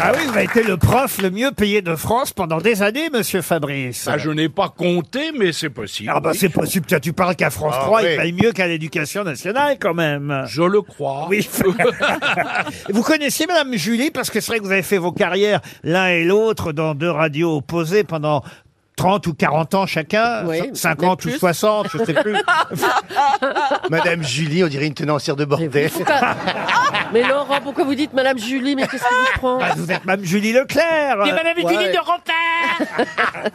Ah oui, vous avez été le prof le mieux payé de France pendant des années, monsieur Fabrice. Ah, je n'ai pas compté, mais c'est possible. Ah bah c'est possible, tiens, tu parles qu'à France Ah 3, oui. il paye mieux qu'à l'éducation nationale quand même. Je le crois. Oui. vous connaissiez Madame Julie parce que c'est vrai que vous avez fait vos carrières l'un et l'autre dans deux radios opposées pendant 30 ou 40 ans chacun, Oui, cin- 50 ou peut-être plus. 60, je sais plus. Madame Julie, on dirait une tenancière de bordel. Mais Laurent, pourquoi vous dites Madame Julie Mais qu'est-ce qui vous prend Ah, vous êtes Madame Julie Leclerc. Et Madame Bah, Ouais. Julie de Rampart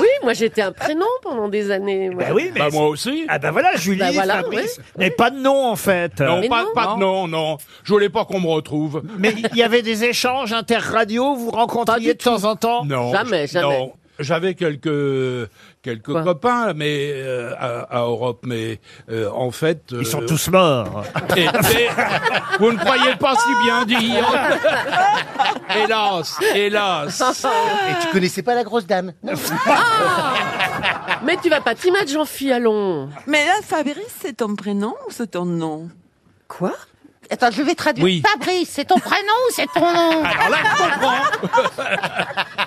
Oui, moi j'étais un prénom pendant des années. moi. Bah oui, mais Bah, moi aussi. Ah ben voilà, Julie, Bah voilà, Fabrice, n'est pas de nom en fait. Non, Mais pas, non. pas de nom, non. Je voulais pas qu'on me retrouve. Mais il y avait des échanges interradios, vous vous Pas rencontriez du de temps en temps Non. Jamais, je- jamais. non. J'avais quelques quelques Quoi copains, mais euh, à, à Europe, mais euh, en fait, euh, Ils sont tous morts. et- et- vous ne croyez pas si bien dire. hélas, hélas. Et tu connaissais pas la grosse dame non Mais tu vas pas t'y mettre, Jean-Phi, allons. Mais là, Fabrice, c'est ton prénom ou c'est ton nom Quoi Attends, je vais traduire. Oui. Ah, Fabrice, c'est ton prénom ou c'est ton nom Alors là, je comprends.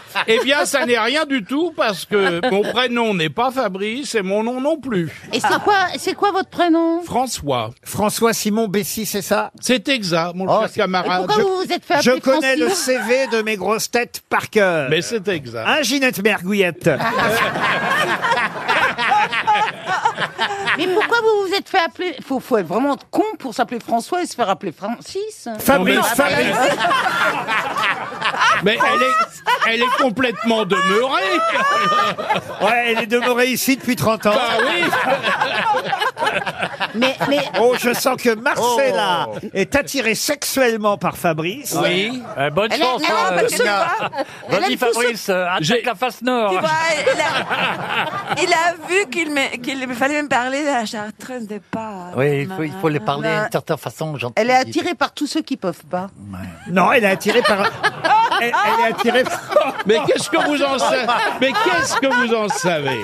eh bien, ça n'est rien du tout parce que mon prénom n'est pas Fabrice et mon nom non plus. Et c'est quoi, c'est quoi votre prénom François. François Simon Bessy, c'est ça C'est exact, mon Oh, cher c'est- Et camarade. Pourquoi Je- vous vous êtes fait appeler Je connais le Francine CV de mes grosses têtes par cœur. Mais c'est exact. Hein, Ginette Bergouillette Ah, Mais pourquoi vous vous êtes fait appeler faut, faut être vraiment con pour s'appeler François et se faire appeler Francis. Fabrice, Non, mais- Fabrice. Ah, Mais elle est, elle est complètement demeurée. Ouais, elle est demeurée ici depuis 30 ans. Ben Ah oui. Mais, mais Oh, je sens que Marcella Oh. est attirée sexuellement par Fabrice. Oui. Euh, bonne Elle a- chance, elle a- hein, parce que- vas-y Fabrice, euh, J'ai- attaque la face nord. Tu vois, il a, il a vu qu'il me, qu'il me fallait me parler de la chartreuse de pas. Oui, il faut, il faut les parler Bah, d'une certaine façon gentille. elle est attirée par tous ceux qui peuvent pas. Non, elle est attirée par... Elle, elle est attirée par... Mais qu'est-ce que vous en savez Mais qu'est-ce que vous en savez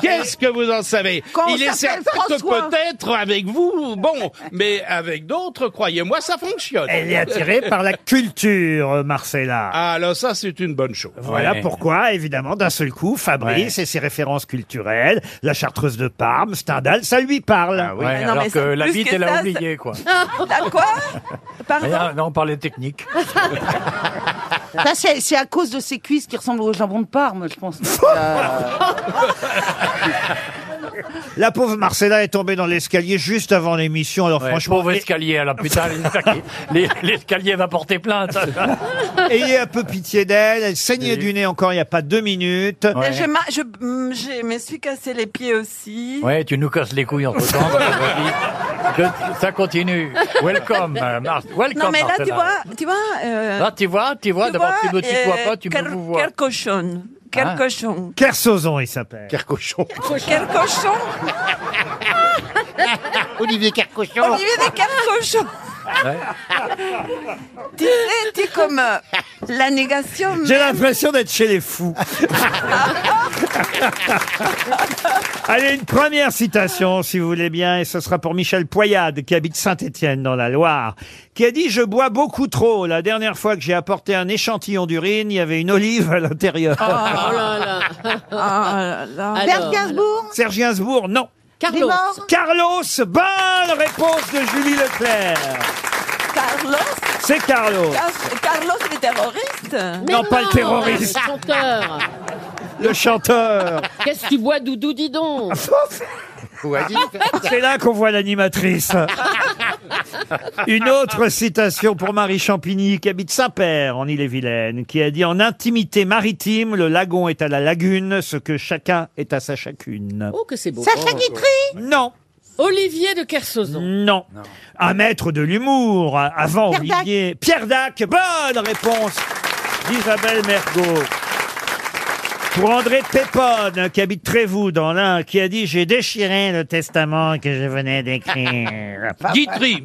Qu'est-ce que vous en savez Quand on Il est s'appelle certain que François. peut-être avec vous, bon, mais avec d'autres, croyez-moi, ça fonctionne. Elle est attirée par la culture, euh, Marcella. Ah, alors ça, c'est une bonne chose. Voilà Ouais. pourquoi, évidemment, d'un seul coup, Fabrice et ses références culturelles, la chartreuse de Parme, Stendhal, ça lui parle. Ah oui, Ouais, non, alors mais que c'est la plus bite, que elle ça, a c'est- oublié, quoi. T'as quoi Mais, Pardon ah, non, on parlait technique. Ça, c'est c'est à cause de ses cuisses qui ressemblent au jambon de Parme, je pense. La pauvre Marcella est tombée dans l'escalier juste avant l'émission. Alors Ouais, franchement, pauvre escalier, alors putain, les- l'escalier va porter plainte. ayez un peu pitié d'elle. Elle saignait Oui. du nez encore il n'y a pas deux minutes. Mais Ouais. je, m'a- je, mm, je me suis cassé les pieds aussi. Ouais, tu nous casses les couilles entre temps. ça continue. Welcome, euh, Mar welcome non, mais là, tu Marcella. vois, tu vois, euh, Là, Ah, tu vois, tu vois, tu d'abord, tu vois, me tutoies euh, pas, tu quel- me vous vois. Quel cochon. Quel Ah. cochon. Kersozon, il s'appelle. Pierre Cochon. Quel cochon. Olivier Carcochon. Olivier de quel cochon. Ouais. Tu sais, tu es comme euh, la négation. J'ai l'impression d'être chez les fous. Allez, une première citation, si vous voulez bien, et ce sera pour Michel Poyade, qui habite Saint-Étienne, dans la Loire, qui a dit « Je bois beaucoup trop. La dernière fois que j'ai apporté un échantillon d'urine, il y avait une olive à l'intérieur. Oh là là. Ah, là, là. Alors, Bert Gainsbourg Serge Gainsbourg, non. Il est Carlos. mort Carlos, bonne réponse de Julie Leclerc. Carlos, C'est Carlos. Car- Carlos le terroriste. Mais Non, pas le terroriste. Le chanteur. Le Euh. chanteur. Qu'est-ce que tu bois, Doudou, dis donc Ah, C'est là qu'on voit l'animatrice. Une autre citation pour Marie Champigny, qui habite Saint-Père, en Ille-et-Vilaine, qui a dit En intimité maritime, le lagon est à la lagune, ce que chacun est à sa chacune. Oh, que c'est beau. Sacha Guitry Non, Olivier de Kersauzon. non. Un maître de l'humour, euh, avant Pierre Dac. Olivier. Pierre Dac, bonne réponse d'Isabelle Mergot. Pour André Pépone, qui habite Trévoux dans l'Ain, qui a dit J'ai déchiré le testament que je venais d'écrire. Il Guitry.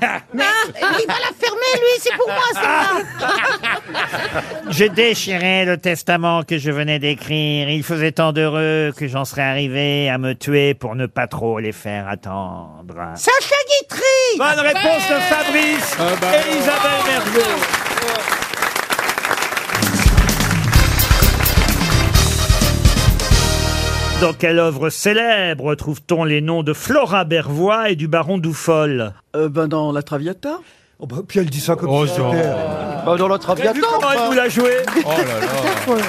va la fermer, lui, c'est pour moi, c'est pas. J'ai déchiré le testament que je venais d'écrire. Il faisait tant d'heureux que j'en serais arrivé à me tuer pour ne pas trop les faire attendre. Sacha Guitry Bonne réponse de Fabrice Ah bah et Isabelle Mergo. Dans quelle œuvre célèbre trouve-t-on les noms de Flora Bervois et du baron Dufol ben dans la Traviata. Oh, bah, puis elle dit ça comme euh, ça. Dans la Traviata, comment elle enfin. vous l'a joué Oh là là.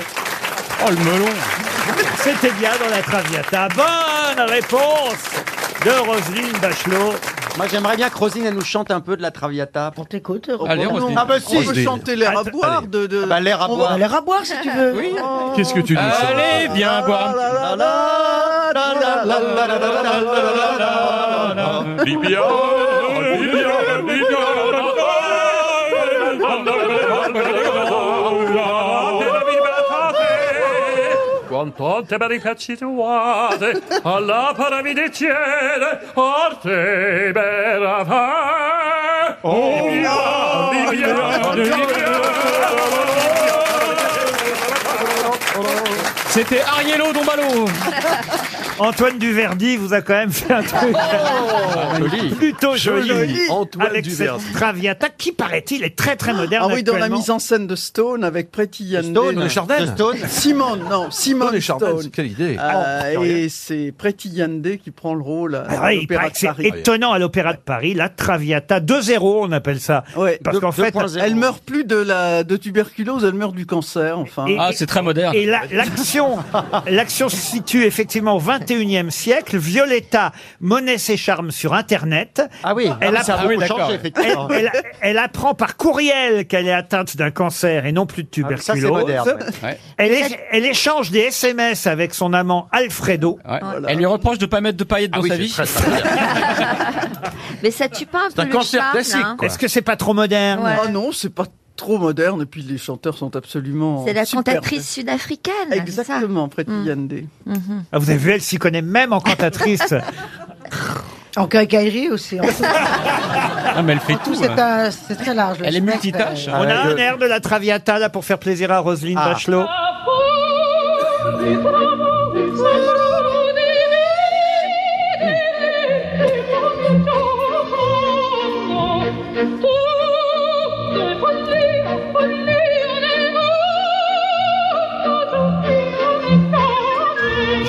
Oh le melon C'était bien dans la Traviata. Bonne réponse de Roselyne Bachelot. Moi, j'aimerais bien que Rosine, elle nous chante un peu de la Traviata. On t'écoute. Allez, Roselyne. Ah, bah si, On peut chanter l'air à boire de. de... Bah, l'air à on va- boire. L'air à boire si tu veux. Oui. Qu'est-ce que tu nous sors Allez, viens boire. Quanto te baricacci tuate alla paravide orte berava. Oh, C'était Ariello Dombalo. Antoine Duverdi vous a quand même fait un truc Oh, joli. plutôt joli. Joli. Antoine Avec Duverdi. cette Traviata qui paraît-il est très très moderne Ah oui, dans la actuellement. mise en scène de Stone avec Pretty Yandel. Stone, de Chardin. De Stone. Simone, non, Simone et Chardin, Stone. c'est- quelle idée. Euh, Oh, putain, et c'est Pretty Yandel qui prend le rôle à, Ah ouais, il l'Opéra paraît de que c'est Paris. étonnant à l'Opéra de Paris, la Traviata 2-0, on appelle ça. Parce De- qu'en fait, 2.0. elle meurt plus de la de tuberculose, elle meurt du cancer. Enfin, Et- Ah, c'est très moderne. Et la- l'action, l'action se situe effectivement au 21e siècle. Violetta monnaie ses charmes sur Internet. Ah oui, elle ah oui, ça a apprend, beaucoup changé, effectivement. Elle, elle- elle apprend par courriel qu'elle est atteinte d'un cancer et non plus de Ah, ça, c'est tuberculose. moderne, ouais. Ouais. elle, é- elle échange des SMS avec son amant Alfredo. Oh Elle lui reproche de pas mettre de Ah paillettes dans sa vie. Mais ça tue pas un peu le charme, hein Est-ce que c'est pas trop moderne Ouais. Ah non, c'est pas trop moderne. Et puis les chanteurs sont absolument. C'est la superbes. cantatrice sud-africaine. c'est ça Hmm. Exactement, Pretty Yandel. Mm-hmm. Mhm. Ah, Vous avez vu, elle s'y connaît même en cantatrice. En quincaillerie aussi. en tout. ah, mais elle fait Tout, c'est un- c'est très large. le spectre. On a Euh, un air de la Traviata là pour faire plaisir à Roselyne Bachelot.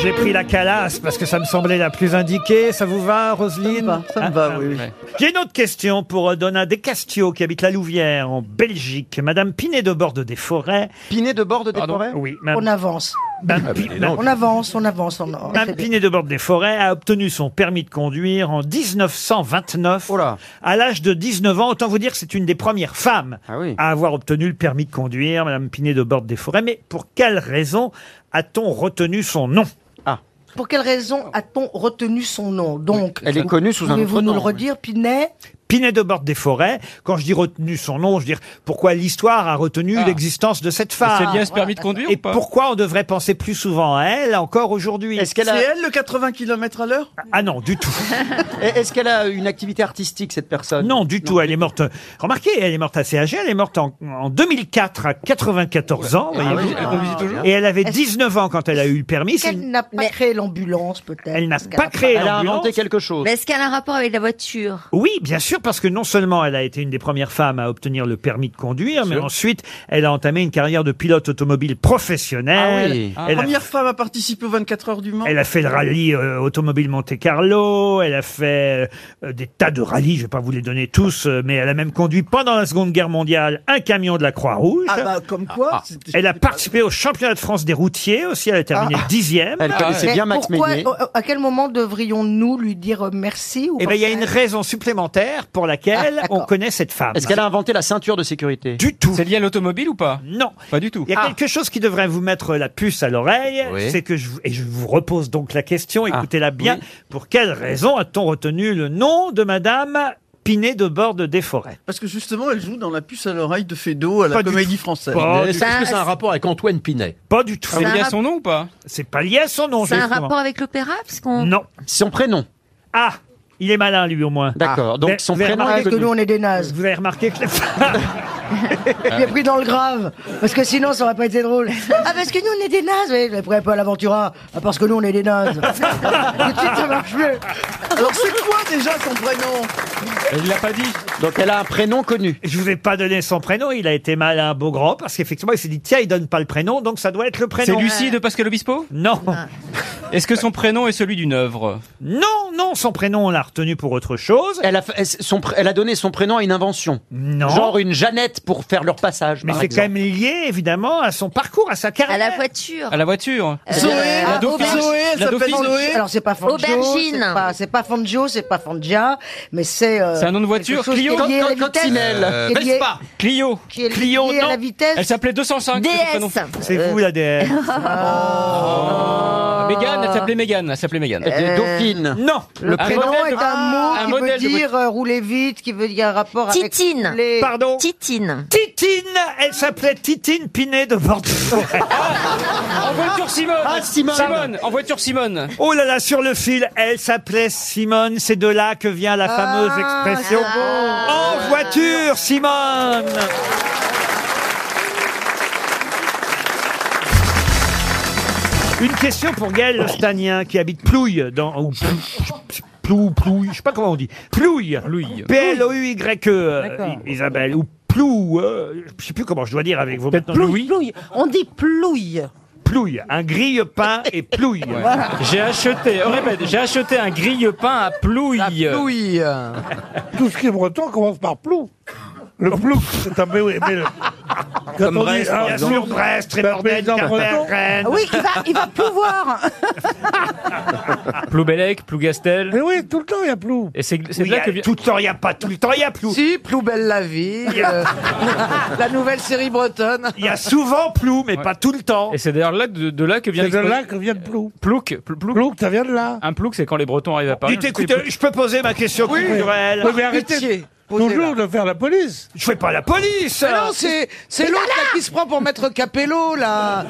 J'ai pris la calasse parce que ça me semblait la plus indiquée. Ça vous va, Roselyne Ça me va, oui. J'ai une autre question pour euh, Donna Descastio qui habite la Louvière en Belgique. Madame Pinet de Borde des Forêts. Pinet de Borde des Forêts Oui. Ben, On avance. On avance, on avance. On... Mme Pinet de Borde des Forêts a obtenu son permis de conduire en 1929. À l'âge de 19 ans, autant vous dire que c'est une des premières femmes à avoir obtenu le permis de conduire, Madame Pinet de Borde des Forêts. Mais pour quelle raison a-t-on retenu son nom Ah. Pour quelle raison a-t-on retenu son nom Donc, Elle est connue sous un pouvez-vous autre nous nom, le oui. redire, Pinet Pinet de Borde des Forêts. Quand je dis retenu son nom, je veux dire pourquoi l'histoire a retenu l'existence de cette femme. Et c'est lié à ce permis de conduire Et ou pas pourquoi on devrait penser plus souvent à elle encore aujourd'hui Est-ce C'est elle le 80 km à l'heure Ah non, du tout. Et Est-ce qu'elle a une activité artistique, cette personne Non, du tout. Elle est morte. Remarquez, elle est morte assez âgée. Elle est morte en, en 2004 à 94 ans. Ah voyez-vous. oui, elle conduit toujours Et elle avait 19 ans quand elle a eu le permis. C'est une- Qu'elle n'a pas créé l'ambulance, peut-être Elle n'a parce qu'elle pas créé Elle a l'ambulance. inventé quelque chose. Mais est-ce qu'elle a un rapport avec la voiture Oui, bien sûr, parce que non seulement elle a été une des premières femmes à obtenir le permis de conduire, mais ensuite elle a entamé une carrière de pilote automobile Ah professionnel. Ah. Elle Ah. a- Première femme à participer aux 24 heures du Mans. Elle a fait le rallye euh, automobile Monte Carlo, elle a fait euh, des tas de rallyes, je vais pas vous les donner tous, euh, mais elle a même conduit pendant la Seconde Guerre mondiale un camion de la Croix-Rouge. Ah bah, comme quoi, c'était- Elle a participé au championnat de France des routiers aussi, elle a terminé dixième. Ah. Mais pourquoi- au- au- À quel moment devrions-nous lui dire euh, merci ou Eh ben, il y a parce une que- raison supplémentaire pour laquelle Ah, on connaît cette femme. Est-ce qu'elle a inventé la ceinture de sécurité Du tout. C'est lié à l'automobile ou pas Non. Pas du tout. Il y a quelque chose qui devrait vous mettre la puce à l'oreille, Oui. Ah. c'est que je, vous- et je vous repose donc la question, écoutez-la bien. Pour quelle raison a-t-on retenu le nom de Madame Pinet de Borde des Forêts Parce que justement, elle joue dans la puce à l'oreille de Fédo à la Pas du comédie tout. française. Pas du Est-ce que tout. c'est un rapport avec Antoine Pinet Pas du tout. C'est lié à son nom ou pas C'est pas lié à son nom. C'est un justement. rapport avec l'opéra parce qu'on. Non. Son prénom. Ah il est malin, lui, au moins. Ah. D'accord, donc Vous avez- son vous avez prénom remarqué est connu. est des nazes. Vous avez remarqué que... Il est pris dans le grave, parce que sinon ça aurait pas été drôle. Ah, parce que nous on est des nazes, oui, mais pourquoi pas l'aventura Ah, parce que nous on est des nazes. Tout de suite, ça marche mieux. Alors c'est quoi déjà son prénom Elle l'a pas dit. Donc elle a un prénom connu. Je vous ai pas donné son prénom. Il a été mal à un beau grand parce qu'effectivement il s'est dit tiens il donne pas le prénom donc ça doit être le prénom. C'est Lucie de Pascal Obispo Non. Est-ce que son prénom est celui d'une œuvre Non, non, son prénom, on l'a retenu pour autre chose. Elle a, fait- elle- son pr- elle a donné son prénom à une invention. Non. Genre une Jeannette pour faire leur passage. Mais c'est quand même lié, évidemment, à son parcours, à sa carrière. À la voiture. À la voiture Zoé, La dauphine Zoé, elle La s'appelle dauphine Zoé. Alors c'est pas Fangio, Aubergine. c'est pas- c'est pas Fangio, c'est pas Fangia, mais c'est. euh, C'est un nom de voiture, quelque chose Clio qui est lié à la Cant- vitesse, Cantinelle. qui est lié- Vespa. Clio Qui est lié Clio, à la non. vitesse. Ah. Elle s'appelait 205 c'est son prénom. Euh. C'est vous la DS. Ah, Mégane, elle s'appelait Mégane, elle s'appelait Ah, Mégane. Euh, Dauphine. Non. Le prénom modèle de- est un mot un qui modèle veut de- dire euh, rouler vite, qui veut dire un rapport avec. Titine. les- Pardon Titine. Titine Elle s'appelait Titine Pinet de Porteforêt. En voiture Simone. Ah, Simone. en voiture Simone. Oh là là, sur le fil, elle s'appelait Simone. C'est de là que vient la fameuse expression En voiture, Simone Une question pour Gaël Le Stanien qui habite Plouille dans ou Plou- Plou Plouille, je sais pas comment on dit. Plouille. P L O U Y E D'accord. Isabelle ou Plou, euh, je sais plus comment je dois dire avec vous maintenant. Plouille, plouille. On dit plouille. Plouille, un grille-pain et plouille. J'ai acheté, on Euh, répète, j'ai acheté un grille-pain à Plouille. Plouille. Tout ce qui est breton commence par plou. Le plou, c'est un mais oui, mais le- Quand Comme on dit, Brest, par ah, exemple. plou- Brest, Ben, Trépordel, paysan Quimper, breton. Rennes. Ah Oui, il va, il va pleuvoir. Ploubelec, Plougastel. Eh Mais oui, tout le temps, il y a plou. Et c'est c'est Oui, de là il y a- que vient. Tout le temps, il n'y a pas tout le temps, Oh, il y a plou. Si, Plou Belle la vie, euh, la nouvelle série bretonne. Il y a souvent plou, mais pas tout le temps. Et c'est d'ailleurs là de, de là que vient C'est de là l'expression- que vient le plou. Plouc, plou- plouc. Plouc, ça vient de là. Un plouc, c'est quand les Bretons arrivent à Paris. Dites, écoutez, je peux poser ma question Oui. culturelle. Oui, mais arrêtez Pitié, posez-la. toujours de faire la police. Je fais pas la police. Mais non, c'est c'est l'autre là, qui se prend pour mettre Capello, là.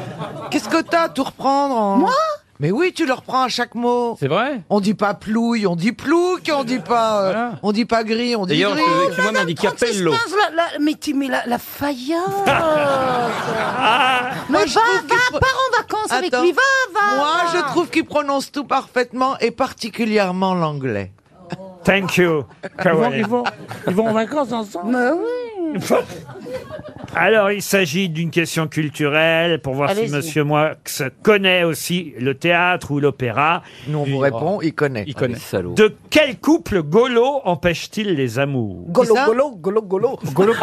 Qu'est-ce que t'as à tout reprendre en- Mais oui, tu le reprends à chaque mot. C'est vrai On dit pas plouille, on dit plouc, on dit pas, euh, Voilà. on dit pas gris, on dit D'ailleurs, gris. tu- tu vois, m'a dit Capello. Francis La- la- mais tu mets la, la faïence. Ah, Moi, je trouve qu'il pro- en vacances Attends. Moi, je trouve qu'il prononce tout parfaitement et particulièrement l'anglais. Thank you. Ils vont, Caroline. ils vont- ils vont en vacances ensemble. Alors, il s'agit d'une question culturelle pour voir si Allez-y. Monsieur Moix connaît aussi le théâtre ou l'opéra. Nous, on vous répond, il connaît. Il connaît. De quel couple Golo empêche-t-il les amours Golo, golo, golo, golo. Golo.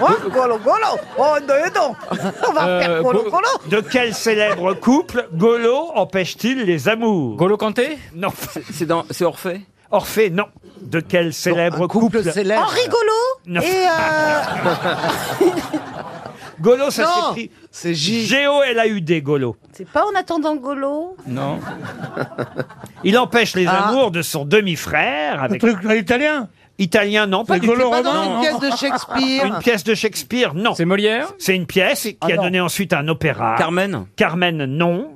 Oh, golo, golo. Oh, non, non. On va Euh, faire golo, go- golo. De quel célèbre couple Golo empêche-t-il les amours Golo Kanté Non. C'est dans, c'est Orphée. Orphée, non. De quel célèbre couple, célèbre. Henri Golo. Non. Et euh, Golo, ça Non, s'écrit C'est J. G-O-L-A-U-D, Golo. C'est pas en attendant Golo. Non. Il empêche les Ah. amours de son demi-frère Le avec... truc italien. Italien, non, pas C'est du Golo tout. Pas dans roman. une pièce de Une Shakespeare. Ah, pièce de Shakespeare, non. C'est Molière C'est une pièce qui a donné ensuite un opéra. Carmen. Carmen, non.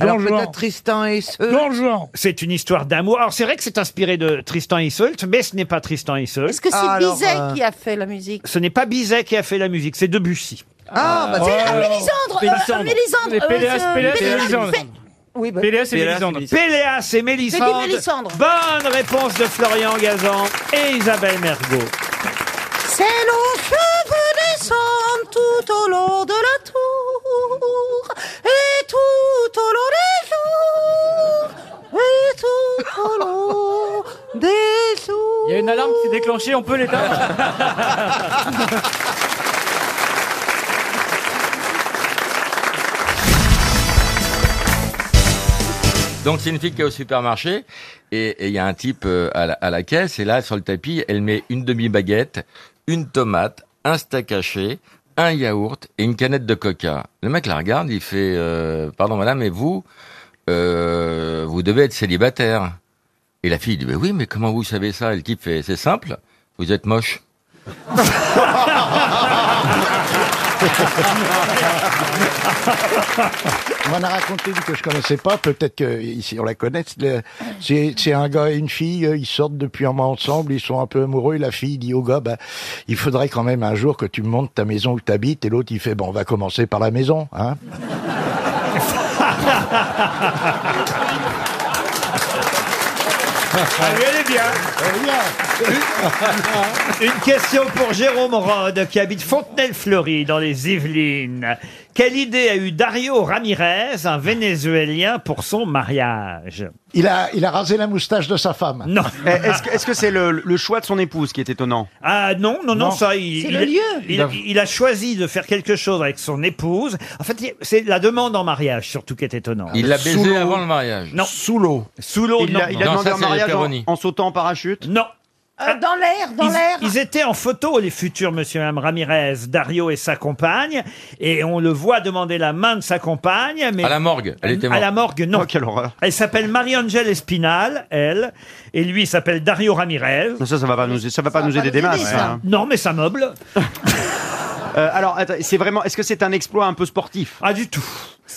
Alors Don Juan. peut-être Tristan et Isolde. Don Juan. C'est une histoire d'amour. Alors c'est vrai que c'est inspiré de Tristan Isolde, mais ce n'est pas Tristan Isolde. Est-ce que c'est Ah, alors, Bizet euh, qui a fait la musique Ce n'est pas Bizet qui a fait la musique, c'est Debussy. Ah, bah c'est Mélisandre. Mélisandre. Les Péléas, Péléas et Mélisande. Oui, bah. Péléas et Péléas et Mélisande. Mélisande. Péléas et Mélisande. Mélisandre. Bonne réponse de Florian Gazan et Isabelle Mergot. C'est l'eau cheveux descendre tout au long de la tour et tout au long des jours et tout au long des jours. Il y a une alarme qui s'est déclenchée, on peut l'éteindre Donc c'est une fille qui est au supermarché et et il y a un type euh, à la, à la caisse et là sur le tapis elle met une demi baguette, une tomate, un steak haché, un yaourt et une canette de coca. Le mec la regarde, il fait euh, pardon madame mais vous euh, vous devez être célibataire. Et la fille dit mais oui mais comment vous savez ça Et le type fait c'est simple, vous êtes moche. On m'en a raconté une que je connaissais pas, peut-être que ici on la connaît. c'est le- C'est c'est un gars et une fille, euh, ils sortent depuis un mois ensemble, ils sont un peu amoureux, et la fille dit au gars, bah, il faudrait quand même un jour que tu me montres ta maison où tu habites, et l'autre il fait, bon, on va commencer par la maison, hein. Allez, elle est bien. Une question pour Jérôme Rode qui habite Fontenelle-Fleury dans les Yvelines, Quelle idée a eu Dario Ramirez, un Vénézuélien, pour son mariage Il a, il a rasé la moustache de sa femme. Non. Eh, Est-ce que- est-ce que c'est le, le choix de son épouse qui est étonnant Ah non, non, non, Non. ça, il, C'est il, le lieu. il, il a choisi de faire quelque chose avec son épouse. En fait, il- c'est la demande en mariage surtout qui est étonnante. Il l'a baisé avant le mariage. Non. Sous l'eau. Sous l'eau, Il non. a, il a demandé ça, un c'est les mariage en, Péroni. en sautant en parachute Non. Ah, dans l'air, dans Ils- l'air. Ils, étaient en photo, les futurs monsieur et madame Ramirez, Dario et sa compagne, et on le voit demander la main de sa compagne. Mais À la morgue, elle était À la morte. morgue, Oh, non. Elle s'appelle Marie-Angèle Espinal, elle, et lui il s'appelle Dario Ramirez. Non, Ça, ça va pas nous, ça va pas nous aider des masses. hein. Non, mais ça meuble. Euh, alors, attends, c'est vraiment. Est-ce que c'est un exploit un peu sportif Ah, du tout.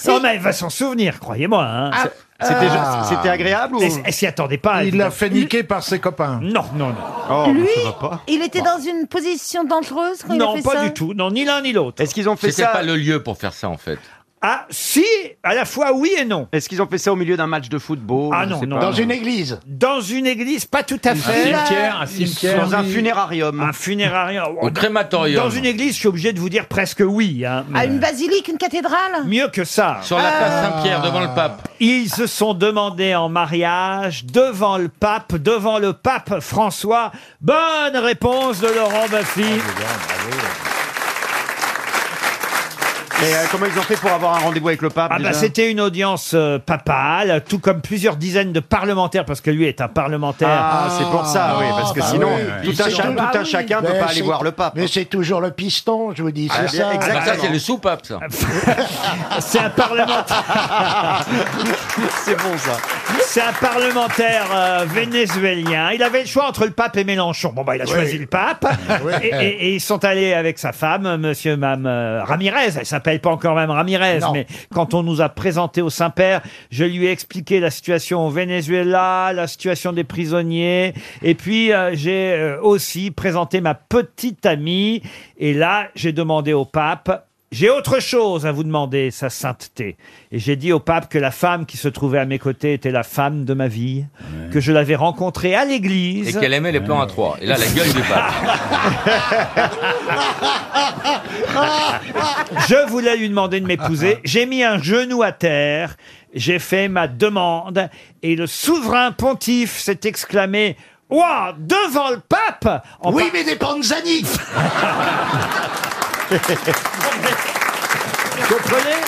Non, mais elle va s'en souvenir, croyez-moi. hein. C'était- Ah. c'était agréable ou- Elle s- Elle s'y attendait pas. Il l'a fait niquer par ses copains. Non, non, non. Oh, Lui, pas. il était dans une position dangereuse quand il a Non, fait pas ça du tout. Non, ni l'un ni l'autre. Est-ce qu'ils ont C'était pas le lieu pour faire ça en fait. Ah, si, à la fois oui et non. Est-ce qu'ils ont fait ça au milieu d'un match de football Ah non, non. Dans une église Dans une église, pas tout à Un fait. cimetière, un cimetière. Dans un funérarium. Un funérarium. Au crématorium. Dans une église, je suis obligé de vous dire presque oui. hein, mais- À une basilique, une Ah. cathédrale Mieux que ça. Sur la Ah. place Saint-Pierre, devant le pape. Ils se sont demandés en mariage devant le pape, devant le pape François. Bonne réponse de Laurent Baffy. Mais euh, comment ils ont fait pour avoir un rendez-vous avec le pape Ah bah, déjà c'était une audience euh, papale, tout comme plusieurs dizaines de parlementaires, parce que lui est un parlementaire. Ah, c'est pour ça, oui, parce que sinon, oui. tout, un, C'est cha- tout- tout un ah oui. chacun ne peut bah Mais pas aller c'est- voir le pape. Mais c'est toujours le piston, je vous dis, Ah, c'est bien, ça. exactement. Bah, Ah, ça, c'est le sous-pape ça. C'est un parlementaire. c'est bon ça. C'est un parlementaire euh, vénézuélien. Il avait le choix entre le pape et Mélenchon. Bon, bah, il a Oui. choisi le pape. Oui. Et, et- et ils sont allés avec sa femme, monsieur Mme euh, Ramirez. Elle s'appelle pas encore Mme Ramirez, mais quand on nous a présenté au Saint-Père, je lui ai expliqué la situation au Venezuela, la situation des prisonniers. Et puis, euh, j'ai euh, aussi présenté ma petite amie. Et là, j'ai demandé au pape j'ai autre chose à vous demander, sa sainteté. Et j'ai dit au pape que la femme qui se trouvait à mes côtés était la femme de ma vie, que je l'avais rencontrée à Et l'église. qu'elle aimait les plans à trois. Et là, la gueule du pape. Je voulais lui demander de m'épouser. J'ai mis un genou à terre. J'ai fait ma demande. Et le souverain pontife s'est exclamé Ouah, devant le pape Oui, mais des Panzani Comprenez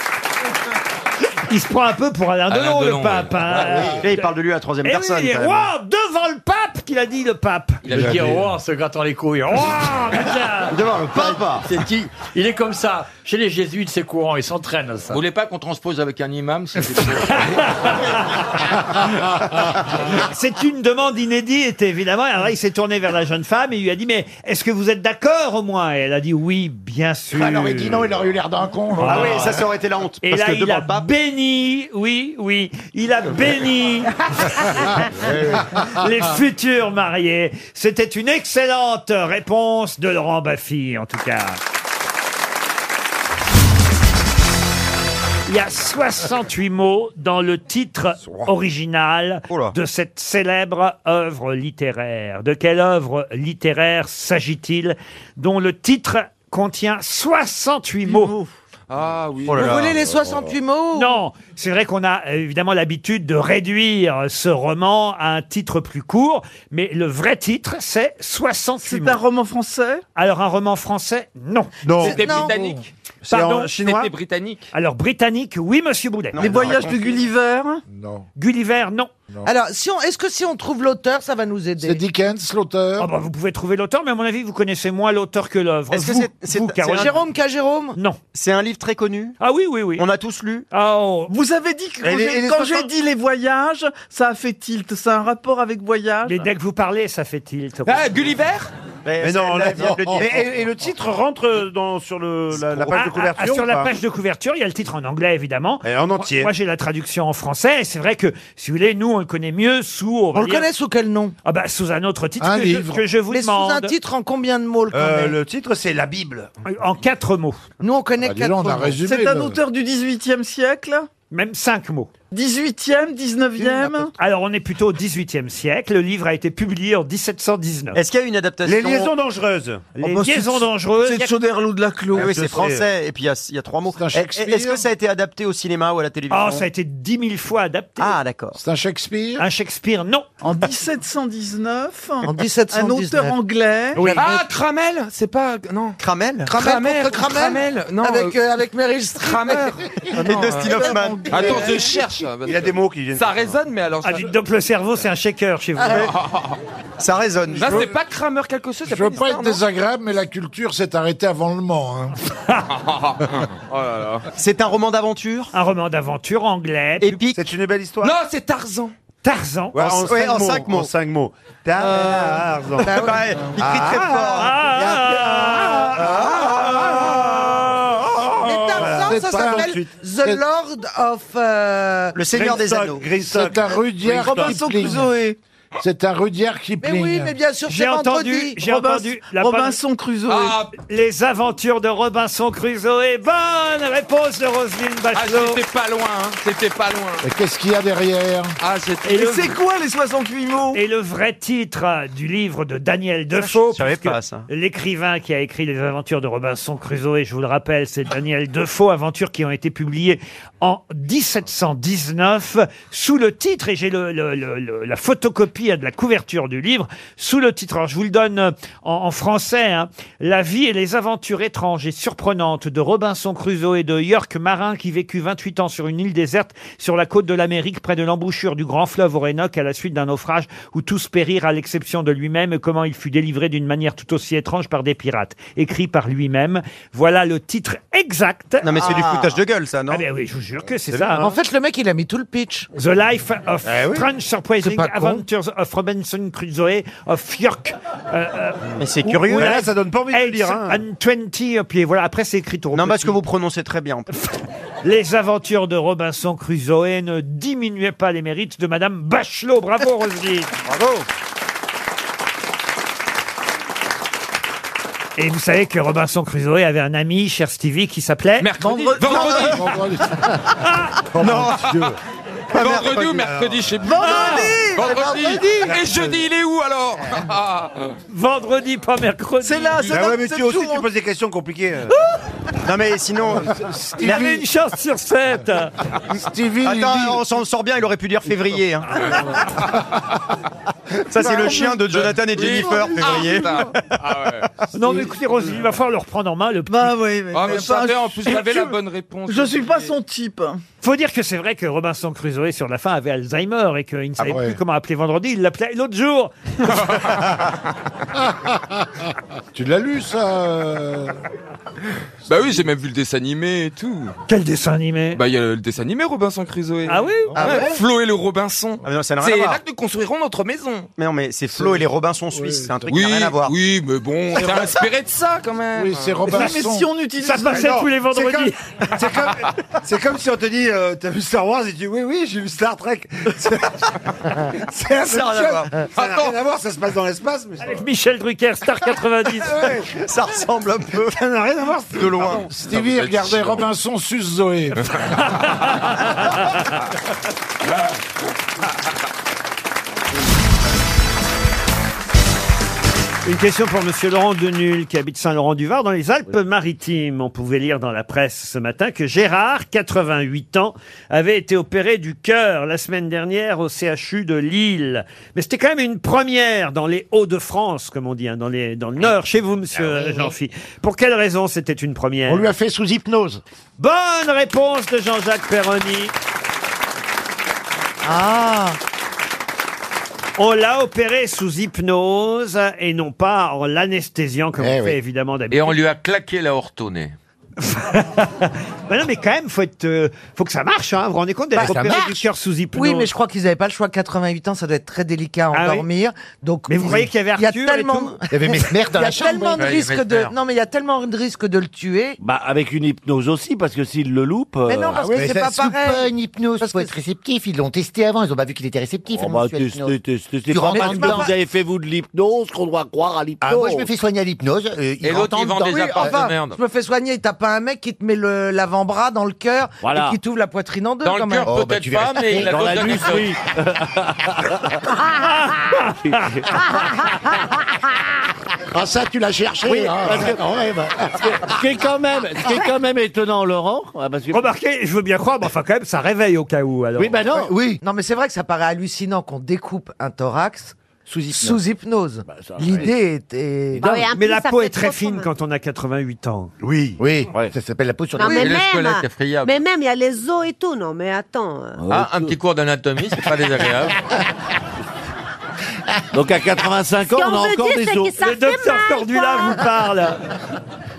Il se prend un peu pour Alain, Alain Delon, Delon, le pape. oui. hein. Ah oui. Et il parle de lui à la troisième Eh oui, personne, il est quand même. roi devant le pape qu'il a dit le pape. Il a dit oh, en se grattant les couilles. Oh, Devant le papa. C'est qui Il est comme ça. Chez les jésuites, c'est courant. Ils s'entraînent à ça. Vous voulez pas qu'on transpose avec un imam si c'est- C'est une demande inédite, évidemment. Alors là, il s'est tourné vers la jeune femme et il lui a dit Mais est-ce que vous êtes d'accord au moins Et elle a dit Oui, bien sûr. Alors il dit non, il Ah, aurait eu l'air d'un con. non Ah oui, ça, ça aurait été la honte. Et là, il a béni, oui, oui, il a béni les futurs mariés. C'était une excellente réponse de Laurent Baffy, en tout cas. Il y a 68 mots dans le titre original de cette célèbre œuvre littéraire. De quelle œuvre littéraire s'agit-il dont le titre contient 68 mots Ah oui. Vous voulez les 68 mots non, c'est vrai qu'on a euh, évidemment l'habitude de réduire ce roman à un titre plus court, mais le vrai titre, c'est 68 C'est un roman français Alors un roman français, non. C'était Non. britannique C'est Pardon, en chinois C'était britannique Alors britannique, oui, monsieur Boulet. Les voyages de Gulliver Non. Gulliver, non. Alors, si on, est-ce que si on trouve l'auteur, ça va nous aider C'est Dickens, l'auteur Ah bah, Vous pouvez trouver l'auteur, mais à mon avis, vous connaissez moins l'auteur que l'œuvre. Est-ce que Vous, c'est- c'est- vous, c'est Caroline. un- Jérôme K. Jérôme Non. C'est un livre très connu. Ah oui, oui, oui. On a tous lu. Ah, oh. Vous avez dit que Et quand les- j'ai- et les quand j'ai 60 dit les voyages, ça a fait tilt. Ça a un rapport avec voyage. Mais dès que vous parlez, ça fait tilt. Ah, Gulliver Mais non, là, non. Et, et le titre rentre dans, sur le, la, la Ah, ah, ah, sur la page de couverture, il y a le titre en anglais, évidemment. Et en Moi- entier. Moi, j'ai la traduction en français. Et c'est vrai que, si vous voulez, nous, on le connaît mieux sous. On, le connaît sous quel nom Ah, bah, sous un autre titre Un que, je, livre. que je vous Mais sous demande. un titre en combien de mots Euh, le connaît Euh, le titre, c'est la Bible. En quatre mots. Nous, on connaît Bah, dis quatre donc, on a mots. résumé, C'est un là. auteur du 18e siècle Même cinq mots. 18e, 19e Alors, on est plutôt au 18e siècle. Le livre a été publié en 1719. Est-ce qu'il y a une adaptation Les liaisons dangereuses. Oh, Les bah, liaisons dangereuses. C'est Choderlou de la Clos. Ah, oui, Je c'est sais. français. Et puis il y, a- il y a trois mots. Shakespeare. Et- Est-ce que ça a été adapté au cinéma ou à la télévision Ah, ça a été 10 000 fois adapté. Ah, d'accord. C'est un Shakespeare Un Shakespeare, non. En 1719, En un auteur 1719. anglais. Oui. Ah, Cramel, c'est pas non. Cramel. Cramel Cramel contre contre Cramel, Cramel Non, Avec, euh, euh, avec Meryl Streep. Et Dustin euh, Hoffman. Attends, je cherche. Oh, Il y a des mots qui viennent. Ça résonne, mais alors. Ah, dites donc, le cerveau, c'est un shaker chez vous. Ça résonne. Là, c'est pas Kramer quelque chose. Je veux pas être désagréable, mais la culture s'est arrêtée avant le Mans. hein. Oh C'est un roman d'aventure Un roman d'aventure anglais. Épique. C'est une belle histoire. Non, c'est Tarzan. Tarzan. Ouais, en, ouais, cinq en mots, cinq mots. En cinq mots. Tarzan. Bah ouais, il crie très Ah. fort. Ah. Mais Tarzan, Voilà. ça C'est pas s'appelle ensuite. C'est- The Lord of... euh, Le Seigneur des Anneaux. C'est un Rudyard Robinson Kipling. Crusoe. C'est un Rudyard Kipling. Mais oui, mais bien sûr, J'ai c'est entendu, vendredi. j'ai entendu Crusoe. Ah, les aventures de Robinson Crusoe. Bonne réponse de Roselyne Bachelot. Ah, C'était pas loin, hein. c'était pas loin. Et Qu'est-ce qu'il y a derrière Ah, Et le- c'est quoi les 68 mots Et le vrai titre euh, du livre de Daniel Defoe, je savais puisque pas, ça. l'écrivain qui a écrit Les Aventures de Robinson Crusoe, et je vous le rappelle, c'est Daniel Defoe, aventures qui ont été publiées en 1719 sous le titre, et j'ai le, le- le- le- la photocopie hein, de la couverture du livre, sous le titre, alors je vous le donne euh, en, en français, hein. La vie et les aventures étranges et surprenantes de Robinson Crusoe et de York Marin qui vécut 28 ans sur une île déserte sur la côte de l'Amérique près de l'embouchure du grand fleuve Orénoque à la suite d'un naufrage où tous périrent à l'exception de lui-même et comment il fut délivré d'une manière tout aussi étrange par des pirates. Écrit par lui-même. Voilà le titre exact. Non, mais c'est du foutage de gueule, ça, non Ah ben oui, je vous jure que c'est ça. hein. En fait, le mec, il a mis tout le pitch. The Life of Eh oui. Strange C'est Surprising pas con. Adventures of Robinson Crusoe of York. euh, Mais c'est curieux. Mais là, ça donne pas envie de le lire, hein. And 20, et puis voilà, après c'est écrit tout Non, parce que vous prononcez très bien. en plus. Les aventures de Robinson Crusoe ne diminuaient pas les mérites de Madame Bachelot. Bravo, Roselyne. Bravo. Et vous savez que Robinson Crusoe avait un ami, cher Stevie, qui s'appelait... Mercredi. Vendredi. Vendredi. non. Oh, Pas Vendredi mercredi, ou mercredi, je sais plus. Vendredi. Vendredi. Vendredi. Et jeudi, il est où alors Vendredi, pas mercredi. C'est là, Ah c'est Bah ouais, là. mais c'est tu aussi, toujours- tu poses des questions compliquées. euh. non, mais sinon. Il avait une chance sur sept. Stevie, il dit- Attends, on s'en sort bien, il aurait pu dire février. hein. Ça, c'est Bah, le chien de Jonathan et Jennifer, Ah, février. Non, mais écoutez, Roselyne, il va falloir le reprendre en main. Le petit... Bah, oui, Ah, mais ça va, en plus, vous avez la bonne réponse. Je suis pas son type. Faut dire que c'est vrai que Robinson Crusoe, sur la fin, avait Alzheimer et qu'il ne savait ouais. plus comment appeler vendredi. Il l'appelait l'autre jour. Tu l'as lu, ça euh Bah oui, j'ai même vu le dessin animé et tout. Quel dessin animé Bah il y a le dessin animé Robinson Crusoe. Ah oui Ah ouais Flo et le Robinson. Ah, mais non, ça n'a rien C'est à là voir. que nous construirons notre maison. Mais non, mais c'est Flo et les Robinson suisses, c'est un truc Oui, qui n'a rien à voir. oui, mais bon, t'es inspiré de ça quand même. Oui, c'est Mais Robinson. si on utilise. Ça passait Non, tous les vendredis. C'est comme, c'est comme si on te dit, euh, t'as vu Star Wars Et tu dis, oui, oui, j'ai vu Star Trek. C'est c'est la même Ça a rien à voir. chose. Ça n'a rien à voir, ça se passe dans l'espace. Mais... Avec Michel Drucker, Star 90. Ouais, Ça ressemble un peu ça n'a rien à voir. de loin. Ah, Stevie, regardez Robinson sus Zoé. Une question pour Monsieur Laurent Denul, qui habite Saint-Laurent-du-Var, dans les Alpes-Maritimes. On pouvait lire dans la presse ce matin que Gérard, 88 ans, avait été opéré du cœur la semaine dernière au CHU de Lille. Mais c'était quand même une première dans les Hauts-de-France, comme on dit, hein, dans, les, dans le Nord, chez vous, Monsieur Jean-Phi. Pour quelle raison c'était une première Ah On lui a fait sous hypnose. Bonne réponse de Jean-Jacques Perroni. Ah On l'a opéré sous hypnose et non pas en l'anesthésiant comme Eh on oui. fait évidemment d'habitude. Et on lui a claqué la hortonnée. Mais non, mais quand même, faut être, euh, faut que ça marche. Hein. Vous vous rendez compte d'être Bah, ça opéré marche. du cœur sous hypnose Oui, mais je crois qu'ils n'avaient pas le choix. 88 ans, ça doit être très délicat à Ah oui endormir. Donc, Mais vous ils- croyez qu'il y avait il y a Arthur et tellement, tout il y avait Messner dans la chambre, tellement oui. de Ouais, il y avait risques de, Messner. non, mais il y a tellement de risques de le tuer. Bah, avec une hypnose aussi, parce que s'il le loupe. Mais non, euh, parce que c'est pas pareil. une hypnose, faut être réceptif. Ils l'ont testé avant, ils ont pas vu qu'il était réceptif. Oh bah, testez, testez, testez. Tu Pas rentres parce que dedans. vous avez fait vous de l'hypnose qu'on doit croire à l'hypnose. soigner à l'hypnose. Et l'autre, il vend des Oh. Oui, apparts enfin, de merde. je me fais soigner, il tape pas un mec qui te met le- l'avant-bras dans le cœur Voilà. et qui t'ouvre la poitrine en deux. Dans le quand même. cœur, Oh, bah, peut-être tu verras. pas, mais la Dans la gauche, nuque, oui. Ah ça, tu l'as cherché. Oui, hein. parce que- Ah, ouais, bah. Ce qui est quand même, ce qui est quand même étonnant, Laurent. ah, parce que- Remarquez, je veux bien croire, mais enfin quand même, ça réveille au cas où. Alors. Ouais. bah Non, mais c'est vrai que ça paraît hallucinant qu'on découpe un thorax sous hypnose. Bah, L'idée est, est- Mais, la peau est très fine quand on a 88 ans. Oui. Oui, ça s'appelle la peau sur Non, la mais peau. même- squelette est friable. mais même, il y a les os et tout. Non, mais attends. euh. Ah, un petit cours d'anatomie, c'est pas désagréable. Donc à 85 ans, on a encore des os. Le docteur Cordula vous parle.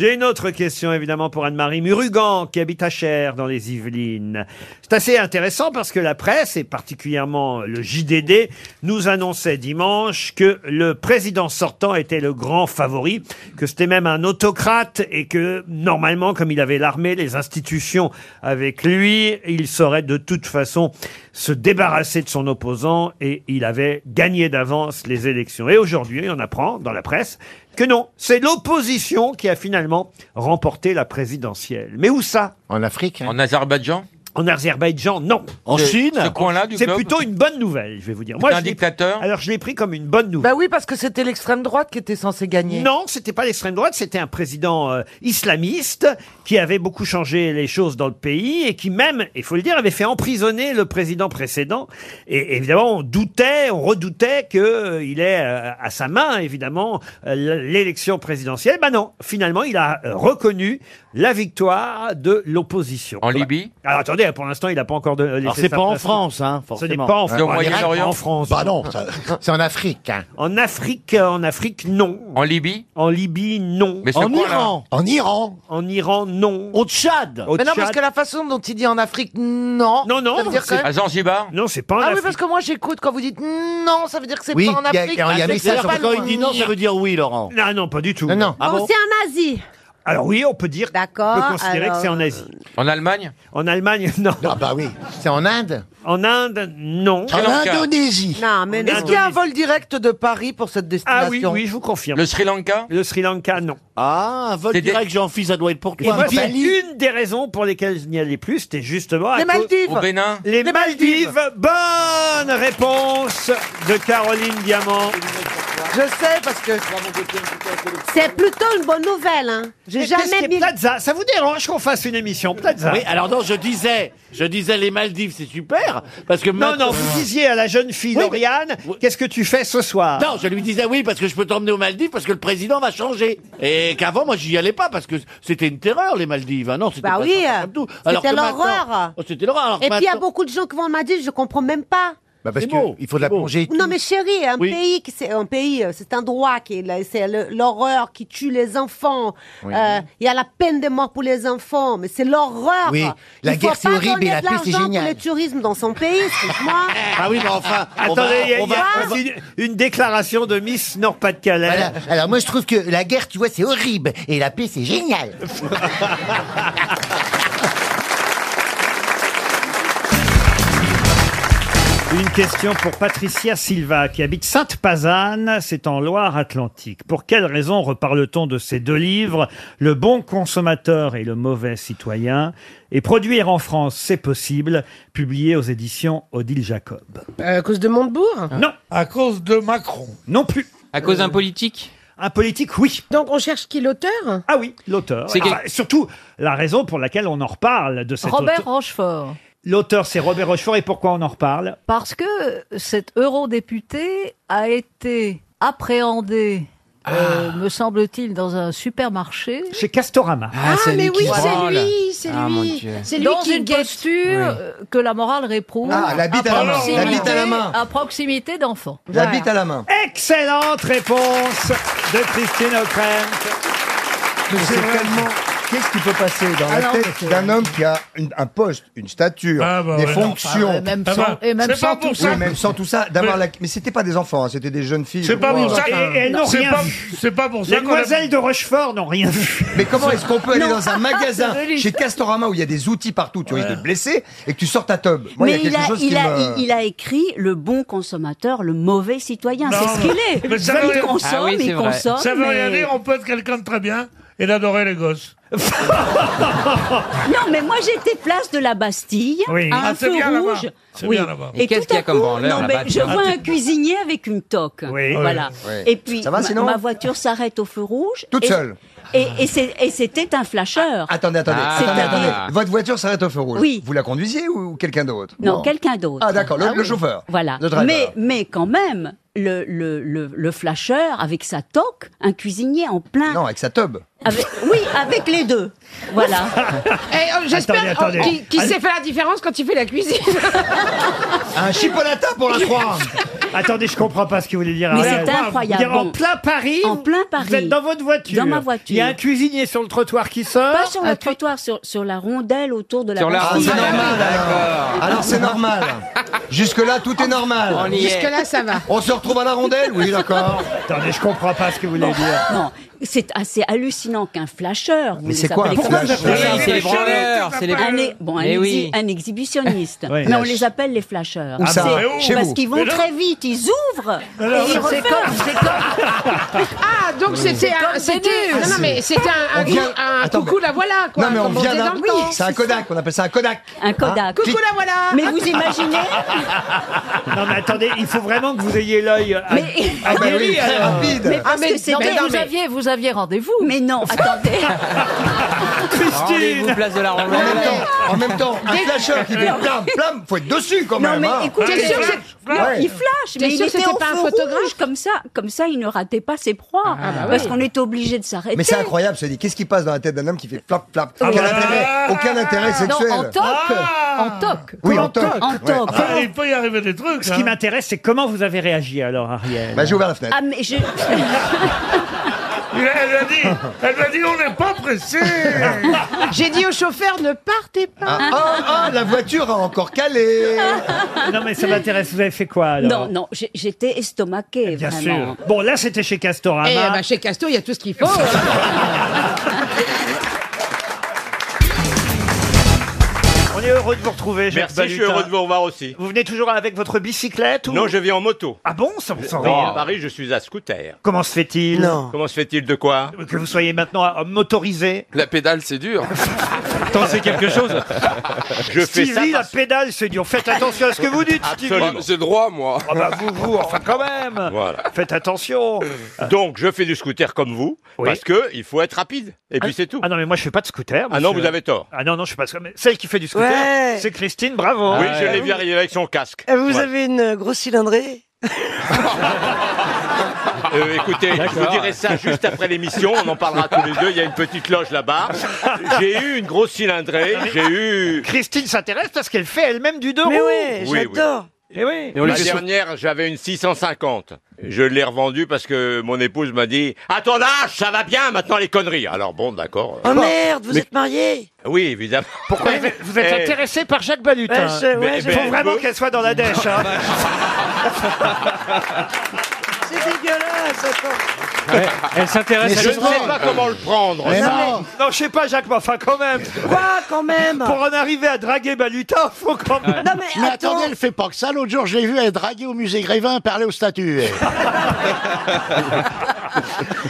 J'ai une autre question, évidemment, pour Anne-Marie Murugan, qui habite à Cher, dans les Yvelines. C'est assez intéressant parce que la presse, et particulièrement le JDD, nous annonçait dimanche que le président sortant était le grand favori, que c'était même un autocrate et que, normalement, comme il avait l'armée, les institutions avec lui, il saurait de toute façon se débarrasser de son opposant et il avait gagné d'avance les élections. Et aujourd'hui, on apprend dans la presse que non, c'est l'opposition qui a finalement remporté la présidentielle. Mais où ça En Afrique En Azerbaïdjan En Azerbaïdjan, non. En Ce- Chine ce coin-là du C'est globe plutôt une bonne nouvelle, je vais vous dire. C'est un je l'ai- dictateur Alors je l'ai pris comme une bonne nouvelle. Bah oui, parce que c'était l'extrême droite qui était censée gagner. Non, c'était pas l'extrême droite, c'était un président euh, islamiste qui avait beaucoup changé les choses dans le pays et qui même, il faut le dire, avait fait emprisonner le président précédent. Et évidemment, on doutait, on redoutait qu'il ait euh, à sa main, évidemment, euh, l'élection présidentielle. Ben non, finalement, il a euh, reconnu la victoire de l'opposition. En Libye Alors attendez, pour l'instant, il n'a pas encore de. euh, laissé Alors c'est sa pas en place. France, hein, Ce n'est forcément. pas en C'est au France. Moyen-Orient En France. Bah non, C'est en Afrique. hein. En Afrique, euh, en Afrique, non. En Libye En Libye, non. Mais ce En coin-là Iran En Iran En Iran, non. Au Tchad mais non, parce que la façon dont il dit en Afrique, non. Non, non, Ah, Ça veut dire quand même- À Zanzibar Non, c'est pas en Ah oui, Afrique. parce que moi j'écoute quand vous dites non, ça veut dire que c'est Oui, pas en il y a- Afrique. Ah, il y a un C'est message, pas quand loin. il dit non, ça veut dire oui, Laurent. Ah Non, non, pas du tout. ah Bon, c'est en Asie. Alors oui, on peut dire, D'accord, Ah, on peut considérer alors- que c'est en Asie. En Allemagne En Allemagne, non. Ah bah oui. C'est en Inde En Inde, non. Non, mais non. Est-ce qu'il y a un vol direct de Paris pour cette destination Ah oui, oui, je vous confirme. Le Sri Lanka Le Sri Lanka, non. Ah, un vol C'est des- direct, jean fils ça doit être pour Et moi, toi. c'est une des raisons pour lesquelles je n'y allais plus, c'était justement à Les cause- Maldives. Au Bénin. Les, Les Maldives. Bonne réponse de Caroline Diamant. Je sais parce que. C'est plutôt une bonne nouvelle. Hein. J'ai Mais qu'est-ce qui jamais est mis. Plaza, ça vous dérange qu'on fasse une émission Plaza Oui, alors non, je disais, je disais les Maldives, c'est super, parce que Non, maintenant- euh, non, vous disiez à la jeune fille Oui, Lauriane, qu'est-ce que tu fais ce soir Non, je lui disais oui parce que je peux t'emmener aux Maldives parce que le président va changer. Et qu'avant moi j'y allais pas parce que c'était une terreur les Maldives. Ah non, c'était Bah pas oui, sympa du tout. c'était Alors que l'horreur. maintenant- Oh, c'était l'horreur. Alors que Et puis il y a maintenant- beaucoup de gens qui vont en Maldives, je comprends même pas. Bah parce C'est beau, qu'il faut de la plonger. Non mais chérie, un Oui. pays, qui- c'est un pays, euh, c'est un droit qui est là, c'est le- l'horreur qui tue les enfants. Euh, Oui. Il y a la peine de mort pour les enfants, mais c'est l'horreur. Oui, la Il faut guerre, c'est pas horrible, donner et la de paix, c'est l'argent génial. Pour le tourisme dans son pays, excuse-moi. Ah, Ah oui, mais enfin, on va- Attendez, il y a- on il y a va- on va- aussi une, une déclaration de Miss Nord-Pas-de-Calais. Voilà. Alors moi je trouve que la guerre, tu vois, c'est horrible et la paix, c'est génial. Une question pour Patricia Silva, qui habite Sainte-Pazanne, c'est en Loire-Atlantique. Pour quelle raison reparle-t-on de ces deux livres, Le bon consommateur et le mauvais citoyen Et produire en France, c'est possible, publié aux éditions Odile Jacob. À cause de Montebourg Ah. Non. À cause de Macron Non plus. À cause d'un politique Un politique, oui. Donc on cherche qui l'auteur Ah oui, l'auteur. C'est quel- Enfin, surtout la raison pour laquelle on en reparle de cet Robert auteur. Rochefort. L'auteur, c'est Robert Rochefort, et pourquoi on en reparle Parce que cet eurodéputé a été appréhendé, Ah. euh, me semble-t-il, dans un supermarché. Chez Castorama. Ah, c'est mais lui oui, qui c'est branle. lui, c'est Ah, mon lui. Dieu. C'est lui dans qui une guette. posture Oui. euh, que la morale réprouve. Ah, la bite à la main, la proximité- bite à la main. À proximité d'enfants. La bite à la main. Excellente réponse de Christine O'Krent. Mais c'est tellement. Qu'est-ce qui peut passer dans à la tête d'un homme qui a une- un poste, une stature, Ah, bah, des ouais. fonctions. Enfin, ouais, même Ah sans- bah, et même c'est pas sans pour tout ça. ça. Oui, même sans tout ça. D'avoir la... Mais c'était pas des enfants, hein, c'était des jeunes filles. C'est pas Oui, pour ça enfin, que- Et elles n'ont c'est rien pas- vu. C'est pas pour Les demoiselles de Rochefort n'ont rien vu. Mais comment est-ce qu'on peut aller dans un magasin C'est joli. chez Castorama où il y a des outils partout, tu risques de te blesser et que tu sortes ta tub Moi, il y mais a il quelque a, chose il, qui a, me- il a écrit le bon consommateur, le mauvais citoyen. Non, C'est ce qu'il est. mais ça veut il rien- consomme, Ah oui, c'est il vrai. consomme. Ça veut rien mais- dire, on peut être quelqu'un de très bien et d'adorer les gosses. Non, mais moi j'étais place de la Bastille, Oui. à un Ah, c'est feu bien là-bas. rouge. C'est bien là-bas. Et, Et qu'est-ce tout qu'il y a à comme coup, branleur non, là-bas, mais je tiens vois Ah, un tu- cuisinier avec une toque. Oui. Voilà. Oui. Et puis Ça va, ma- sinon ma, voiture s'arrête au feu rouge. Toute et- seule. Et, et c'est- et c'était un flasheur. Attendez, attendez, Ah. attendez, C'est-à-dire- attendez. Votre voiture s'arrête au feu rouge. Oui. Vous la conduisiez ou quelqu'un d'autre Non, quelqu'un d'autre. Ah, d'accord, le- le oui. chauffeur, Voilà. le driver. mais, mais quand même, le, le, le, le flasheur avec sa toque, un cuisinier en plein. Non, avec sa tub. Avec- oui, avec les deux. Voilà. Eh, oh, J'espère Attendez. Qui, qui sait faire la différence quand il fait la cuisine Un chipolata pour la 3 Attendez, je comprends pas ce que vous voulez dire. Mais Ariel. c'est incroyable. Dire En plein Paris En plein Paris. Vous êtes dans votre voiture. Dans ma voiture. Il y a un cuisinier sur le trottoir qui sort. Ah, Pas sur Un le cu- trottoir, sur, sur la rondelle autour de la Sur la Bastille. rondelle. Ah, normal, alors. Alors c'est normal. Jusque-là, tout est normal. On y est. Jusque-là, Ah, ça va. On se retrouve à la rondelle Oui, d'accord. Attendez, je comprends pas ce que vous voulez dire. Non, c'est assez hallucinant qu'un flasheur. vous Mais les c'est quoi appelez un comme flasheur ça. Oui, c'est les branleurs, c'est les- Un, é- bon, un, Mais exhi- oui. un exhibitionniste. Oui. Mais on les appelle les flasheurs. Où C'est- ça Mais où Chez parce vous. qu'ils Mais vont non. très vite, ils ouvrent Alors, et ils c'est comme- referment. Ah, donc c'était un. C'était. Ah, Vénus. Non, non, mais c'était un, un, On vient- cou- un Attends, coucou, mais- la voilà, quoi. non, mais on comme vient disait d'un. dans le temps. c'est un Kodak, on appelle ça un Kodak. Un Kodak. Coucou, la voilà. Mais vous imaginez Non, mais attendez, il faut vraiment que vous ayez l'œil à- Mais- euh, à Guéry, alors. Mais parce Ah, mais- que c'était- mais non, vous mais- aviez, vous aviez rendez-vous. Mais non, attendez. Christine Rendez-vous place de la rondelle. En même temps, en même temps un Dès- flasheur qui fait Non. plam, plam, faut être dessus quand Non même. mais hein. écoutez, Ouais. il flash, Ouais. il flash, T'es mais il sûr que était c'était au pas un feu photographe Ah, bah rouge comme ça, comme ça il ne ratait pas ses proies parce qu'on était obligé de s'arrêter. Mais c'est incroyable, je te dis, qu'est-ce qui passe dans la tête d'un homme qui fait flap, flap Ah Aucun ouais. intérêt, aucun intérêt sexuel. Ah. Non, en toque, en toque. Oui, en Ah, toque. En toque. Enfin, il peut y arriver des trucs. hein. Ce qui m'intéresse, c'est comment vous avez réagi alors, Ariel. Bah, j'ai ouvert la fenêtre. Ah mais je Elle elle a dit, elle m'a dit, on n'est pas pressé. J'ai dit au chauffeur, ne partez pas. Ah, oh, ah, ah, la voiture a encore calé. Non, mais ça m'intéresse. Vous avez fait quoi alors Non, non, j'ai- j'étais estomaquée, Bien vraiment. ben, sûr. Bon, là, c'était chez Castorama. Eh, bah, chez Casto, il y a tout ce qu'il faut. hein. On est heureux de vous retrouver, Jacques Merci, je suis Balutin. heureux de vous revoir aussi. Vous venez toujours avec votre bicyclette ou... Non, je viens en moto. Ah bon, ça vous sent Non, rien. à Paris, je suis à scooter. Comment se fait-il Comment se fait-il de quoi Que vous soyez maintenant à- motorisé. La pédale, c'est dur. T'en sais quelque chose Je fais Stevie, ça la pédale, c'est dur. Faites attention à ce que vous dites, Stevie. Absolument. J'ai droit, moi. Ah bah vous, vous, enfin quand même. Voilà. Faites attention. Donc, je fais du scooter comme vous, parce que il faut être rapide. Et puis, c'est tout. Ah non, mais moi, je fais pas de scooter. Ah non, monsieur. vous avez tort. Ah non, non, je fais pas de scooter. Mais Celle qui fait du scooter, Ouais. c'est Ah, Christine, bravo. oui, je l'ai vu arriver avec son casque. Euh, Vous Ouais. avez une grosse cylindrée Euh, écoutez, je vous D'accord. dirai ça juste après l'émission. On en parlera tous les deux. Il y a une petite loge là-bas. J'ai eu une grosse cylindrée. J'ai eu. Christine s'intéresse parce qu'elle fait elle-même du deux Mais roues. ouais, Oui, oui. j'adore. Eh oui. La dernière, j'avais une 650. Je l'ai revendue parce que mon épouse m'a dit À ton âge, ça va bien maintenant les conneries. Alors bon, d'accord. Oh merde, vous Mais- êtes marié Oui, évidemment. Pourquoi vous êtes- vous êtes Eh, intéressé par Jacques Balutin Ouais, je- ouais, je- Faut vraiment Mais- qu'elle soit dans la dèche. oh, hein. bah. C'est dégueulasse, attends. Elle s'intéresse Je ne sais pas comment le prendre. Mais ça. non. non, je sais pas, Jacques, mais enfin, quand même. Quoi, quand même Pour en arriver à draguer Balutin, faut quand même. Non, mais, Mais attends. attendez, elle fait pas que ça. L'autre jour, je l'ai vue, elle draguait au musée Grévin, parler aux statues.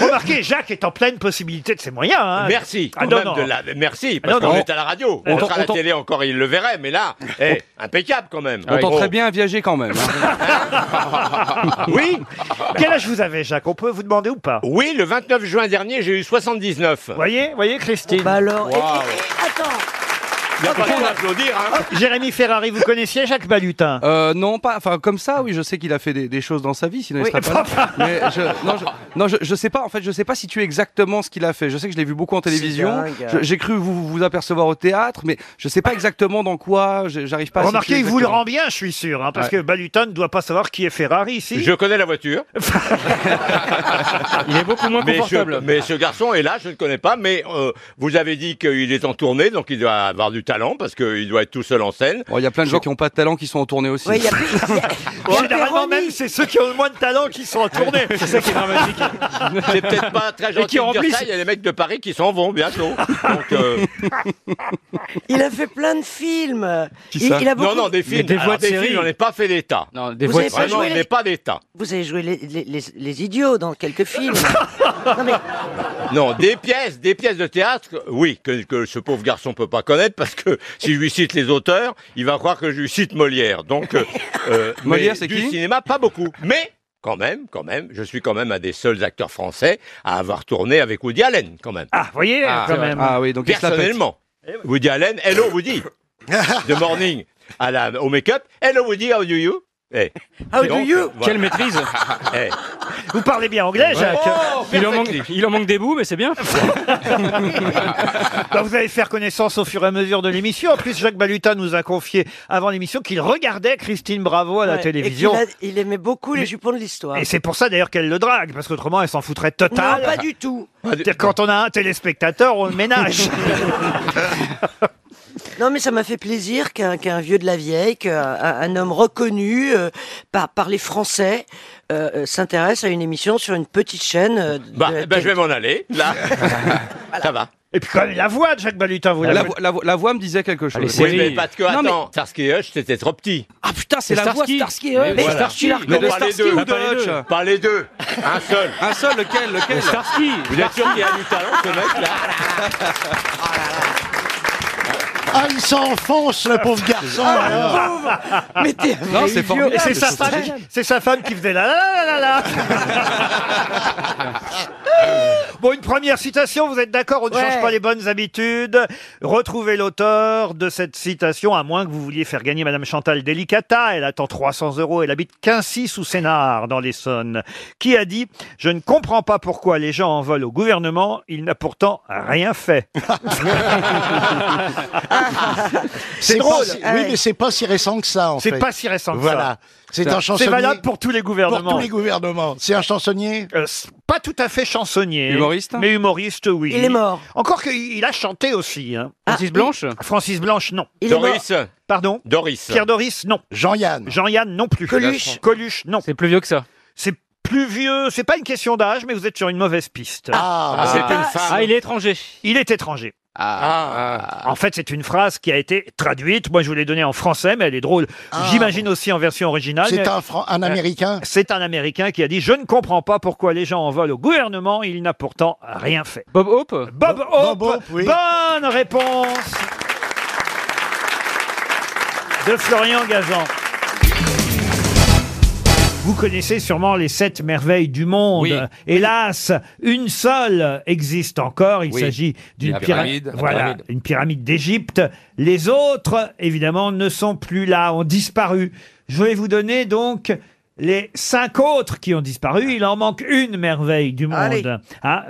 Remarquez, Jacques est en pleine possibilité de ses moyens. hein. Merci, Ah quand non, même non. de la... Merci, parce Ah non, qu'on non. est à la radio. On On t'en- à on la t'en- télé encore, il le verrait, mais là, eh, impeccable quand même. On Oh. tend très bien à viager quand même. hein. Oui Quel âge vous avez, Jacques On peut vous demander ou pas Vous Oui, le 29 juin dernier, j'ai eu 79. voyez, voyez, Christine. alors, et- et- Waouh. et- attends. Il n'y a pas de d'applaudir, hein. Jérémy Ferrari, vous connaissiez Jacques Balutin Euh, non, pas. Enfin, comme ça, oui, je sais qu'il a fait des, des choses dans sa vie, sinon Oui. il serait pas là. Mais je, non, je, non je, je sais pas. En fait, je sais pas si tu es exactement ce qu'il a fait. Je sais que je l'ai vu beaucoup en télévision. dingue. Je- J'ai cru vous vous apercevoir au théâtre, mais je sais pas exactement dans quoi. je- J'arrive pas. à Remarquez, situer il vous le exactement. rend bien, je suis sûr, hein, parce Ouais. que Balutin ne doit pas savoir qui est Ferrari ici. Je connais la voiture. Il est beaucoup moins Mais confortable. ce, mais ce garçon est là, je ne connais pas, mais euh, vous avez dit qu'il est en tournée, donc il doit avoir du talent, parce qu'il doit être tout seul en scène. Bon, Oh, Il y a plein de gens qui ont pas de talent qui sont en tournée aussi. Ouais, il y a plus- il y a- il y a Généralement, Véronique. même, c'est ceux qui ont le moins de talent qui sont en tournée. C'est ça qui est dramatique. C'est peut-être pas très qui gentil de dire remplissent- ça, il y a les mecs de Paris qui s'en vont bientôt. Donc, euh, Il a fait plein de films. Qui il, ça il a beaucoup... non, non, des films, des alors, voix de des série. films, on n'est pas fait d'État. Non, des Vous voix- avez pas Vraiment, joué on les... n'est pas d'État. Vous avez joué les, les- les- les idiots dans quelques films. non, mais Non, des pièces, des pièces de théâtre, oui, que, que ce pauvre garçon peut pas connaître parce que si je lui cite les auteurs, il va croire que je lui cite Molière. Donc, euh, euh, Molière, mais c'est du qui cinéma, pas beaucoup. Mais quand même, quand même, je suis quand même un des seuls acteurs français à avoir tourné avec Woody Allen, quand même. Ah, voyez, quand même. Eh Ah oui, donc il se la pète. personnellement, Woody Allen, hello Woody, The Morning, à la, au make-up, hello Woody, how do you? Eh. How do you Quelle maîtrise Eh. Vous parlez bien anglais, Jacques Oh, il, en manque, il en manque des bouts, mais c'est bien. Bah, vous allez faire connaissance au fur et à mesure de l'émission. En plus, Jacques Baluta nous a confié avant l'émission qu'il regardait Christine Bravo à la Ouais, et télévision. qu'il a- il aimait beaucoup les jupons de l'histoire. Et c'est pour ça d'ailleurs qu'elle le drague, parce qu'autrement elle s'en foutrait total. Non, pas du tout. C'est-à-dire, Quand on a un téléspectateur, on le ménage. Non, mais ça m'a fait plaisir qu'un qu'un vieux de la vieille, qu'un un- un homme reconnu euh, par, par les Français euh, euh, s'intéresse à une émission sur une petite chaîne. euh, de- Bah, bah, je vais m'en aller, là. Ça va. Et puis quand même, la voix de Jacques Balutin, Ah. vous la, l'avez. vo- la vo- la voix me disait quelque chose. Oui, mais parce que, Non, mais- attends, Starsky et Hutch, c'était trop petit. Ah putain, c'est la voix Starsky et Hutch. Mais Voilà. Starsky, Mais de Starsky ou de Hutch Pas les deux. Un seul. Un seul, lequel, lequel Starsky. Vous êtes sûr qu'il a du talent, ce mec-là Ah, il s'enfonce, le pauvre garçon Ah, alors. Oh, Mais t'es Non, c'est formidable, Et c'est sa, je trouve ça femme- génial. c'est sa femme qui faisait la la la la. la. Bon, une première citation, vous êtes d'accord, on ne change pas les bonnes habitudes. Retrouvez l'auteur de cette citation, à moins que vous vouliez faire gagner Madame Chantal Delicata. Elle attend 300 euros, elle habite Quincy sous Sénard, dans l'Essonne. Qui a dit « Je ne comprends pas pourquoi les gens en veulent au gouvernement, il n'a pourtant rien fait. C'est drôle. pas si- Ah oui, ouais. mais c'est pas si récent que ça, en fait. C'est pas si récent que Voilà. ça. C'est un chansonnier. C'est valable pour tous les gouvernements. Pour tous les gouvernements. C'est un chansonnier Euh, c'est pas tout à fait chansonnier. Humoriste Mais humoriste, oui. Il est mort. Encore qu'il a chanté aussi. hein. Ah, Francis Blanche Francis Blanche, non. Il est Doris. Pardon Doris. Pierre Doris, non. Jean-Yann. Jean-Yann, non plus. Coluche. Coluche, non. C'est plus vieux que ça. C'est plus vieux, c'est pas une question d'âge, mais vous êtes sur une mauvaise piste. Ah, Ah, c'est une femme. Ah, il est étranger. Il est étranger. Ah, En fait, c'est une phrase qui a été traduite. Moi, je vous l'ai donnée en français, mais elle est drôle. J'imagine aussi en version originale. Ah. C'est mais- euh, un, Fran- un Américain C'est un Américain qui a dit Je ne comprends pas pourquoi les gens en veulent au gouvernement, il n'a pourtant rien fait. Bob Hope Bob Hope, Bob Hope, oui. bonne réponse de Florian Gazan. Vous connaissez sûrement les sept merveilles du monde. Oui. Hélas, une seule existe encore. Il Oui. s'agit d'une La pyra- pyramide, la Voilà, pyramide. une pyramide d'Égypte. Les autres, évidemment, ne sont plus là, ont disparu. Je vais vous donner donc les cinq autres qui ont disparu. Il en manque une merveille du monde. Allez. Hein,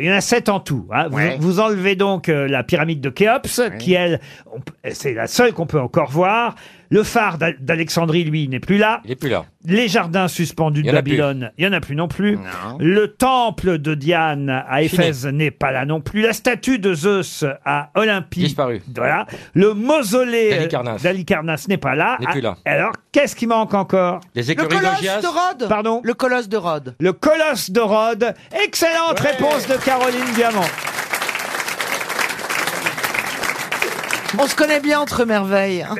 il y en a sept en tout. hein. Vous, Ouais. vous enlevez donc euh, la pyramide de Khéops, qui elle, on peut- c'est la seule qu'on peut encore voir. Le phare d'Al- d'Alexandrie, lui, n'est plus là. Il est plus là. Les jardins suspendus Il y de en a plus. Babylone, il y en a plus non plus. Le temple de Diane à Fini. Éphèse n'est pas là non plus. La statue de Zeus à Olympie. Disparu. Voilà. Le mausolée euh, D'Halicarnasse. d'Halicarnasse n'est pas là. N'est plus là. Ah, Alors, qu'est-ce qui manque encore Les Le écuries colosse d'Augias. de Rhodes Pardon Le colosse de Rhodes. Le colosse de Rhodes. Excellente réponse de Caroline Diamant. On se connaît bien entre merveilles. hein.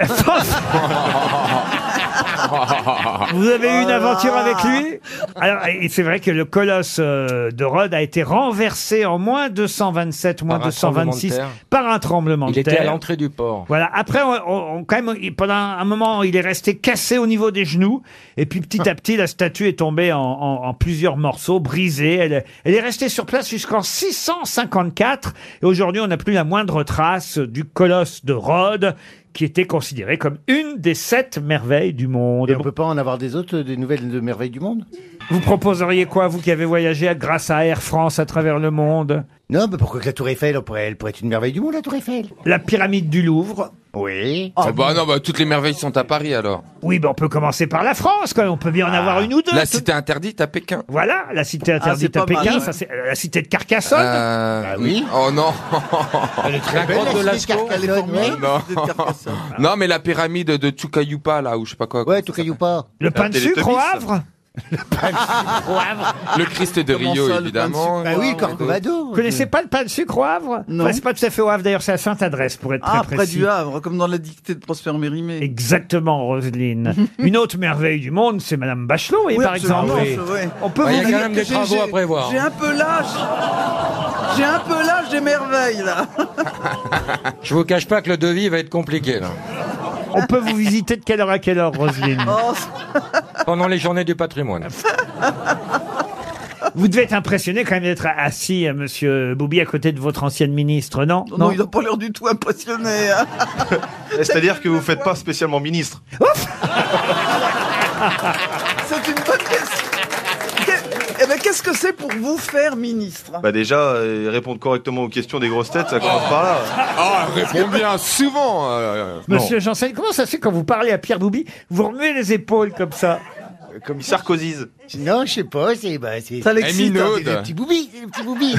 Vous avez eu une aventure avec lui Alors, et c'est vrai que le colosse euh, de Rhodes a été renversé en moins 227, moins Par un tremblement de 226 terre. par un tremblement Il de était à terre. l'entrée du port. Voilà. Après, on, on- on- quand même, il- pendant un moment, il est resté cassé au niveau des genoux. Et puis, petit à petit, la statue est tombée en, en- en plusieurs morceaux, brisée. Elle, est- elle est restée sur place jusqu'en 654. Et aujourd'hui, on n'a plus la moindre trace du colosse de Rhodes, qui était considéré comme une des sept merveilles du monde. Et on peut pas en avoir des autres, des nouvelles de merveilles du monde Vous proposeriez quoi, vous qui avez voyagé à- grâce à Air France à travers le monde Non, mais pourquoi que la Tour Eiffel, on pourrait- elle pourrait être une merveille du monde, la Tour Eiffel La pyramide du Louvre Oui. Oh, bah non, bah toutes les merveilles sont à Paris alors. Oui, ben on peut commencer par la France, quand même. On peut bien en avoir une ou deux. Ah, La tout- cité interdite à Pékin. Voilà, la cité interdite Ah, c'est à pas mal, Pékin, ouais. ça c'est euh, la cité de Carcassonne. Ah Euh, Oh non. la belle, grotte de la Lascaux. cité Carcassonne, ouais. Non. non, mais la pyramide de Tchoukayupa là, ou je sais pas quoi. Ouais, tout caillou pas. le pain de sucre au Havre Le Christ de Rio, évidemment. Bah oui, Corcovado. Vous connaissez pas le pain de sucre au Havre Non. Enfin, c'est pas tout à fait au Havre, d'ailleurs c'est à Sainte-Adresse pour être très Ah, près précis. du Havre, comme dans la dictée de Prosper Mérimée. Exactement, Roselyne. Une autre merveille du monde, c'est Madame Bachelot, et Oui, par absolument, exemple. c'est vrai. On peut Ouais, vous Bah, il y a dire- quand même des J'ai- travaux j'ai- à prévoir. J'ai un peu lâche. J'ai un peu l'âge des merveilles, là. Je vous cache pas que le devis va être compliqué. là. ah. On peut vous visiter de quelle heure à quelle heure, Roselyne Pendant les journées du patrimoine. Vous devez être impressionné quand même d'être assis, euh, monsieur Boubi, à côté de votre ancienne ministre, non Non, il n'a pas l'air du tout impressionné. hein. Eh, C'est-à-dire que vous faites pas spécialement ministre. Oh C'est une bonne question. Que- Eh ben, qu'est-ce que c'est pour vous faire ministre Bah déjà, euh, répondre correctement aux questions des grosses têtes, ça commence par là. Ah, réponds bien souvent. euh, Monsieur Janssen, comment ça se fait quand vous parlez à Pierre Boubi, vous remuez les épaules comme ça Euh, Comme Sarkozy. Non, je sais pas, c'est... Bah, c'est Ça l'excite, hein, minaude. c'est des petits boubis, c'est des petits boubis.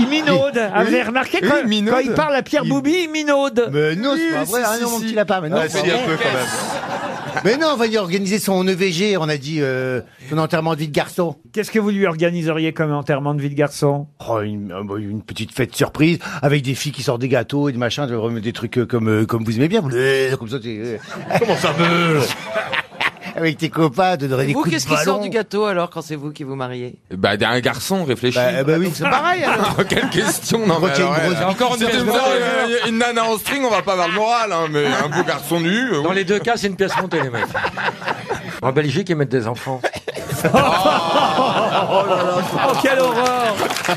Il minaude. Ah, vous avez remarqué quand- quand il parle à Pierre Boubi, il minaude. Mais non, c'est pas Si, vrai. Ah si, non, si, mon si. petit lapin, mais non, Ouais, c'est pas si, un vrai. peu, quand Mais non, on va y organiser son EVG, on a dit euh, son enterrement de vie de garçon. Qu'est-ce que vous lui organiseriez comme enterrement de vie de garçon oh, une, euh, bah, une petite fête surprise avec des filles qui sortent des gâteaux et des machins, de remettre des trucs euh, comme euh, comme vous aimez bien. vous, euh, comme ça, Comment ça veut Avec tes copains, de donner des Vous, coups de qu'est-ce qui sort ballon. du gâteau alors quand c'est vous qui vous mariez Bah, d'un garçon, réfléchis. eh Bah, ben bah oui, c'est Ah, pareil, hein. alors. Quelle question, non, mais Retiens une alors, grosse elle- encore une pièce pièce montée. Euh, montée. Une nana en string, on va pas avoir le moral, hein, mais un beau garçon nu. euh, Dans les deux cas, c'est une pièce montée, les mecs. En Belgique, ils mettent des enfants. Oh là là, oh, quelle horreur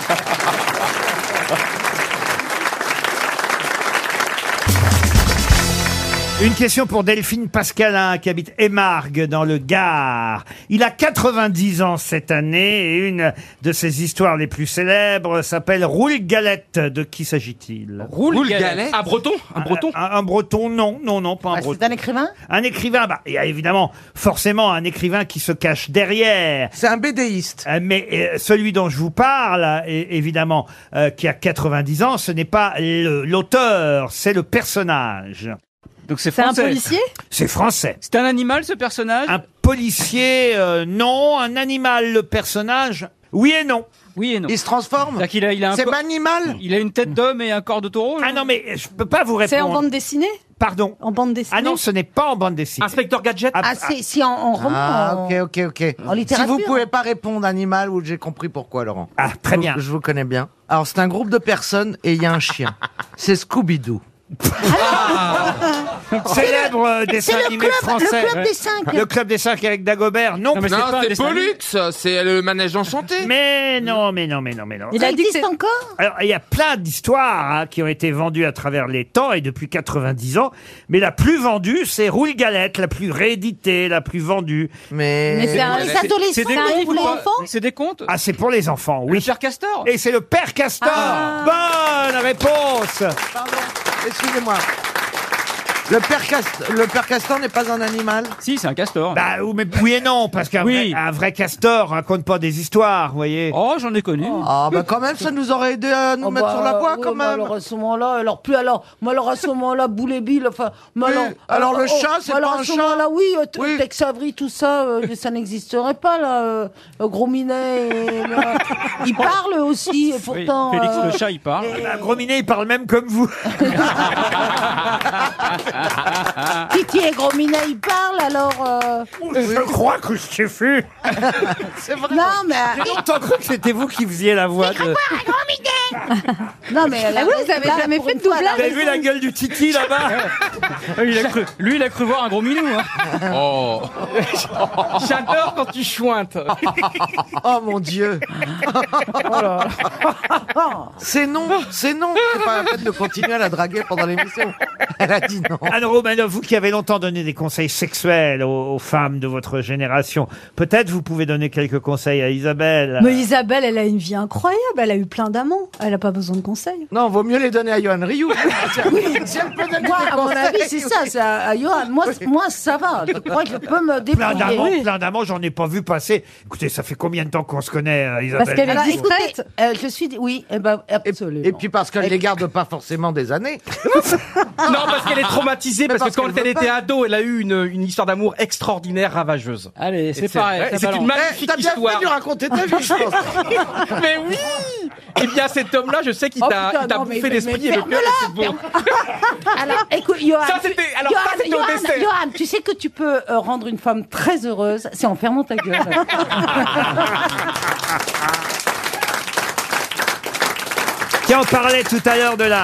Une question pour Delphine Pascalin qui habite Émargues dans le Gard. Il a 90 ans cette année et une de ses histoires les plus célèbres s'appelle Roule Galette. De qui s'agit-il Roule Galette. Un breton Un breton un, un breton, non, non, non, Ah, pas un breton. C'est un écrivain Un écrivain, bah, il y a évidemment forcément un écrivain qui se cache derrière. C'est un bédéiste. mais euh, celui dont je vous parle, euh, é- évidemment, euh, qui a 90 ans, ce n'est pas le- l'auteur, c'est le personnage. Donc c'est un français. policier C'est français. C'est un animal, ce personnage Un policier, euh, non. Un animal, le personnage, oui et non. Oui et non. Il se transforme Il a, il a un C'est co- un animal Il a une tête d'homme et un corps de taureau Ah non, mais je peux pas vous répondre. C'est en bande dessinée Pardon. En bande dessinée Ah non, ce n'est pas en bande dessinée. Inspecteur Gadget Ah, Ah, c'est si en, en roman. Ah, en- ok, ok, ok. En littérature. Si vous pouvez pas répondre animal, ou j'ai compris pourquoi, Laurent. Ah, très bien. Je, vous connais bien. Alors, c'est un groupe de personnes et il y a un chien. c'est Scooby-Doo. Célèbre euh, dessin C'est le animé club- français. le club des cinq. Le club des cinq avec Dagobert. Non, Non, c'est Pollux, c'est le manège enchanté. Mais non, mais non, mais non, mais non. Ça existe encore Alors, il y a plein d'histoires hein, qui ont été vendues à travers les temps et depuis 90 ans, mais la plus vendue, c'est Roule Galette, la plus rééditée, la plus vendue. Mais, Mais c'est un- les adolescents, C'est des ça contes arrive ou pour pas enfants C'est des contes Ah, c'est pour les enfants, oui. Pierre Castor Et c'est le père Castor. Ah. Bonne réponse. Pardon, excusez-moi. Le père, Cast- le père Castor n'est pas un animal Si, c'est un castor. Bah, ou- mais oui et non, parce qu'un Oui. vrai, un vrai castor raconte pas des histoires, vous voyez. Oh, j'en ai connu. Ah, bah quand même, ça nous aurait aidé à nous Oh mettre bah, sur la voie, oui, quand mais même. Alors à ce moment-là, alors plus alors, mais alors à ce moment-là, Boulébile, enfin, mais Oui, alors le oh, chat, c'est mais alors pas à un ce chat moment-là, oui, euh, t- Oui. Tex Avery, tout ça, euh, ça n'existerait pas là. euh, euh, gros Minet, et, là, il parle aussi, et Oui, pourtant. Félix euh, le chat, il parle. Bah, Gros Minet, il parle même comme vous. Titi et Gros Minet, ils parlent alors. euh, Je crois que je t'ai vu. Non mais J'ai longtemps cru que c'était vous qui faisiez la voix de... non mais. Ah oui, vous avez jamais fait de doublage. Vous avez vu la gueule du Titi là-bas Lui il, a cru, lui, il a cru voir un gros minou. Hein. Oh. J'adore quand tu chointes. Oh mon dieu Oh C'est non, c'est non C'est pas la peine de continuer à la draguer pendant l'émission. Elle a dit non. Anne Romanoff, vous qui avez longtemps donné des conseils sexuels aux, aux femmes de votre génération, peut-être vous pouvez donner quelques conseils à Isabelle. Euh, Mais Isabelle, elle a une vie incroyable. Elle a eu plein d'amants. Elle n'a pas besoin de conseils. Non, vaut mieux les donner à Johan Ryu. Moi, à mon avis, c'est ça, c'est à, à Johan. Moi, c- moi, ça va. Je crois que je peux me Plein débrouiller. d'amants, plein d'amants, j'en ai pas vu passer. Écoutez, ça fait combien de temps qu'on se connaît, euh, Isabelle Parce qu'elle est Mergo discrète. Euh, je suis, oui, eh ben, absolument. Et puis parce qu'elle les garde pas forcément des années. Non, parce qu'elle est traumatisée, Ah. Mais parce, parce que quand qu'elle elle, veut était pas. ado, elle a eu une, une histoire d'amour extraordinaire, ravageuse. Allez, c'est pareil, ça C'est une balance. Eh, magnifique t'as bien fait histoire. de lui raconter ta vie, je pense. mais oui Eh bien, cet homme-là, je sais qu'il Oh, t'a putain, il t'a non, mais- bouffé mais- l'esprit mais et le cœur. et c'est bon. Alors, écoute, Johan. Ça, tu- c'était- alors, ça, Johan, c'était au Johan, dessert. Johan, tu sais que tu peux euh, rendre une femme très heureuse, c'est en fermant hein ta gueule. Tiens, on parlait tout à l'heure de la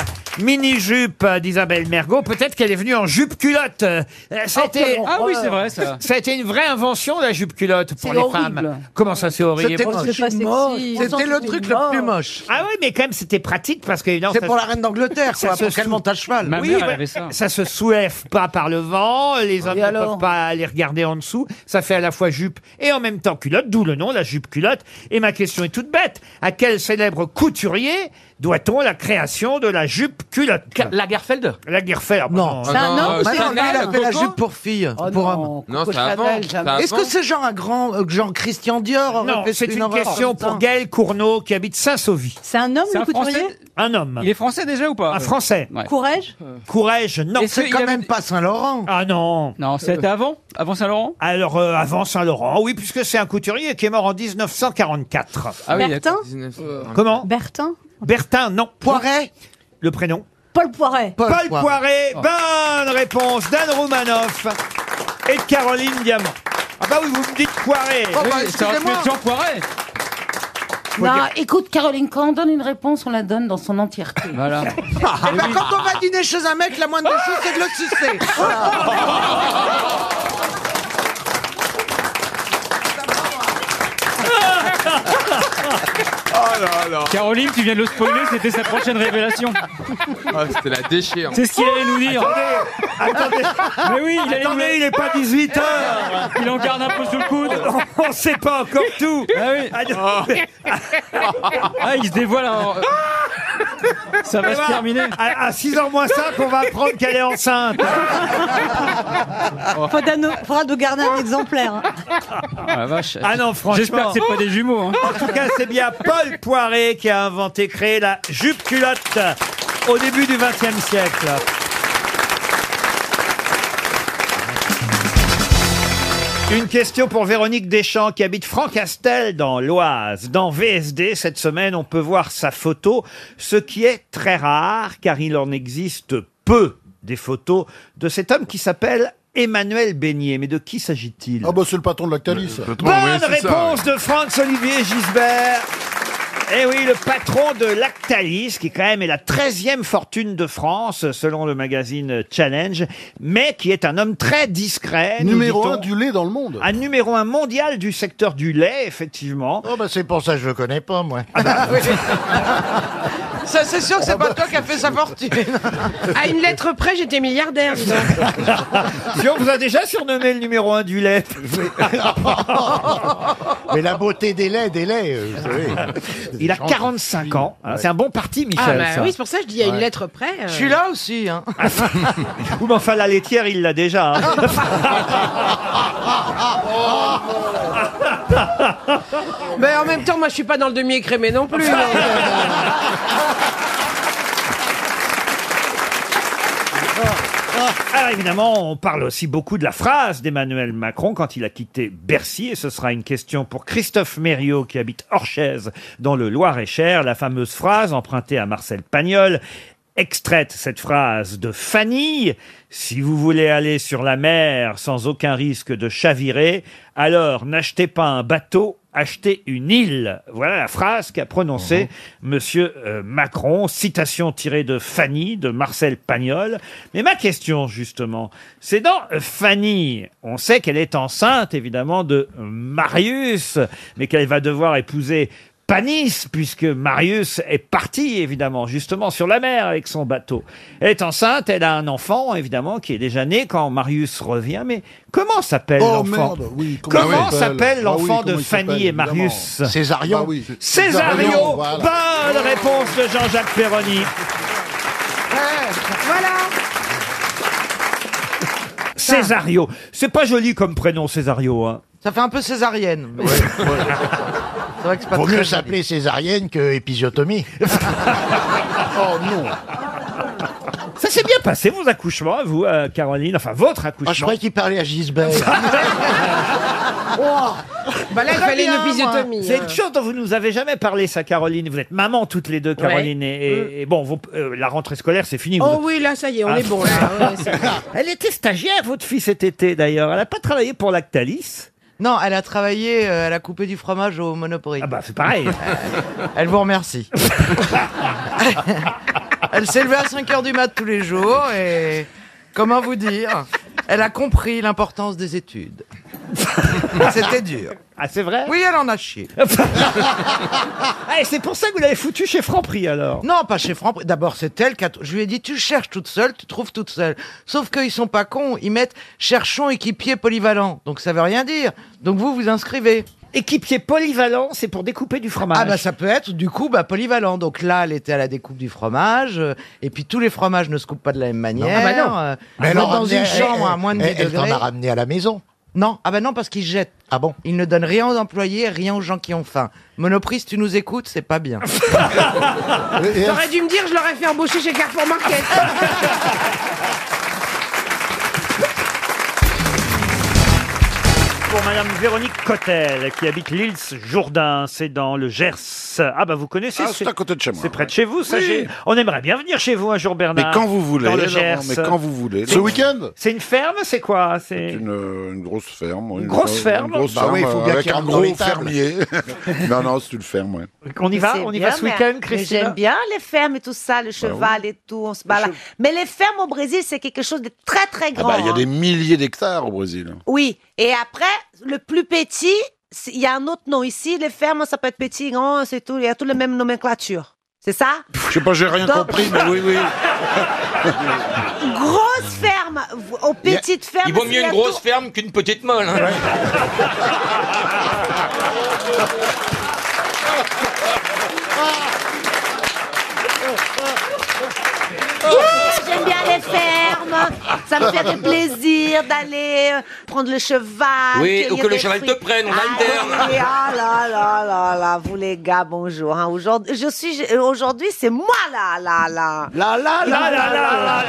mini-jupe euh, d'Isabelle Mergot. Peut-être qu'elle est venue en jupe culotte. Euh, ça a Ah, été- ah oui, c'est vrai, ça. Ça a été une vraie invention, la jupe culotte, pour C'est les horrible. femmes. Comment ça, c'est horrible C'était Parce que c'est pas sexy. moche. On s'en trouve moche. Ah oui, mais quand même, c'était pratique parce que... C'est pour la reine d'Angleterre, quoi, pour qu'elle monte à cheval. Ma oui, mère, elle ouais. avait ça. se soulève pas par le vent, les hommes ne alors peuvent pas aller regarder en dessous. Ça fait à la fois jupe et en même temps culotte, d'où le nom, la jupe culotte. Et ma question est toute bête. À quel célèbre couturier doit-on la création de la jupe culotte Lagerfeld Lagerfeld. ah Non, C'est un homme, c'est un homme. fait La jupe pour fille, Oh pour homme. Non, c'est un homme, c'est un Est-ce homme. que c'est genre un grand, euh, genre Christian Dior aurait Non, fait c'est une horreur question pour Gaël Courneau qui habite Saint-Sauvy. C'est un homme, le couturier Un homme. Il est français déjà ou pas Un français. Courage Courage, non. Est-ce C'est qu'il quand avait- même pas Saint-Laurent. Ah non. Non, c'était avant Avant Saint-Laurent Alors, euh, avant Saint-Laurent, oui, puisque c'est un couturier qui est mort en 1944. Ah Bertin Comment Bertin Bertin, non. Poiret Le prénom Paul Poiret. Paul, Poiret. Oh. Bonne réponse d'Anne Roumanoff et de Caroline Diamant. Ah bah oui, vous me dites Poiret. Oh bah, Oui, ça aurait pu excusez-moi. être Jean Poiret. Non, dire- écoute, Caroline, quand on donne une réponse, on la donne dans son entièreté. Ah, Voilà. Eh ben, quand on va dîner chez un mec, la moindre des Ah, choses, c'est de le sucer. Oh là là. Caroline, tu viens de le spoiler, c'était sa prochaine révélation. Ah, c'était la déchirante. C'est ce qu'il allait nous dire. Attendez, Mais oui, il allait nous- Attendez, il n'est pas 18 h Il en garde un peu sous le coude. On ne sait pas encore tout. Ah oui. Ah, il se dévoile. en- Ça va Mais se voilà, terminer. Eh ben, À, 6h moins 5, on va apprendre qu'elle est enceinte. Faudra nous- faudra nous garder un exemplaire. hein. Ah, la vache. Ah non, franchement. J'espère que c'est pas des jumeaux. hein. En tout cas, c'est bien Paul Poiret qui a inventé, créé la jupe culotte au début du XXe siècle. Une question pour Véronique Deschamps qui habite Francastel dans l'Oise. Dans VSD, cette semaine, on peut voir sa photo, ce qui est très rare car il en existe peu des photos de cet homme qui s'appelle Emmanuel Beignet. Mais de qui s'agit-il Ah bah c'est le patron de Lactalis. Bonne réponse de Franz-Olivier Gisbert. Eh oui, le patron de Lactalis, qui quand même est la 13e fortune de France, selon le magazine Challenge, mais qui est un homme très discret. nous Numéro dit-on. un du lait dans le monde. Un numéro un mondial du secteur du lait, effectivement. Oh bah c'est pour ça que je le connais pas moi. Ça, c'est sûr que c'est pas toi qui as fait sa fortune. À une lettre près, j'étais milliardaire. dis donc. si on vous a déjà surnommé le numéro un du lait. Mais la beauté des laits, des laits. euh, vous savez. Il a 45 ans. hein. C'est un bon parti, Michel. Ah, bah ça. oui, c'est pour ça que je dis à une Ouais. lettre près. euh. Je suis là aussi. Hein. Ou mais enfin, la laitière, il l'a déjà. hein. Mais en même temps, moi, je suis pas dans le demi-écrémé non plus. Ah, Alors évidemment, on parle aussi beaucoup de la phrase d'Emmanuel Macron quand il a quitté Bercy, et ce sera une question pour Christophe Mériot qui habite Orchaise dans le Loir-et-Cher, la fameuse phrase empruntée à Marcel Pagnol. Extraite cette phrase de Fanny, si vous voulez aller sur la mer sans aucun risque de chavirer, alors n'achetez pas un bateau, achetez une île. Voilà la phrase qu'a prononcée Monsieur euh, Macron, citation tirée de Fanny, de Marcel Pagnol. Mais ma question, justement, c'est dans euh, Fanny, on sait qu'elle est enceinte, évidemment, de euh, Marius, mais qu'elle va devoir épouser Panis, puisque Marius est parti, évidemment, justement, sur la mer avec son bateau. Elle est enceinte, elle a un enfant, évidemment, qui est déjà né quand Marius revient, mais comment s'appelle Oh, l'enfant merde, oui, comment Comment il s'appelle s'appelle Ah oui, l'enfant de comment il s'appelle, Fanny et évidemment. Marius Césarion. Bah oui. Césario Césario, voilà. Bonne réponse de Jean-Jacques Ferroni. voilà. Césario. C'est pas joli comme prénom, Césario. Hein. Ça fait un peu césarienne. mais- C'est vrai que c'est pas Vaut très mieux joli. s'appeler césarienne que épisiotomie. oh non. Ça s'est bien passé, vos accouchements, vous, euh, Caroline. Enfin, votre accouchement. Ah, je croyais qu'il parlait à Gisbert. Bah là, il Très fallait bien, une épisiotomie. moi. C'est hein. une chose dont vous nous avez jamais parlé, ça, Caroline. Vous êtes maman toutes les deux, Caroline. Et, et- et bon, vous- euh, la rentrée scolaire, c'est fini. Mm. Oh vous- oui, là, ça y est, on Ah. est bon. Là. Ouais, c'est- Elle était stagiaire, votre fille, cet été, d'ailleurs. Elle n'a pas travaillé pour Lactalis. Non, elle a travaillé, euh, elle a coupé du fromage au Monopoly. Ah bah c'est pareil. elle vous remercie. elle s'est levée à 5 heures du mat tous les jours et comment vous dire Elle a compris l'importance des études. C'était dur. Ah c'est vrai Oui, elle en a chié. Ah, et c'est pour ça que vous l'avez foutu chez Franprix alors Non, pas chez Franprix. D'abord, c'est elle qui a... Je lui ai dit, tu cherches toute seule, tu trouves toute seule. Sauf qu'ils sont pas cons, ils mettent cherchons équipier polyvalent. Donc ça veut rien dire. Donc vous, vous inscrivez. Équipier polyvalent, c'est pour découper du fromage. Ah bah ça peut être du coup bah, polyvalent. Donc là, elle était à la découpe du fromage. euh, et puis tous les fromages ne se coupent pas de la même manière. Ah bah non. Euh, Mais ils elle mettent en dans ramenait- une chambre elle- à moins de 10 elle- elle t'en a degrés. ramené à la maison. Non, ah bah non parce qu'ils jettent. Ah bon Ils ne donnent rien aux employés, rien aux gens qui ont faim. Monoprix, tu nous écoutes, c'est pas bien. T'aurais dû me dire, je l'aurais fait embaucher chez Carrefour Market. Pour Madame Véronique Cotel, qui habite l'île Jourdain, c'est dans le Gers. Ah bah vous connaissez Ah, c'est à côté de chez moi. C'est près de chez vous, ça. Oui. j'ai- On aimerait bien venir chez vous un jour, Bernard. Mais quand vous voulez, Dans le Laurent, Gers. mais quand vous voulez. C'est- Ce week-end C'est une ferme, c'est quoi C'est une, euh, une grosse ferme. Une, grosse ferme grosse Bah ferme, oui, il faut euh, bien avec qu'il un rentre dans les gros tables. fermier. non, non, c'est une ferme, ouais. On y va C'est On y bien, va ce mais- week-end, mais Christina Bah J'aime bien les fermes et tout ça, le cheval et tout, on se balade. Mais les fermes au Brésil, c'est quelque chose de très très Ah grand. bah, il y a hein. des milliers d'hectares au Brésil. Oui, et après, le plus petit, c'est- il y a un autre nom. Ici, les fermes, ça peut être petit, grand, c'est tout, il y a tout la même nomenclature. C'est ça Je sais pas, j'ai rien Donc- compris, mais oui, oui. Grosse ferme v- aux Il y a- petites fermes. Il vaut il y mieux a une grosse ferme qu'une petite molle. hein. Ouais, J'aime bien les fermes. Ça me fait plaisir d'aller euh, prendre le cheval. Oui, cueillir ou que le des cheval fruits. te prenne, on Ah alterne. oui, ah là là là là, vous les gars, bonjour. hein. Aujourd'hui, je suis euh, aujourd'hui, c'est moi là là là. Là là là là là là.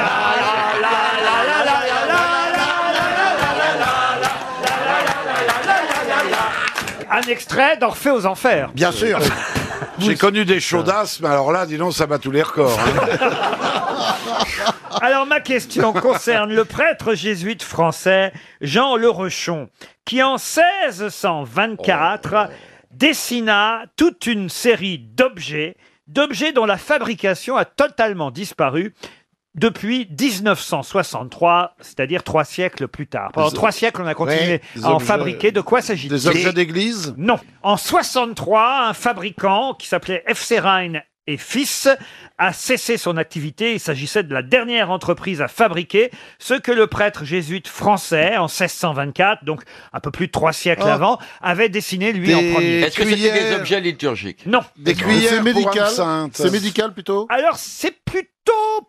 Un extrait d'Orphée aux Enfers. Euh, Bien sûr. J'ai connu des chaudasses, mais alors là, dis donc, ça bat tous les records. hein. Alors ma question concerne le prêtre jésuite français Jean Lerechon, qui en 1624 Oh. dessina toute une série d'objets, d'objets dont la fabrication a totalement disparu depuis 1963, c'est-à-dire trois siècles plus tard. Pendant Des- trois siècles, on a continué Ouais, des à en objets- fabriquer. De quoi s'agit-il Des objets d'église Non. En 63, un fabricant qui s'appelait FC Rhine et Fils a cessé son activité. Il s'agissait de la dernière entreprise à fabriquer ce que le prêtre jésuite français, en 1624, donc un peu plus de trois siècles Oh. avant, avait dessiné lui en premier. Est-ce que c'était des objets liturgiques Non. Des cuillères C'est médical pour âme sainte. C'est médical plutôt Alors, c'est plutôt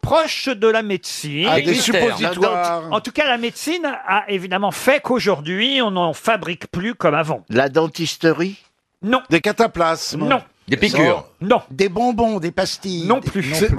proche de la médecine. Ah, des suppositoires. En tout cas, la médecine a évidemment fait qu'aujourd'hui, on n'en fabrique plus comme avant. La dentisterie Non. Des cataplasmes Non. Des piqûres Non. Des bonbons, des pastilles Non plus. C'est-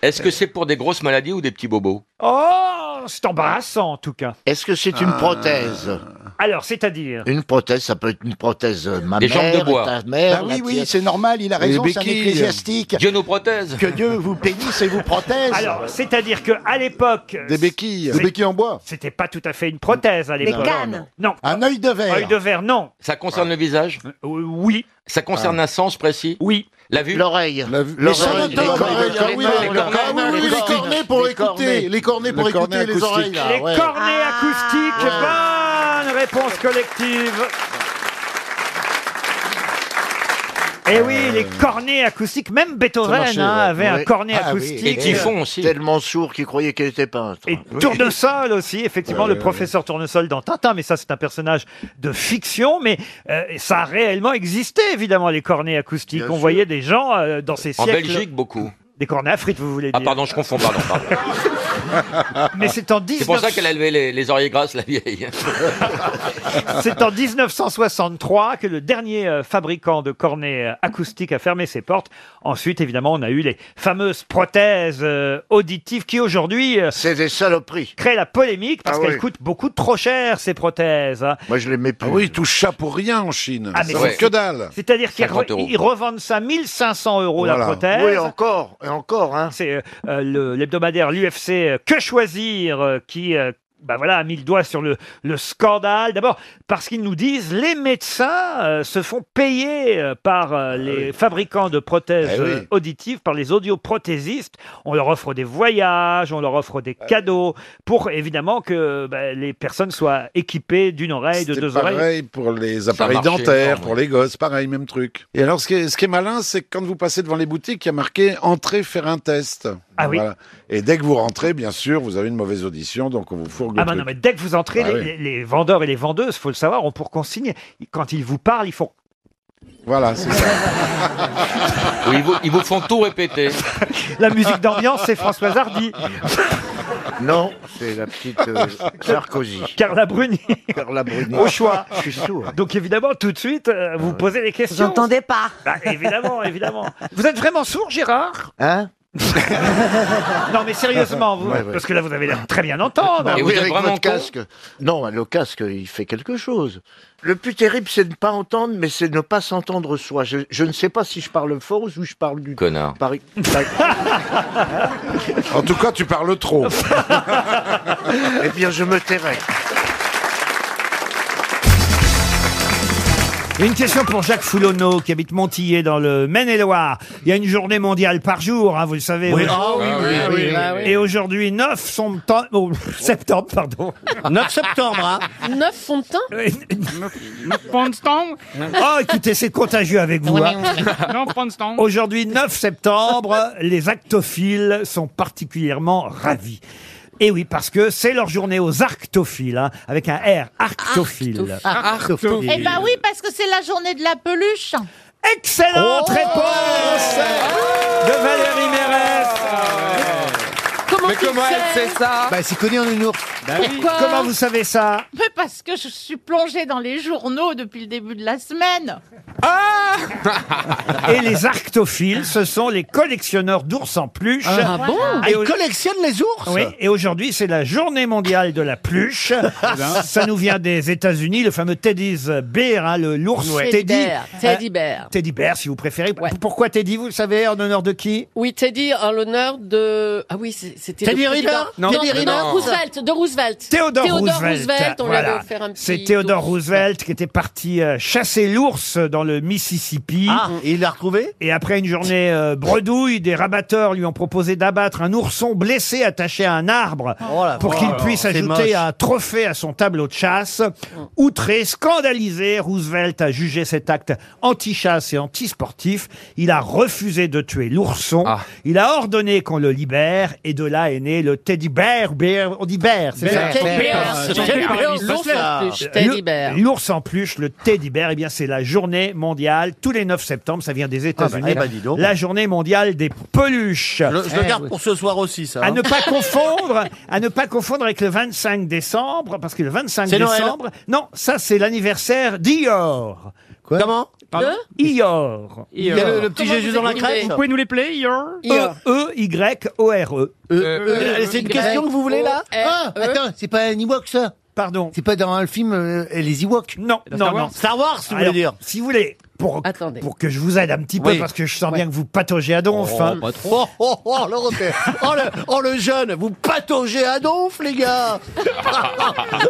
Est-ce que c'est pour des grosses maladies ou des petits bobos Oh, c'est embarrassant en tout cas. Est-ce que c'est une Ah. prothèse Alors, c'est-à-dire Une prothèse, ça peut être une prothèse euh, mammaire, jambes de bois. ta mère, Bah oui, la oui, tienne. c'est normal, il a Les raison, c'est un béquilles. ecclésiastique. Dieu nous prothèse. Que Euh, Dieu vous bénisse et vous protège. Alors, c'est-à-dire que à l'époque, des béquilles, des béquilles en bois. C'était pas tout à fait une prothèse à Des l'époque. cannes. Non. Un œil de verre. Œil de verre, non. Euh, Ça concerne le visage Oui. Ça concerne un sens précis Oui. La vue Ah. L'oreille. Les L'oreille. sonotopes. L'oreille. Ah oui, L'oreille. les cornets. Ah oui, oui, Les oui, les cornets. cornets pour Les écouter. cornets. Les cornets pour Le cornet écouter les acoustique. oreilles. là, Les ouais. cornets acoustiques. Bonne réponse collective. Eh oui, Ah, les cornets acoustiques, même Beethoven hein, avait un cornet Ah, Ah acoustique. Tellement sourd qu'il croyait qu'il était peintre. Et Tournesol aussi, effectivement, Ouais, le ouais, professeur Tournesol dans Tintin, mais ça c'est un personnage de fiction, mais euh, ça a réellement existé, évidemment, les cornets acoustiques. On voyait des gens euh, dans ces En siècles... Belgique, beaucoup. Des cornets à frites, vous voulez Ah dire pardon, je confonds, pardon, pardon. Mais c'est en 19... C'est pour ça qu'elle a levé les, les oreilles grasses, la vieille. C'est en 1963 que le dernier euh, fabricant de cornets euh, acoustiques a fermé ses portes. Ensuite, évidemment, on a eu les fameuses prothèses euh, auditives qui aujourd'hui... euh, C'est des saloperies. Créent la polémique parce Ah qu'elles oui. coûtent beaucoup trop cher, ces prothèses. hein. Moi, je les mets plus. Ah oui, ils touchent ça pour rien en Chine. Ah, mais c'est c'est- que dalle. C'est-à-dire qu'ils 50 re- euros. ils revendent ça 1500 euros la Voilà. prothèse. Oui, encore, et encore. Hein. C'est euh, euh, le- l'hebdomadaire l'UFC Que Choisir euh, qui euh, bah voilà, a mis le doigt sur le, le scandale. D'abord, parce qu'ils nous disent les médecins euh, se font payer euh, par Ah euh, les fabricants de prothèses Eh oui. euh, auditives, par les audioprothésistes. On leur offre des voyages, on leur offre Eh des cadeaux, pour évidemment que bah, les personnes soient équipées d'une oreille, de C'était deux pareil oreilles. pour les Ça appareils marchait dentaires, énorme, pour les gosses, pareil, même truc. Et alors, ce qui est, ce qui est malin, c'est que quand vous passez devant les boutiques, il y a marqué « Entrez faire un test Ah oui. Et dès que vous rentrez, bien sûr, vous avez une mauvaise audition, donc on vous fourgue le Ah bah truc. non, mais dès que vous entrez, Ah les, oui. les- les vendeurs et les vendeuses, faut le savoir, ont pour consigne, quand ils vous parlent, ils font... Voilà, c'est ça. Oui, ils, vous, ils vous font tout répéter. La musique d'ambiance, c'est Françoise Hardy. Non, c'est la petite euh, Sarkozy. Carla Bruni. Carla Bruni. Au choix. Je suis hein. sourd. Donc évidemment, tout de suite, euh, vous posez les questions. Vous entendez pas. Bah, évidemment, évidemment. Vous êtes vraiment sourd, Gérard Hein Non, mais sérieusement, vous, Ouais, ouais. parce que là, vous avez l'air très bien entendre. Et vous avec votre casque. Non, le casque, il fait quelque chose. Le plus terrible, c'est de ne pas entendre, mais c'est de ne pas s'entendre soi. Je, je ne sais pas si je parle fort ou si je parle du... Connard. Par- En tout cas, tu parles trop. eh bien, je me tairai. Une question pour Jacques Foulonneau, qui habite Montillet, dans le Maine-et-Loire. Il y a une journée mondiale par jour, hein, vous le savez. Oui. Ah oui, oui, oui, oui, oui. Et aujourd'hui, 9 sont- oh, septembre, pardon. 9 septembre, hein. Neuf fonds de teint Oh, écoutez, c'est contagieux avec vous. hein. Aujourd'hui, 9 septembre, les actophiles sont particulièrement ravis. Et oui, parce que c'est leur journée aux arctophiles, hein, avec un R, arctophiles. Eh ben oui, parce que c'est la journée de la peluche. Oh. Ah. Excellente réponse de Valérie Mérès. Comment tu le sais Bah, c'est connu en humour. Pourquoi Bah Comment vous savez ça Mais parce que je suis plongée dans les journaux depuis le début de la semaine. hein. Et les arctophiles, ce sont les collectionneurs d'ours en pluche. Ah bon Et Ils au- collectionnent les ours Oui, et aujourd'hui, c'est la journée mondiale de la pluche. Ça nous vient des États-Unis, le fameux Teddy's Bear, hein, le l'ours Ouais. Teddy Teddy. Bear, Teddy Bear. Euh, Teddy Bear, si vous préférez. Pourquoi Teddy, vous le savez, en honneur de qui Oui, Teddy, en l'honneur de... Ah oui, c'est- c'était... Teddy le président- Riner Non. Non, Teddy Riner Roosevelt, de Roosevelt. Théodore, Roosevelt. on lui Voilà. avait offert un petit... C'est Théodore ours. Roosevelt qui était parti euh, chasser l'ours dans le Mississippi. Ah, et il l'a retrouvé Et après une journée euh, bredouille, des rabatteurs lui ont proposé d'abattre un ourson blessé attaché à un arbre Oh la pour vache. qu'il puisse C'est ajouter moche. un trophée à son tableau de chasse. Mm. Outré, scandalisé, Roosevelt a jugé cet acte anti-chasse et anti-sportif. Il a refusé de tuer l'ourson. Ah. Il a ordonné qu'on le libère et de là est né le teddy bear. bear on dit bear, c'est Bear, ça bear, Bear. Teddy bear, Bear, l'ours en ça. peluche, teddy bear. L'ours en peluche, le teddy bear, eh bien c'est la journée mondiale tous les 9 septembre, ça vient des États-Unis. eh ben, dis donc. la journée mondiale des peluches. Je, je le garde pour ce soir aussi, ça. À hein. ne pas confondre, à ne pas confondre avec le 25 décembre, parce que le 25 C'est Noël. décembre, non, ça c'est l'anniversaire d'Ior. Comment Pardon Ior. Il y a le, le petit Jésus dans la crêpe nous les player, Your E E Y O R E. Oh. Euh, C'est une question que vous voulez là Ah, attends, c'est pas un Ewok ça Oh, euh. Pardon. C'est pas dans le film euh, Les Ewoks Non, non, non. Star Wars, vous voulez Alors, dire Si vous voulez, pour, pour que je vous aide un petit peu, Oui. parce que je sens bien que vous pataugez à donf. Oh, hein. pas trop. Oh, oh, oh, l'Européen. Oh, le, oh, le jeune, vous pataugez à donf, les gars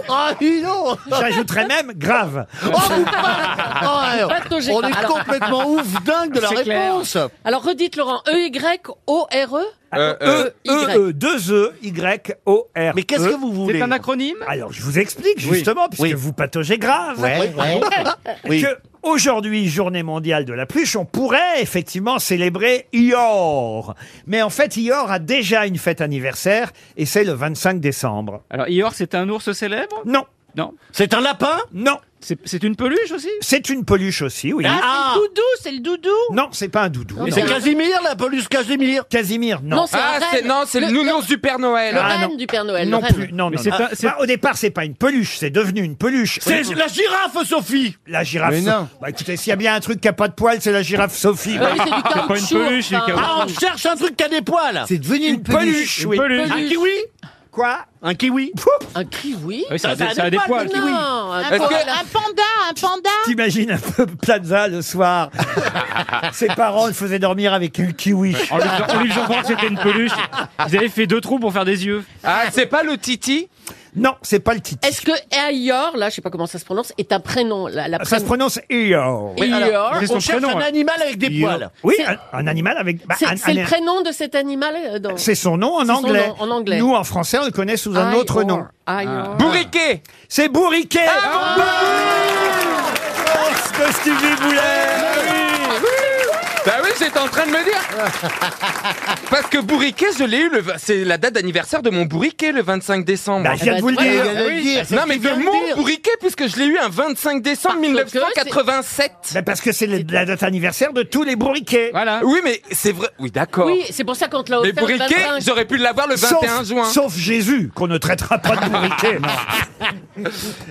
Ah, dis donc J'ajouterais même grave. Oh, vous pat- oh, alors, Pataugez On pas. est Alors- complètement ouf dingue de la C'est clair. réponse Alors redites, Laurent, E E-Y-O-R-E E, euh, E, E, 2 E, Y, O, R. E. Mais qu'est-ce que vous voulez acronyme Alors, je vous explique justement, puisque vous pataugez grave. Ouais, ouais. Oui. Que aujourd'hui, journée mondiale de la pluche, on pourrait effectivement célébrer Ior. Mais en fait, Ior a déjà une fête anniversaire et c'est le 25 décembre. Alors, Ior, c'est un ours célèbre Non. Non. C'est un lapin Non. C'est une peluche aussi C'est une peluche aussi, oui. Ah, c'est le doudou, c'est le doudou Non, c'est pas un doudou. Non, C'est non. Casimir, la peluche Casimir Casimir, Ah, non. Non, Ah, c'est un reine. Le- nounours du Père Noël. Le Ah, reine non. du Père Noël. non le reine. plus, non, Mais non, c'est non. pas- c'est- Bah, au départ, c'est pas une peluche, c'est devenu une peluche. C'est la girafe, Sophie La girafe. Mais non. Bah, écoutez, s'il y a bien un truc qui a pas de poils, c'est la girafe Sophie. Ah oui, c'est du caoutchouc, enfin. Ah, on cherche un truc qui a des poils C'est devenu une, peluche. oui. peluche. Un kiwi Quoi Un kiwi Un kiwi Oui, ça a des- ça a des poils. Non, un, Est-ce pan- que- un panda, Ah, un panda T'imagines un peu Plaza le soir. Ses parents le faisaient dormir avec un kiwi. En lui oh, en lui faisant croire que c'était une peluche. Vous avez fait deux trous pour faire des yeux. Ah, c'est pas le Titi Non, c'est pas le titre. Est-ce que Eeyore, là, je sais pas comment ça se prononce, est un prénom la, la Ça prénom- se prononce Eeyore. Oui, alors, Eeyore, c'est son on cherche prénom, un hein. animal avec des Eeyore. poils. Oui, C'est- un, un animal avec. bah, C'est un- c'est un- le prénom de cet animal euh, dans- C'est son nom en C'est son anglais. nom en anglais. Ah, Nous, en français, on le connaît sous un Eeyore, autre nom. oh. Eeyore. Ah. Bourriquet C'est Bourriquet Ah, Parce que Stevie Bah oui, j'étais en train de me dire. Parce que bourriquet, je l'ai eu, le v- c'est la date d'anniversaire de mon bourriquet, le 25 décembre. Bah, je viens de vous le dire. Ah oui. Il vient de le dire. Non, mais de Il vient de le mon dire. bourriquet, puisque je l'ai eu un 25 décembre 1987. Bah, parce que c'est le- la date anniversaire de tous les bourriquets. Voilà. Oui, mais c'est vrai. Oui, d'accord. Oui, c'est pour ça qu'on te l'a Mais offert. le bourriquet, 25. j'aurais pu l'avoir le 21 sauf, juin. Sauf Jésus, qu'on ne traitera pas de bourriquet.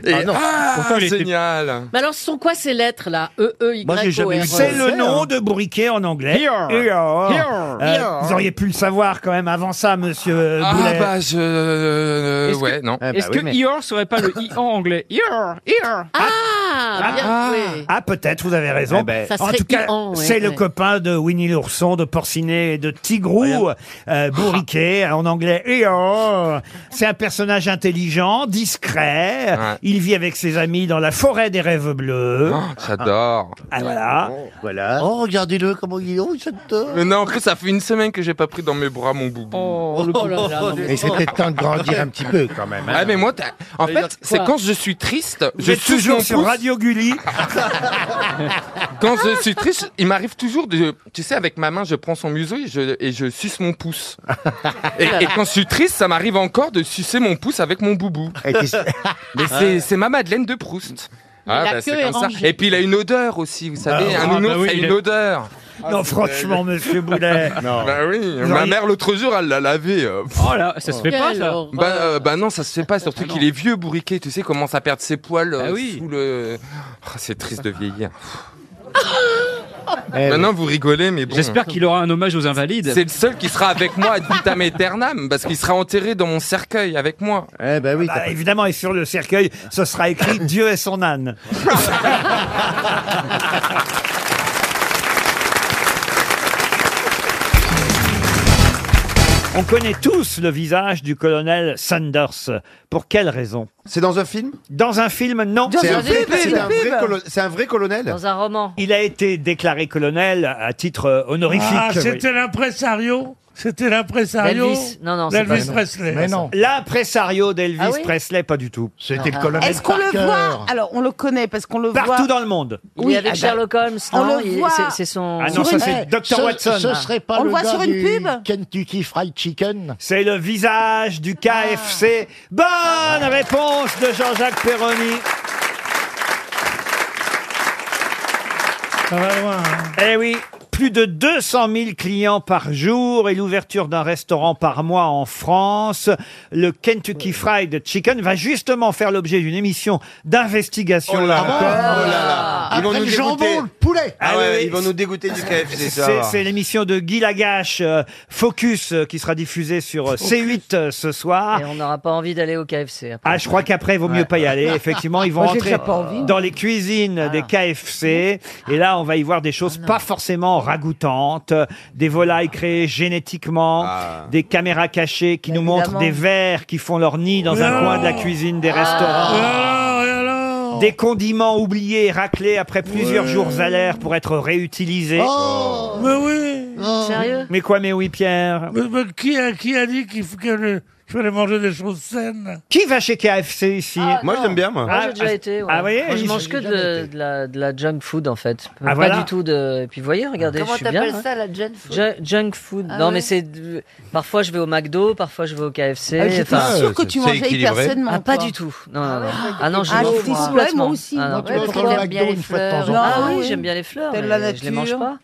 Et- Ah non. Ah, Pourtant, il était- génial. Mais alors, ce sont quoi ces lettres là E, E, Y, O, R, E. C'est le nom de bourriquet en anglais. Eeyore. hein. Eeyore. Eeyore. Euh, Eeyore. vous auriez pu le savoir quand même avant ça, monsieur Ah, Boulet. bah, je. euh, Est-ce que- ouais, non. Ah, bah Est-ce que Eeyore serait pas le I en anglais Eeyore, Eeyore. Ah, bien joué. Ah, peut-être, vous avez raison. Eh ben, Ça en serait tout cas, Ian, ouais, c'est le ouais. copain de Winnie l'ourson, de Porcinet et de Tigrou, euh, bourriquet, Ah. en anglais. Eeyore. C'est un personnage intelligent, discret. Il vit avec ses amis dans la forêt des rêves bleus. Oh, J'adore. Ah, voilà. Voilà. Oh, regardez-le, comment il est. Oh, j'adore. Mais non, en plus, ça fait une semaine que j'ai pas pris dans mes bras mon boubou. Oh, le là pauvre. là, non, mais- Et c'était temps de grandir un petit peu, quand même. Ah, mais moi, t'as- en Ça veut fait, dire c'est quoi quand je suis triste, Vous je êtes touche toujours mon sur pouce. Radio Gulli. Quand je suis triste, il m'arrive toujours de, tu sais, avec ma main, je prends son museau et je, et je suce mon pouce. Et, et quand je suis triste, ça m'arrive encore de sucer mon pouce avec mon boubou. Et qu'est-ce- Mais c'est, c'est ma Madeleine de Proust. Ah, la bah, c'est queue est comme ça. rangée. Et puis il a une odeur aussi, vous savez, un Ah, ah, bah nounours oui, a il une est- odeur. non, franchement, monsieur Boulet. Ah. Bah oui, Vous ma auriez- mère l'autre jour, elle l'a lavé. euh, pff. Oh là, ça se fait pas, Quelle ça. horreur. Bah, euh, bah non, ça se fait pas, surtout qu'il est vieux, bourriquet, tu sais, commence à perdre ses poils Ah euh, Bah oui. sous le... Ah, Oh, c'est triste de vieillir. Maintenant, vous rigolez, mais bon. J'espère qu'il aura un hommage aux invalides. C'est le seul qui sera avec moi ad vitam aeternam, parce qu'il sera enterré dans mon cercueil avec moi. Eh ben oui. Bah, évidemment, et sur le cercueil, ce sera écrit Dieu et son âne. On connaît tous le visage du colonel Sanders. Pour quelle raison C'est dans un film Dans un film, non. Dans C'est un un film, film, c'est c'est un un vrai film. colo- colonel Dans un roman. Il a été déclaré colonel à titre euh, honorifique. Ah, oui. c'était l'impresario C'était l'impresario D'Elvis. Non, non, D'Elvis Presley. L'impresario d'Elvis Ah oui Presley, pas du tout. C'était le colonel Est-ce qu'on le voit Alors, on le connaît parce qu'on le voit. Partout dans le monde. bah, Oui, avec Sherlock Holmes, non, On le il- voit. c'est- c'est son- Ah non, ça c'est Eh, Dr. ce- Watson. Ce serait pas On le le voit gars sur une du pub Kentucky Fried Chicken. C'est le visage du KFC. Bonne Ah. réponse de Jean-Jacques Perroni. Ça va loin. hein. Eh oui, plus de 200 000 clients par jour et l'ouverture d'un restaurant par mois en France. Le Kentucky Fried Chicken va justement faire l'objet d'une émission d'investigation. Oh là encore. là, oh là là. Ils vont Après nous le jambon, dégoûter. le poulet. Ah ouais, ils vont nous dégoûter du KFC, ça C'est- va. C'est l'émission de Guy Lagache, euh, Focus, euh, qui sera diffusée sur euh, C8 euh, ce soir. Et on n'aura pas envie d'aller au KFC. après. Ah, je crois qu'après, il vaut mieux pas y aller. Effectivement, ils vont Moi, Ah j'ai rentrer déjà pas envie. dans les cuisines des KFC. Et là, on va y voir des Ah choses pas forcément ragoûtantes. Des volailles créées génétiquement, des caméras cachées qui nous montrent Bah, évidemment. Oh des vers qui font leur nid dans un Non. coin de la cuisine Ah. des Et restaurants. alors, et alors Des condiments oubliés et raclés après plusieurs jours à l'air pour être réutilisés. Oh, Mais oui Oh. Sérieux Mais quoi, mais oui, Pierre mais, mais qui, a, qui a dit qu'il faut que le- qu'il fallait manger des choses saines Qui va chez KFC ici Moi, j'aime bien, moi. Moi, j'ai déjà été, ouais. Ah, oui Moi, je il- mange que de- de, de la, de la junk food en fait. Ah, pas voilà. du tout de. Et puis voyez, regardez, Comment je suis bien. t'appelles hein. ça, la junk food Ju- junk food. Ah non ouais. mais c'est. Parfois je vais au McDo, parfois je vais au KFC. Ah, j'étais enfin, sûre que tu c'est mangeais hyper équilibré. sainement, Ah, pas toi. du tout. Non, non, non. ouais, Ah non, ah, je j'étais mange sûrement. complètement. Moi aussi. Ah, non. Moi, tu Ouais, vas parce toujours au qu'elle aime McDo bien une les fois de temps en fleurs. temps. Ah Ah oui, oui. j'aime bien les fleurs. T'aimes mais la Je les mange nature. pas.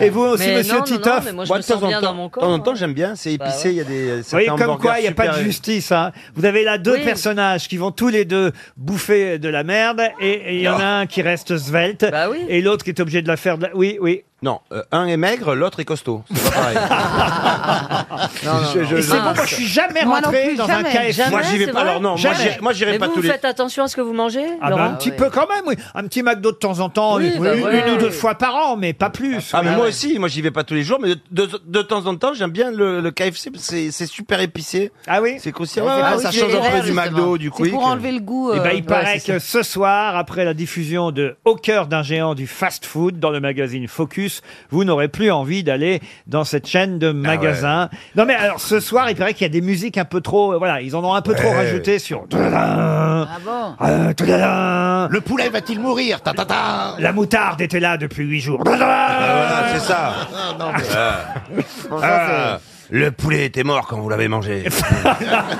Et vous aussi, Mais monsieur non, non, non, Titoff mais moi, je me sens bien dans mon corps. Bah De temps en temps, j'aime bien, c'est épicé, il y a des. euh, Vous voyez comme quoi il n'y a pas de justice. hein. Vous avez là deux Oui. personnages qui vont tous les deux bouffer de la merde et et il y en a un qui reste svelte et l'autre qui est obligé de la faire. De la... Oui, oui. Non, euh, un est maigre, l'autre est costaud. C'est pas pareil. non, non, non. Et c'est bon, moi je suis jamais Moi non rentré plus, dans jamais, un KFC. jamais, Moi, j'y vais c'est pas, vrai alors non, moi, Jamais. j'irai- moi, j'irai Mais vous, vous faites attention à ce que vous mangez, Ah bah, Laurent un petit peu quand même, oui. Un petit McDo de temps en temps, Oui, une, bah une ouais. ou deux fois par an, mais pas plus. Ah, mais Oui. moi aussi, moi j'y vais pas tous les jours, mais de, de- de temps en temps j'aime bien le, le KFC parce que c'est c'est super épicé. Ah oui C'est aussi Ah, c'est pour ça tuer change les un peu rêves, du McDo, du Quick. le goût. Eh ben, euh, euh, il paraît que ce soir, après la diffusion de Au cœur d'un géant du fast-food dans le magazine Focus, vous n'aurez plus envie d'aller dans cette chaîne de magasins. Non mais alors ce soir, il paraît qu'il y a des musiques un peu trop. euh, Voilà, ils en ont un peu trop Ouais. rajouté sur. Ah bon Euh, tadadam. Le poulet va-t-il mourir ta, ta, ta. La moutarde était là depuis huit jours. Ah, c'est ça. Ah. Ah, le poulet était mort quand vous l'avez mangé.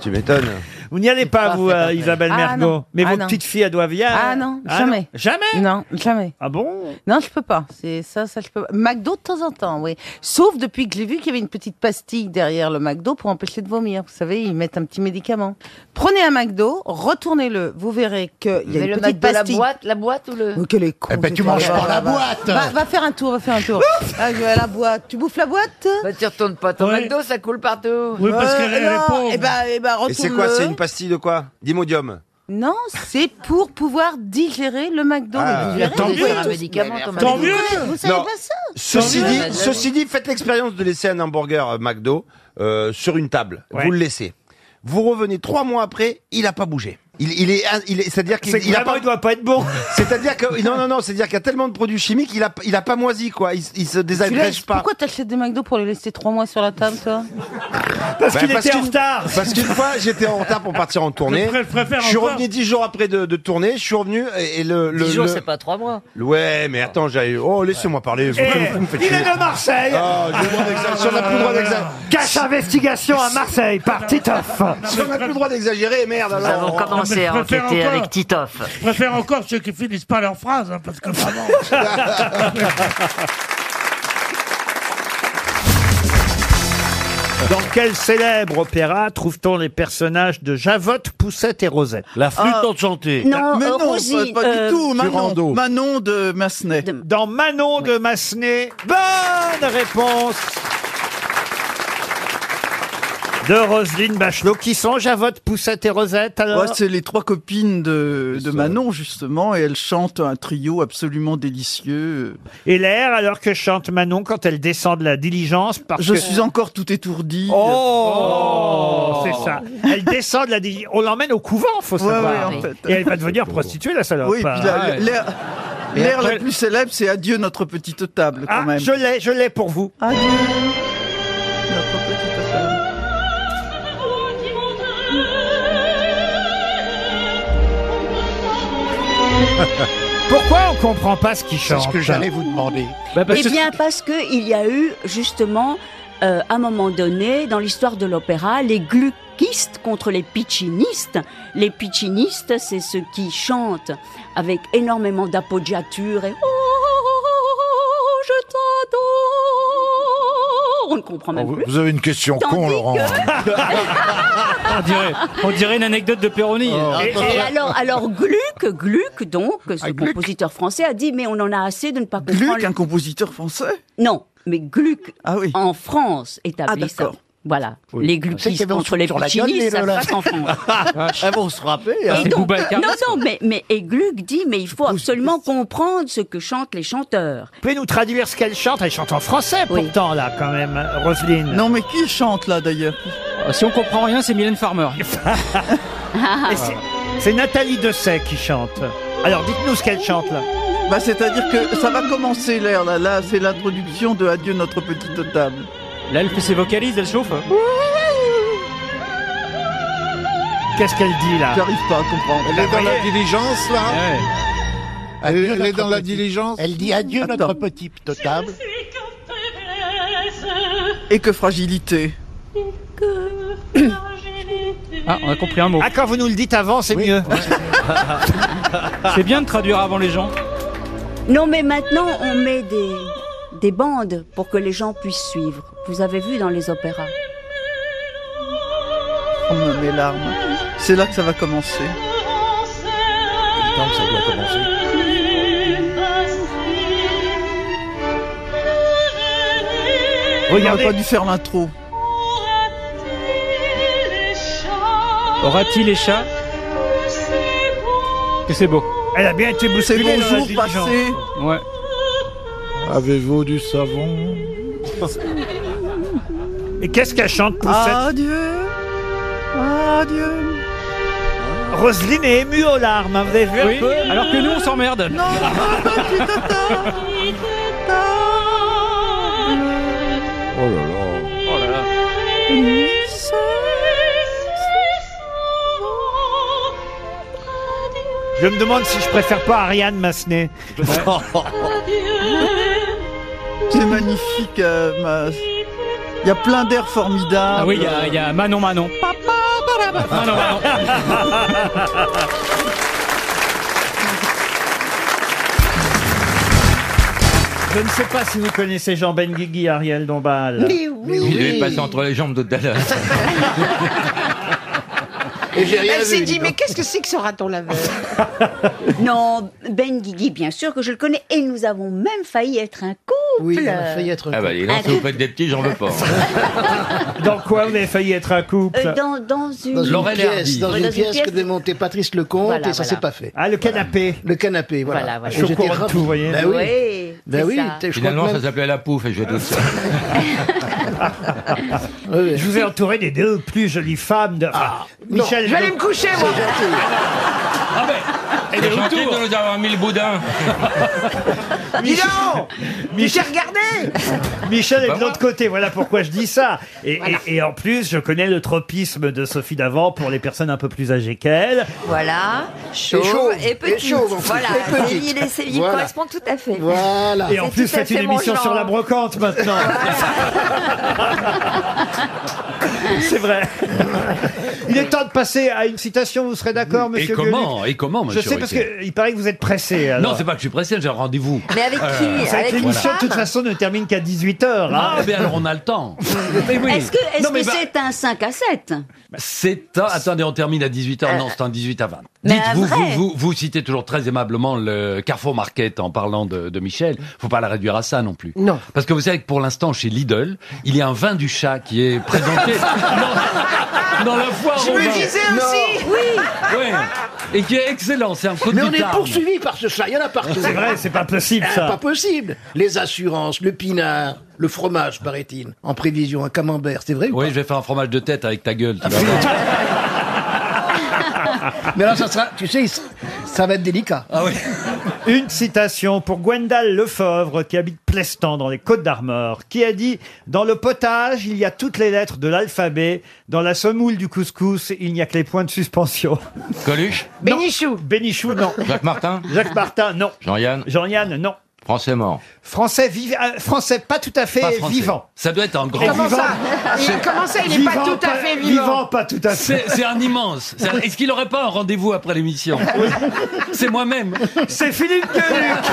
tu m'étonnes. Vous n'y allez pas, vous, euh, Isabelle Ah, Mergo. non. Mais Ah, vos non. petites filles, elles doivent y aller. Ah non, jamais. Jamais Non, jamais. Ah bon Non, je peux pas. C'est ça, ça je peux. Pas. McDo de temps en temps, oui. Sauf depuis que j'ai vu qu'il y avait une petite pastille derrière le McDo pour empêcher de vomir. Vous savez, ils mettent un petit médicament. Prenez un McDo, retournez-le, vous verrez qu'il y a Mais une le petite mec de la pastille. boîte, la boîte ou le. Oh, quel est con, Eh ben, ce tu gars. manges pas Va, la va, boîte. Va, va faire un tour, va faire un tour. ah, je vais à la boîte. Tu bouffes la boîte Bah, tu retournes pas ton Ouais. McDo, ça coule partout. Oui, parce qu'elle est pauvre. Eh ben, eh ben, Et c'est quoi retourne-le. C'est une pastille de quoi D'imodium. Non, c'est pour pouvoir digérer le McDo. Ah. Mais digérer, Tant mais mieux. c'est un médicament, Tant Thomas. mieux. Vous Vous savez savez Non. pas pas ça Ceci dit, ceci dit, faites l'expérience de laisser un hamburger euh, McDo euh, sur une table. Vous le laissez. Vous revenez trois mois après, il n'a pas bougé. Il, il est, il est- c'est-à-dire qu'il C'est que il a vraiment, pas, il doit pas être bon. C'est-à-dire que non, non, non, c'est-à-dire qu'il y a tellement de produits chimiques, il a, il a pas moisi quoi. Il, il se désagrège pas. Pourquoi t'achètes des McDo pour les laisser trois mois sur la table, toi Ben, Bah, qu'une- Parce qu'une fois, j'étais en retard pour partir en tournée. Je pr- je préfère Je suis en retard. revenu dix jours après de, de tournée. Je suis revenu et, et le. le Dix jours, le- c'est pas trois mois. Ouais, mais attends, j'avais. Oh, laissez-moi parler. Vous, Eh, vous me faites il chier. est de Marseille. Ah, j'ai le droit d'exagérer. Si on n'a plus le droit d'exagérer. Cache investigation à Marseille par Titoff. Si on n'a plus le droit d'exagérer, merde. Nous alors. avons commencé mais je à préfère enquêter encore. avec Titoff. Je préfère encore ceux qui finissent pas leurs phrases, hein, parce que vraiment. Dans quel célèbre opéra trouve-t-on les personnages de Javotte, Poussette et Rosette La flûte Euh, enchantée. non, Ah, mais euh, non, Rosie, pas, pas euh, du tout. Durando. Manon, Manon de Massenet. Dans Manon de Massenet. Bonne réponse de Roselyne Bachelot. Qui sont Javotte, Poussette et Rosette alors Ouais, c'est les trois copines de, de Manon, justement, et elles chantent un trio absolument délicieux. Et l'air alors que chante Manon quand elle descend de la diligence parce Je que- suis encore tout étourdi. Oh, c'est ça. Elle descend de la diligence. On l'emmène au couvent, faut Ouais, savoir. ouais, en fait. Et elle va devenir prostituée, la salope. Oui, et puis la- Ah, ouais. l'air Et l'air après- la plus célèbre, c'est Adieu notre petite table, quand même. Ah, Je l'ai, je l'ai pour vous. Adieu Pourquoi on comprend pas ce qu'il C'est chante Bah, ce que j'allais vous demander. Bah, eh bien, parce qu'il y a eu, justement, euh, à un moment donné, dans l'histoire de l'opéra, les gluckistes contre les piccinistes. Les piccinistes, c'est ceux qui chantent avec énormément d'apoggiature et Oh, je t'adore On ne comprend même plus. avez une question con, Laurent. on, dirait, on dirait une anecdote de Péroni. Et, et alors, alors Gluck, Gluck donc, ce compositeur français a dit mais on en a assez de ne pas comprendre. Ah, Gluck, un compositeur français Non, mais Gluck en France établit Ah, ça. d'accord. Ah, Voilà, les gluckistes contre les piccinistes, ça se passe en France. Elles vont se frapper. hein. Et donc, euh, non, non, mais, mais et Gluck dit mais il faut absolument comprendre ce que chantent les chanteurs. Vous pouvez nous traduire ce qu'elle chante Elle chante en français pourtant, là, quand même, Roselyne. Non, mais qui chante là d'ailleurs Euh, Si on comprend rien, c'est Mylène Farmer. Et c'est- Ah. C'est Nathalie Dessay qui chante. Alors, dites-nous ce qu'elle chante, là. Bah, c'est-à-dire que ça va commencer l'air là, là, c'est l'introduction de Adieu notre petite table. Là, elle fait ses vocalises, elle chauffe. Qu'est-ce qu'elle dit là Eh ben, J'arrive pas à comprendre. Elle est dans la diligence, là Elle, elle est notre dans la petit- diligence Elle dit adieu notre petite table. Et que fragilité. Ah, on a compris un mot. Ah, quand vous nous le dites avant, c'est mieux. c'est bien de traduire avant les gens. Non, mais maintenant, on met des, des bandes pour que les gens puissent suivre. Vous avez vu dans les opéras. Oh, mes larmes. C'est là que ça va commencer. Tant que ça doit commencer. Oh, Regardez. On aurait pas dû faire l'intro. Aura-t-il les chats Que c'est beau. Elle a bien été C'est bousculée. dans la bonjour diligence. passé. Ouais. Avez-vous du savon Et qu'est-ce qu'elle chante, Poussette Adieu. Adieu. Roselyne est émue aux larmes, hein, vous avez vu un euh, Oui, peu alors que nous, on s'emmerde. Non, tu Oh là là. Oh là là. Je me demande si je préfère pas Ariane Massenet. Oh, C'est magnifique. euh, ma- Il y a plein d'air formidables. Ah oui, il y a- il y, a Manon Manon. Manon Manon. Je ne sais pas si vous connaissez Jean Benguigui, Ariel Dombal. Mais oui. Il est passé entre les jambes de Dallas. Elle s'est dit, mais qu'est-ce que c'est que ce raton laveur Non, Ben Guigui, bien sûr que je le connais, et nous avons même failli être un couple. Oui, on a failli Ah bah, les gars, si vous faites des petits, j'en veux pas. Dans quoi vous avez failli être un couple Euh, dans, dans une, Dans une Laurel et pièce, Hardy. dans Ouais, une dans une pièce que pièce. démontait Patrice Lecomte Voilà, et ça voilà. s'est pas fait. Ah, le canapé. Le canapé, voilà. Voilà, voilà. Et Je suis au j'étais courant de ravi. tout, vous voyez. Bah oui. Ouais, Bah c'est oui, ça. t'es- je crois que Finalement, ça même... s'appelait la pouffe et je doute ça. Je vous ai entouré des deux plus jolies femmes. De... Ah. enfin, Non, Michel je vais aller me coucher, moi. Ah, Elle est gentille de nous avoir mis le boudin. Dis donc Tu t'es regardé Michel Bah est de l'autre côté, voilà pourquoi je dis ça. Et, et- et en plus, je connais le tropisme de Sophie Davant pour les personnes un peu plus âgées qu'elle. Voilà, chauve et, chauve, et petite. chauve, en plus, voilà, et petite. il, est- il Voilà. correspond tout à fait. Voilà. Et en C'est plus, tout à faites une fait mon émission genre. sur la brocante maintenant. C'est vrai. Il est temps de passer à une citation, vous serez d'accord, Et monsieur comment Gueluc Et comment, monsieur Je sais parce Ruquier qu'il paraît que vous êtes pressé. alors. Non, c'est Euh, pas que je suis pressé, j'ai un rendez-vous. Mais avec qui C'est vrai que Avec une l'émission, de toute femme façon, ne termine qu'à hein. 18h. Ah, mais alors on a le temps. Mais oui. Est-ce que est-ce Non, mais que bah- c'est un 5 à 7 C'est un... Attendez, on termine à 18h. Non, c'est un 18 à 20. Mais Dites, un vous, vous, vrai. vous, vous citez toujours très aimablement le Carrefour Market en parlant de, de Michel. Faut pas la réduire à ça non plus. Non. Parce que vous savez que pour l'instant, chez Lidl, il y a un vin du chat qui est présenté dans, dans la foire Je au me vin. disais Non. aussi Ouais. Et qui est excellent, c'est un Mais on est poursuivi par ce chat, il y en a partout. C'est vrai, c'est pas possible Ah, ça. Pas possible. Les assurances, le pinard, le fromage, paraît-il, en prévision, un camembert, c'est vrai ou Oui, je vais faire un fromage de tête avec ta gueule. tu vas voir. pas Mais là, ça sera, tu sais, il s- ça va être délicat. Ah Une citation pour Gwendal Lefebvre, qui habite Plestan, dans les Côtes-d'Armor, qui a dit « Dans le potage, il y a toutes les lettres de l'alphabet. Dans la semoule du couscous, il n'y a que les points de suspension. Coluche » Bénichou Bénichou, non. Jacques Martin Jacques Martin, non. Jean-Yann Jean-Yann, non. Français mort. Français, viv- euh, français pas tout à fait Pas français. vivant. Ça doit être un grand. Et Comment ça Il- Comment ça, il n'est pas Vivant, tout à pas- fait vivant vivant, pas tout à fait. C'est c'est un immense. C'est un- Est-ce qu'il n'aurait pas un rendez-vous après l'émission C'est moi-même. C'est Philippe Gueluc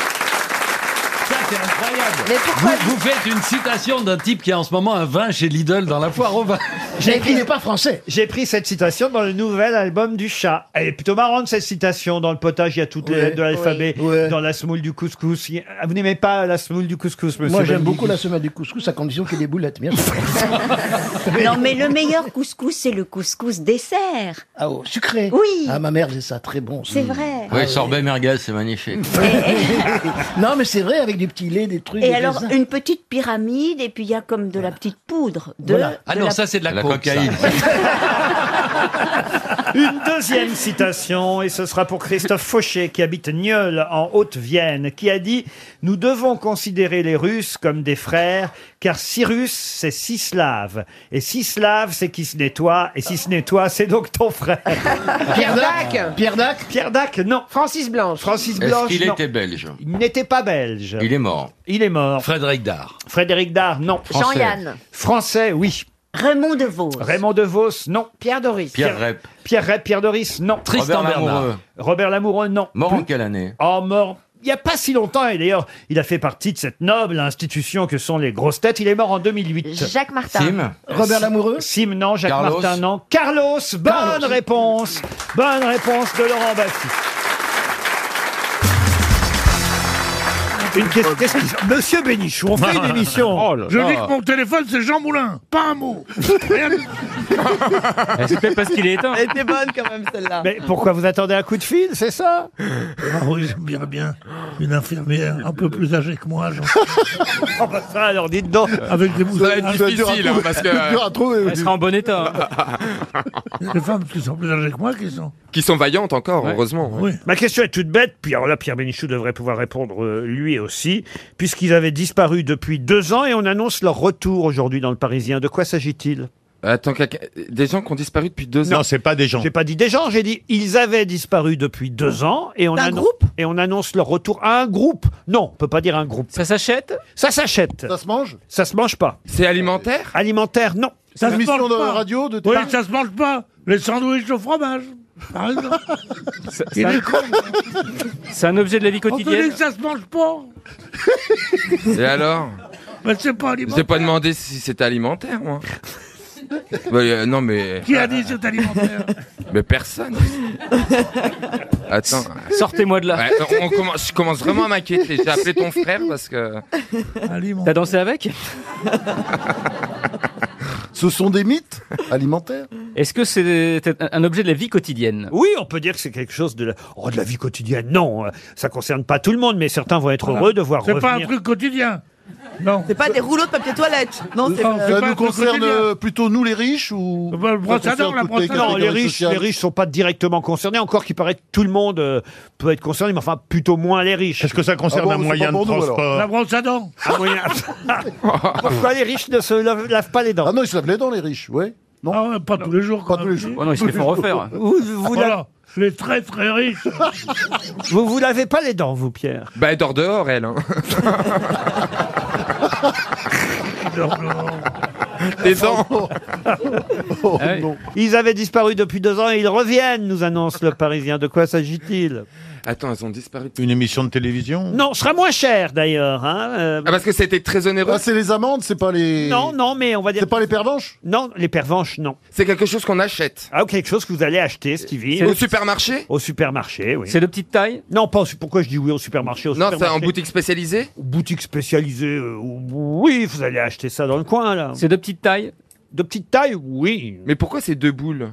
Ça, c'est incroyable. Mais pourquoi vous, vous faites une citation d'un type qui a en ce moment un vin chez Lidl dans la foire au vin. J'ai Il n'est pas français. J'ai pris cette citation dans le nouvel album du chat. Elle est plutôt marrante, cette citation. Dans le potage, il y a toutes les Ouais. lettres de l'alphabet. Ouais. Dans la semoule du couscous. il y a- Ah, Vous n'aimez pas la semoule du couscous, monsieur Moi, j'aime Benguigui beaucoup la semaine du couscous à condition qu'il y ait des boulettes, bien sûr. Non, mais le meilleur couscous, c'est le couscous dessert. Ah, oh, sucré. Oui. Ah, ma mère faisait ça très bon. C'est vrai. Oui, sorbet merguez, c'est magnifique. Non, mais c'est vrai, avec du petit lait, des trucs. Et des alors, raisins. une petite pyramide, et puis il y a comme de la petite poudre. De, Voilà. Ah de non, la- ça c'est de la, La coke, ça. cocaïne. Une deuxième citation, et ce sera pour Christophe Fauché, qui habite Nieul, en Haute-Vienne, qui a dit « Nous devons considérer les Russes comme des frères, car si Russe, c'est si Slave. Et si Slave, c'est qui se nettoie, et si se nettoie, c'est donc ton frère. Pierre Dac » Pierre Dac Pierre Dac, non. Francis Blanche. Francis Est-ce Blanche, qu'il non. était belge Il n'était pas belge. Il est mort. Il est mort. Frédéric Dard. Frédéric Dard, non. Français. Jean-Yann. Français, oui. Raymond de Vos. Raymond DeVos, non. Pierre Doris. Pierre Rep. Pierre Rey, Pierre Doris, non. Tristan Robert Bernard. Lamoureux. Robert Lamoureux, non. Mort en Plus- quelle année Oh, mort. Il n'y a pas si longtemps, et d'ailleurs, il a fait partie de cette noble institution que sont les grosses têtes. Il est mort en 2008. Jacques Martin. Sim Robert Lamoureux Sim, non. Jacques Carlos. Martin, non. Carlos, bonne Carlos. réponse. Bonne réponse de Laurent Baffi. Une question- qu'est-ce qu'il- Oh Monsieur Bénichou, on fait une émission. Je dis que mon téléphone, c'est Jean Moulin. Pas un mot. Rien du- Eh, C'est peut-être parce qu'il est éteint. Elle était bonne quand même celle-là. Mais pourquoi vous attendez un coup de fil, c'est ça Ah oui, j'aimerais bien une infirmière un peu plus âgée que moi. Genre. Oh, bah ça, alors dites donc. Avec des Ah, va être difficile, hein, parce que- dur à trouver. Elle sera en bon état, Les femmes qui sont plus âgées que moi, qui sont. Qui sont vaillantes encore, heureusement. Oui. Ma question est toute bête, puis alors là, Pierre Bénichou devrait pouvoir répondre euh, lui aussi, puisqu'ils avaient disparu depuis deux ans et on annonce leur retour aujourd'hui dans le Parisien. De quoi s'agit-il Attends, quelqu'un- des gens qui ont disparu depuis deux ans. Non, c'est pas des gens. J'ai pas dit des gens, j'ai dit ils avaient disparu depuis deux ans et on, D'un annonce, et on annonce leur retour à un groupe. Non, on peut pas dire un groupe. Ça s'achète Ça s'achète. Ça se mange Ça se mange pas. C'est alimentaire Alimentaire, non. Ça se mange pas. Oui, télé. ça se mange pas. Les sandwichs au fromage. Par exemple. C'est un- C'est un objet de la vie On te dit quotidienne. que ça se mange pas. Et alors Mais c'est pas Je t'ai alimentaire. pas demandé si c'était alimentaire, moi. Bah, euh, non, mais. Qui a dit que c'est alimentaire Mais personne. Attends. Sortez-moi de là. Ouais, on commence, je commence vraiment à m'inquiéter. J'ai appelé ton frère parce que. T'as dansé avec Ce sont des mythes alimentaires. Est-ce que c'est un objet de la vie quotidienne Oui, on peut dire que c'est quelque chose de la, oh, de la vie quotidienne. Non, euh, ça concerne pas tout le monde, mais certains vont être heureux de voir C'est revenir. pas un truc quotidien. Non. C'est pas des rouleaux de papier toilette. Non, c'est Euh, Ça nous concerne, euh, plutôt nous les riches ou Bah, le brosse à dents, la brosse à dents. Non, les riches, les riches sont pas directement concernés. Encore qu'il paraît que tout le monde euh, peut être concerné, mais enfin plutôt moins les riches. Est-ce que ça concerne Ah bon, un c'est moyen pas pour de nous, alors transport La brosse à dents. Un moyen- Pourquoi les riches ne se lavent, lavent pas les dents Ah non, ils se lavent les dents les riches, oui. Non, Ah pas tous les jours. Pas tous les jours. Oh non, ils se les font refaire. Vous, vous, Voilà. la- Les très très riches. vous vous lavez pas les dents, vous, Pierre Bah, elle dort dehors, elle. hein. Les dents. Oh, Ah oui. Ils avaient disparu depuis deux ans et ils reviennent, nous annonce le Parisien. De quoi s'agit-il Attends, elles ont disparu. Une émission de télévision Non, ce sera moins cher d'ailleurs. hein, euh, Ah, parce que c'était très onéreux. Ah, c'est les amendes, c'est pas les. Non, non, mais on va dire. C'est pas les pervenches Non, les pervenches, non. C'est quelque chose qu'on achète. Ah, ou quelque chose que vous allez acheter, Stevie. C'est Au le- supermarché Au supermarché, oui. C'est de petite taille Non, pas. au su- Pourquoi je dis oui au supermarché au Non, c'est supermarché. en boutique spécialisée Boutique spécialisée, euh, oui, vous allez acheter ça dans le coin, là. C'est de petite taille De petite taille, oui. Mais pourquoi c'est deux boules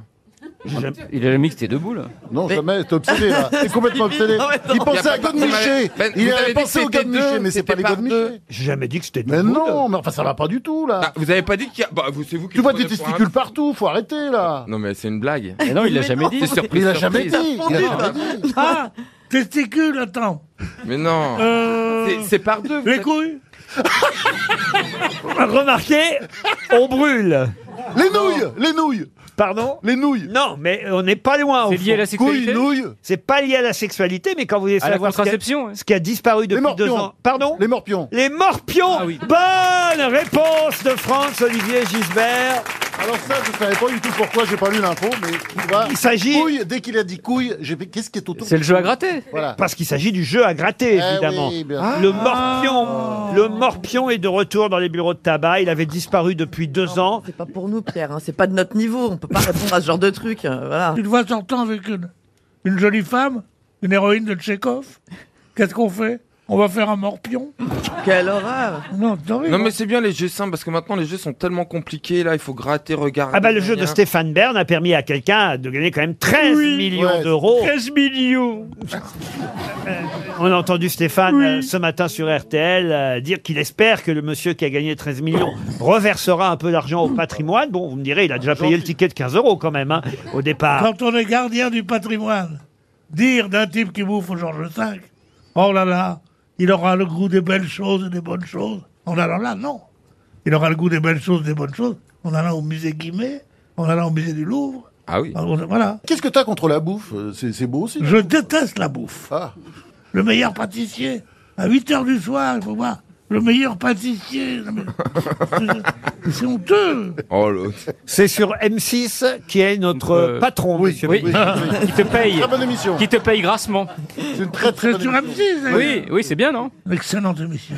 Il a jamais que c'était deux boules. Non, jamais, t'es obsédé là. T'es complètement obsédé. Il pensait à Godemiché. Ben, Il avait pensé au Godemiché, mais c'est pas les Godemiché. J'ai jamais dit que c'était Mais non, mais enfin ça va pas du tout là. Ah, Vous avez pas dit qu'il y a. Bah, vous- c'est vous qui. Tu vois prenez des pour un- testicules partout, faut arrêter là. Non, mais c'est une blague. Mais non, il l'a Mais jamais non. dit. C'est surprise. Il l'a jamais surprise. dit. Il l'a jamais Ah, testicules, attends. Mais non. Euh, Euh, C'est- C'est par deux. Les couilles Ah, Euh, Remarquez, on brûle. Les nouilles, les nouilles. Pardon Les nouilles. Non, mais on n'est pas loin. au C'est lié à fond. la sexualité Couilles, nouilles. C'est pas lié à la sexualité, mais quand vous voulez À la savoir ce qui a- contraception, ouais. ce qui a disparu depuis deux morpions. ans. Pardon Les morpions. Les Ah morpions Bonne réponse de France, Olivier Gisbert. Alors ça, je savais pas du tout pourquoi j'ai pas lu l'info, mais tu vois, Il s'agit- couille, dès qu'il a dit couille, j'ai fait qu'est-ce qui est autour C'est le jeu à gratter. Ah. Voilà. Parce qu'il s'agit du jeu à gratter, Eh évidemment. oui, bien sûr. Oh. le morpion, le morpion est de retour dans les bureaux de tabac. Il avait disparu depuis deux ans. C'est pas pour nous, Pierre. hein. C'est pas de notre niveau. On peut pas répondre à ce genre de truc. euh, Voilà. Une fois sortant avec une, une jolie femme, une héroïne de Tchekhov, qu'est-ce qu'on fait On va faire un morpion Quelle horreur Non, c'est horrible. Non, mais c'est bien les jeux simples parce que maintenant les jeux sont tellement compliqués. Là, il faut gratter, regarder. Ah bah le jeu de rien. Stéphane Bern a permis à quelqu'un de gagner quand même 13 millions d'euros. 13 millions On a entendu Stéphane euh, ce matin sur RTL euh, dire qu'il espère que le monsieur qui a gagné 13 millions reversera un peu d'argent au patrimoine. Bon, vous me direz, il a déjà payé le ticket de 15 euros quand même hein, au départ. Quand on est gardien du patrimoine, dire d'un type qui bouffe au Georges V, oh là là, il aura le goût des belles choses et des bonnes choses, en allant là, non. Il aura le goût des belles choses et des bonnes choses en allant au musée Guimet, en allant au musée du Louvre. Ah oui. en- Voilà. Qu'est-ce que t'as contre la bouffe Euh, C'est c'est beau aussi. Je déteste la bouffe. Ah. Le meilleur pâtissier, à 8 heures du soir, il faut voir. Le meilleur pâtissier. Non, mais- C'est- C'est honteux. Oh l'autre. C'est sur M6 qui est notre euh, patron, monsieur. Oui. qui te paye. Très bonne émission. Qui te paye grassement. C'est une très très C'est sur bonne émission. M6. d'ailleurs. Oui, oui, c'est bien, non Excellente émission.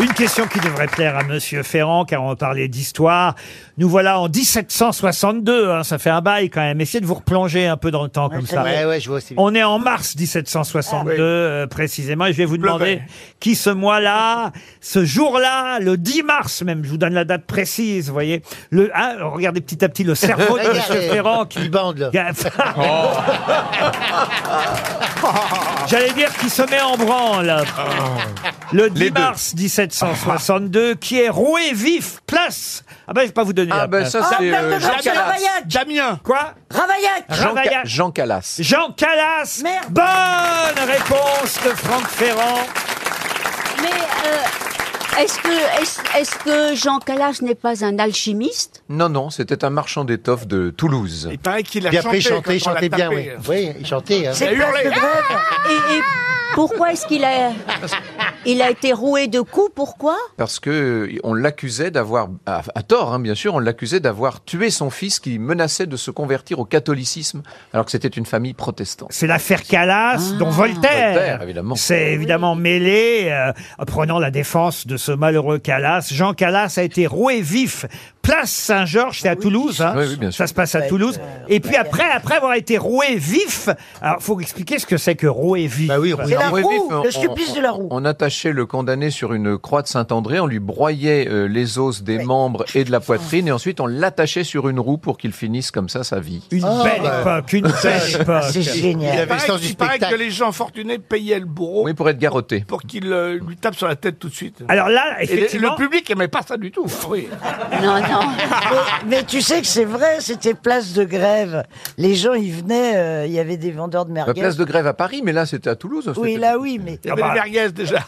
Une question qui devrait plaire à Monsieur Ferrand, car on parlait d'histoire. Nous voilà en 1762, hein, ça fait un bail quand même. Essayez de vous replonger un peu dans le temps comme c'est ça. vrai. Ouais, ouais, je vois, Ah, c'est- On est en mars 1762 euh, précisément, et je vais vous demander qui ce mois-là, ce jour-là, le 10 mars même. Je vous donne la date précise, vous voyez. Le, ah, regardez petit à petit le cerveau de Monsieur Regardez. Ferrand qui bande. J'allais dire qu'il se met en branle. Ah. Le 10 mars 1762, qui est roué vif, place. Ah ben, je vais pas vous donner Ah la ben, place. ça, c'est, Ah, place de euh, Jean Jean Calas. Ravaillac. Damien. Quoi Ravaillac. Jean, Ca- Ravaillac. Jean Calas. Jean Calas. Bonne réponse de Franck Ferrand. Mais euh, est-ce que, est est que Jean Calas n'est pas un alchimiste Non, non, c'était un marchand d'étoffes de Toulouse. Il paraît qu'il a Puis après, il chanté chantait, quand on l'a chantait bien, oui. tapé. Oui, il Ah chantait. hein. C'est pas ce grave. Ah Et, et pourquoi est-ce qu'il a, il a été roué de coups Pourquoi Parce que euh, on l'accusait d'avoir, à, à tort hein, bien sûr, on l'accusait d'avoir tué son fils qui menaçait de se convertir au catholicisme alors que c'était une famille protestante. C'est l'affaire Calas, Ah. dont Voltaire Voltaire, évidemment. s'est évidemment mêlé, euh, prenant la défense de ce malheureux Calas. Jean Calas a été roué vif. Place Saint-Georges, c'est à Toulouse. hein. Ça se passe à Toulouse. euh, Et puis après, après avoir été roué vif, alors faut expliquer ce que c'est que roué vif. Bah Bah, C'est la roue, le supplice de la roue. On attachait le condamné sur une croix de Saint-André, on lui broyait euh, les os des membres et de la poitrine, et ensuite on l'attachait sur une roue pour qu'il finisse comme ça sa vie. Une Ah belle bah époque, une belle époque. Il Il avait le paraît, sens qu'il du paraît que spectacle. les gens fortunés payaient le bourreau Oui, pour être garrotté. pour qu'il euh, lui tape sur la tête tout de suite. Alors là, Et le- effectivement- le public aimait pas ça du tout. hein, oui. Non, non. mais, mais tu sais que c'est vrai, c'était place de grève. Les gens, ils venaient, euh, il y avait des vendeurs de merguez. La place de grève à Paris, mais là c'était à Toulouse. Oui, c'était- là, oui, mais. Il y avait Ah bah. les merguez déjà.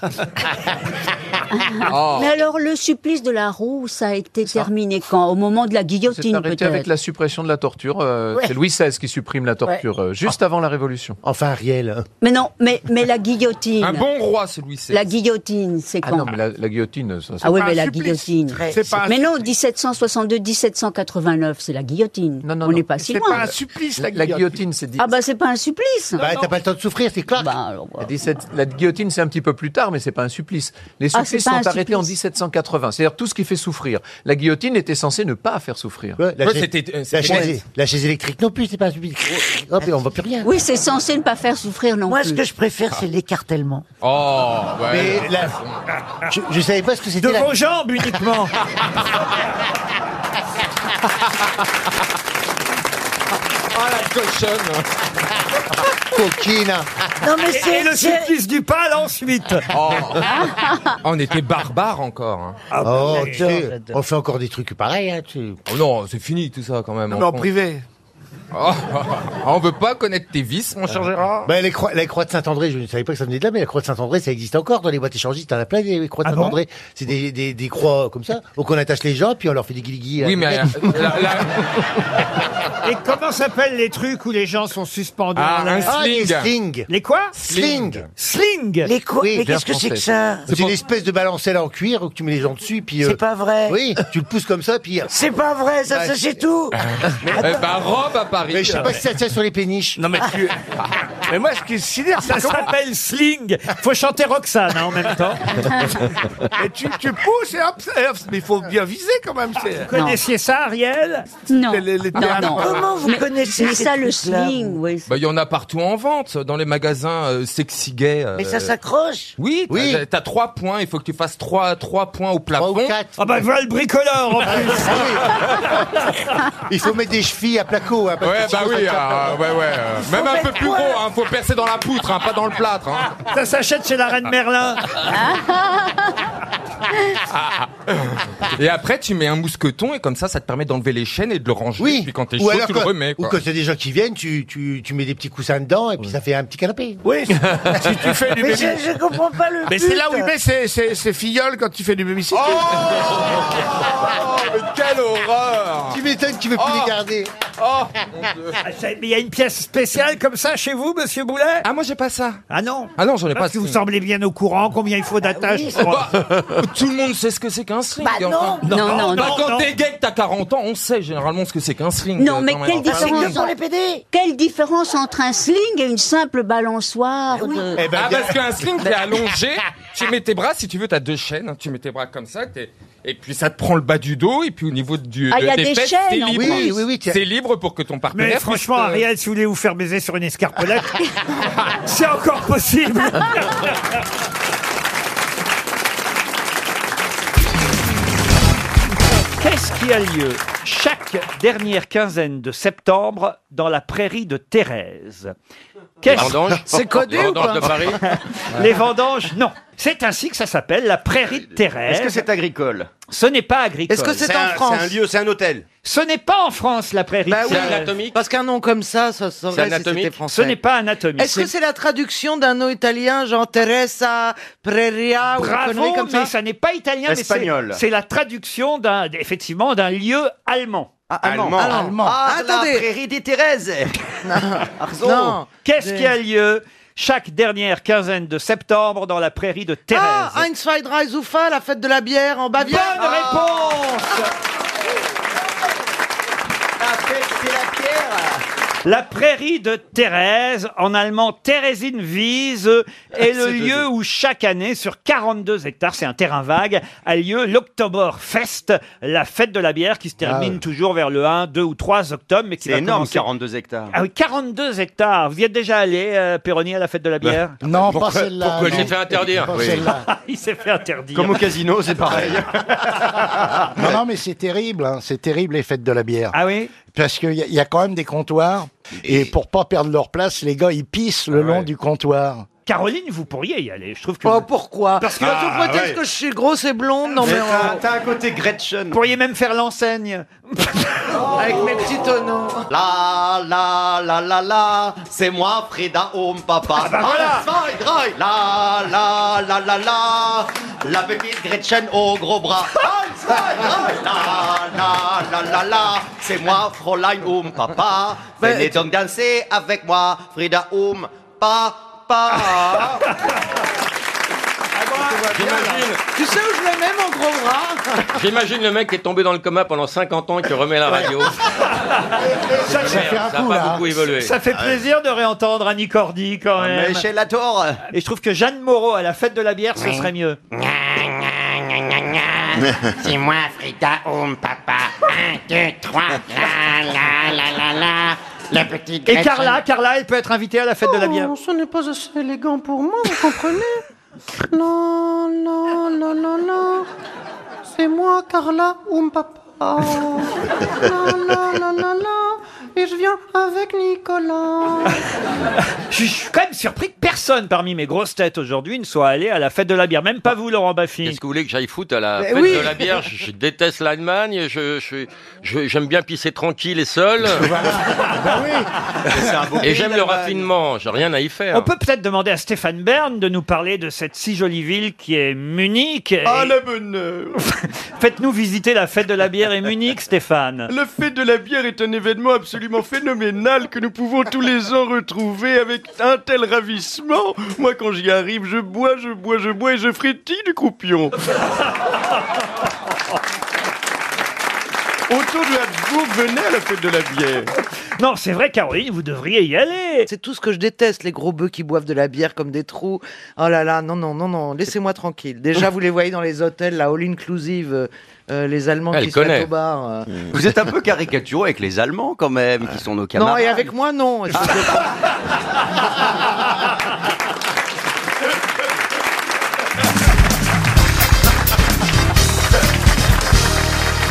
Oh. Mais alors, le supplice de la roue, ça a été terminé quand Au moment de la C'est guillotine, arrêté avec peut-être la suppression de la torture. euh, Ouais. C'est Louis XVI qui supprime la torture euh, juste avant la Révolution. Enfin, Ariel. Mais non, mais, mais la guillotine. Un bon roi, c'est Louis XVI. La guillotine, c'est Ah quand non, mais la, la guillotine. Ça, Ah oui, mais la guillotine. C'est pas un Mais non, 1762-1789, c'est la guillotine. On n'est pas si loin. La, la guillotine, c'est dit. Ah bah c'est pas un supplice. Bah, Bah, t'as pas le temps de souffrir, c'est clair. La, 17 la guillotine, c'est un petit peu plus tard, mais c'est pas un supplice. Les Ah, supplices c'est pas sont un arrêtés en supplice. 1780. C'est-à-dire tout ce qui fait souffrir. La guillotine était censée ne pas faire souffrir. la, chaise, la chaise- la chaise électrique non plus, c'est pas un public. Hop, et on voit plus rien. Oui, c'est censé ne pas faire souffrir non Moi, plus. ce que je préfère, c'est l'écartèlement. Oh, ouais. Mais la- je, je savais pas ce que c'était. De la- vos jambes uniquement. Ah la hein. cochonne Coquine. Non, mais c'est- Et le c'est- supplice du pal ensuite. Ah, on était barbares encore. hein. Ah, Ah ben Oh, mais- tu sais, on fait encore des trucs pareils. Hein, tu... Oh non, c'est fini tout ça quand même. Non, mais en privé. Oh, on veut pas connaître tes vices, mon cher Gérard. Ben, les, croix, les croix de Saint-André, je ne savais pas que ça venait de là, mais la croix de Saint-André, ça existe encore dans les boîtes échangistes. T'en as plein des croix de Saint-André. c'est des, des, des croix comme ça, donc on attache les gens, puis on leur fait des guiliguis. Oui, mais, Et comment s'appellent les trucs où les gens sont suspendus Ah, en l'air un sling. Ah, les slings. Les quoi Sling. Sling Les quoi Mais qu'est-ce que c'est que ça C'est une espèce de balancelle en cuir où tu mets les gens dessus, puis. euh, C'est pas vrai. Oui, tu le pousses comme ça, puis. euh, C'est pas vrai, ça, Bah, ça, c'est tout. Eh ben, bah, robe à Paris. Mais je sais pas si ça tient sur les péniches. Non, mais tu. mais moi, ce qui est sidère, Ça s'appelle sling. Faut chanter Roxane hein, en même temps. Et tu, tu pousses et hop, et hop, mais il faut bien viser quand même. c'est- Vous connaissiez ça, Ariel Non. Les- les- Non, théâtres. non. Comment vous Mais- connaissez mais ces ça, le trucs-là, sling, vous oui. Bah, il y en a partout en vente, dans les magasins euh, sexy gay. euh, Mais ça s'accroche. Oui, t'as- Oui. t'as- t'as trois points, il faut que tu fasses trois, trois points au plafond. Ah bah voilà le bricoleur en Ah, Il faut mettre des chevilles à placo. Hein, parce Ouais, que bah sinon, ça oui, tient pas. ah, ouais, ouais. euh, Même Faut un peu mettre plus gros, quoi hein, faut percer dans la poutre, hein, pas dans le plâtre. hein. Ça s'achète chez la reine Merlin. Hein Et après, tu mets un mousqueton et comme ça, ça te permet d'enlever les chaînes et de le ranger. Et puis quand t'es chaud, tu le quand- remets. ou quoi. quand il y a des gens qui viennent, tu, tu, tu mets des petits coussins dedans et puis ça fait un petit canapé. Oui, si tu fais du Mais baby. je, je comprends pas le. Mais but. c'est là où il met ses, ses- ses filleuls quand il fait du baby-sitting. Oh, mais quelle horreur Oh. Tu m'étonnes qu'il veut plus les garder. Ah, ça- mais Il y a une pièce spéciale comme ça chez vous, monsieur Boulet Ah, moi, j'ai pas ça. Ah non Ah non, j'en ai pas Ah Parce que vous semblez bien au courant, combien il faut d'attaches oui. pour- Oh, bah, Tout le monde sait ce que c'est qu'un string. Bah non. enfin. Non, non, Bah, non, Quand non. t'es gay, que t'as 40 ans, on sait généralement ce que c'est qu'un string. Non, euh, mais quand même. quelle différence, quelle différence entre un sling et une simple balançoire de... Eh ben, ah, parce qu'un sling, t'es allongé, tu mets tes bras, si tu veux, t'as deux chaînes, hein, tu mets tes bras comme ça, t'es- et puis ça te prend le bas du dos, et puis au niveau du, Ah, il y a des, des fesses, chaînes, c'est en libre. plus. Oui, oui, oui, tiens. c'est libre pour que ton partenaire... Mais puisse euh, franchement, te- Ariel, si vous voulez vous faire baiser sur une escarpolette, c'est encore possible. Qu'est-ce qui a lieu chaque dernière quinzaine de septembre dans la prairie de Thérèse Les vendanges C'est codé Les ou vendanges pas de Paris Les vendanges, non. C'est ainsi que ça s'appelle la prairie de Thérèse. Est-ce que c'est agricole Ce n'est pas agricole. un- C'est un lieu, c'est un hôtel. Ce n'est pas en France la prairie. Bah de oui. Thérèse. Parce qu'un nom comme ça, ça serait si c'était Ce français. n'est pas anatomique. Est-ce que c'est la traduction d'un nom italien, genre Teresa, Preria, ou une Bravo, connerie comme ça mais ça n'est pas italien, mais c'est- Espagnol. c'est la traduction d'un, effectivement, d'un lieu allemand. allemand. Allemand. Allemand. Ah, attendez. prairie des Thérèse. Non. Qu'est-ce Des- qui a lieu chaque dernière quinzaine de septembre dans la prairie de Thérèse Ah, Einstein Zoufa, la fête de la bière en Bavière. Ah. Bonne réponse La prairie de Thérèse, en allemand Theresienwiese, est le C'est lieu où chaque année, sur 42 hectares, c'est un terrain vague, a lieu l'Oktoberfest, la fête de la bière qui se termine Ah ouais. toujours vers le 1, 2 ou 3 octobre. mais qui C'est va énorme, commencer- 42 hectares. Ah oui, 42 hectares. Vous y êtes déjà allé, euh, Péroni, à la fête de la bière Non, Bah, Pourquoi- pas celle-là, pourquoi il non. s'est fait interdire Pas Oui. celle-là. Il s'est fait interdire. Comme au casino, c'est pareil. Non, non, mais c'est terrible, hein, c'est terrible les fêtes de la bière. Ah oui Parce qu'il y, a- y a quand même des comptoirs, et pour pas perdre leur place, les gars, ils pissent le long du comptoir. Caroline, vous pourriez y aller. Je trouve que. Oh, pourquoi Parce que. Ah, Sous prétexte que je suis grosse et blonde, non mais... on- un côté Gretchen. Vous pourriez même faire l'enseigne. Oh. Avec mes petits tonneaux. La Ah, la la la la, c'est moi Frida Home Papa. Ah bah voilà. Ah, la soirée, La la la la la, la petite Gretchen au gros bras. Ah, la soirée, La la la la la, c'est moi Fräulein Home Papa. Venez donc danser avec moi, Frida Home Ah, Papa. Tu sais où je le mets, mon gros bras J'imagine le mec qui est tombé dans le coma pendant 50 ans et qui remet la radio. Ça, Merde, fait un ça a coup, pas là. beaucoup évolué. Ça fait Ah ouais. plaisir de réentendre Annie Cordy quand Ah, même. mais chez Latour. Et je trouve que Jeanne Moreau à la fête de la bière, ce Oui. serait mieux. C'est moi, Frida Home, papa. Un, deux, trois. La, la, la, la, la. La petite Et Carla, Ah, Carla, elle peut être invitée à la fête de la bière. Non, Oh, ce n'est pas assez élégant pour moi, vous comprenez Non, non, non, non, non. C'est moi, Carla ou papa. Non, Oh. non, non, non, non. Et je viens avec Nicolas. Je suis quand même surpris que personne parmi mes grosses têtes aujourd'hui ne soit allé à la fête de la bière. Même pas vous, Laurent Baffy. Qu'est-ce que vous voulez que j'aille foutre à la Mais fête Ben oui. Euh, de la bière je, je déteste l'Allemagne, je, je- je- j'aime bien pisser tranquille et seul. et j'aime le raffinement, j'ai rien à y faire. On peut peut-être demander à Stéphane Bern de nous parler de cette si jolie ville qui est Munich. Ah, Et le bonheur Faites-nous visiter la fête de la bière et Munich, Stéphane. La fête de la bière est un événement absolument phénoménal que nous pouvons tous les ans retrouver avec un tel ravissement. Moi, quand j'y arrive, je bois, je bois, je bois et je frétille du croupion. Autour de Habsbourg venait à la fête de la bière. Non, c'est vrai, Caroline, vous devriez y aller. C'est tout ce que je déteste, les gros bœufs qui boivent de la bière comme des trous. Oh là là, non, non, non, non, laissez-moi tranquille. Déjà, vous les voyez dans les hôtels, la all-inclusive, euh, euh, les Allemands Elle qui se mettent connaît. au bar. euh. Vous êtes un peu caricatureux avec les Allemands quand même, qui sont nos camarades. Non, et avec moi, non. Je-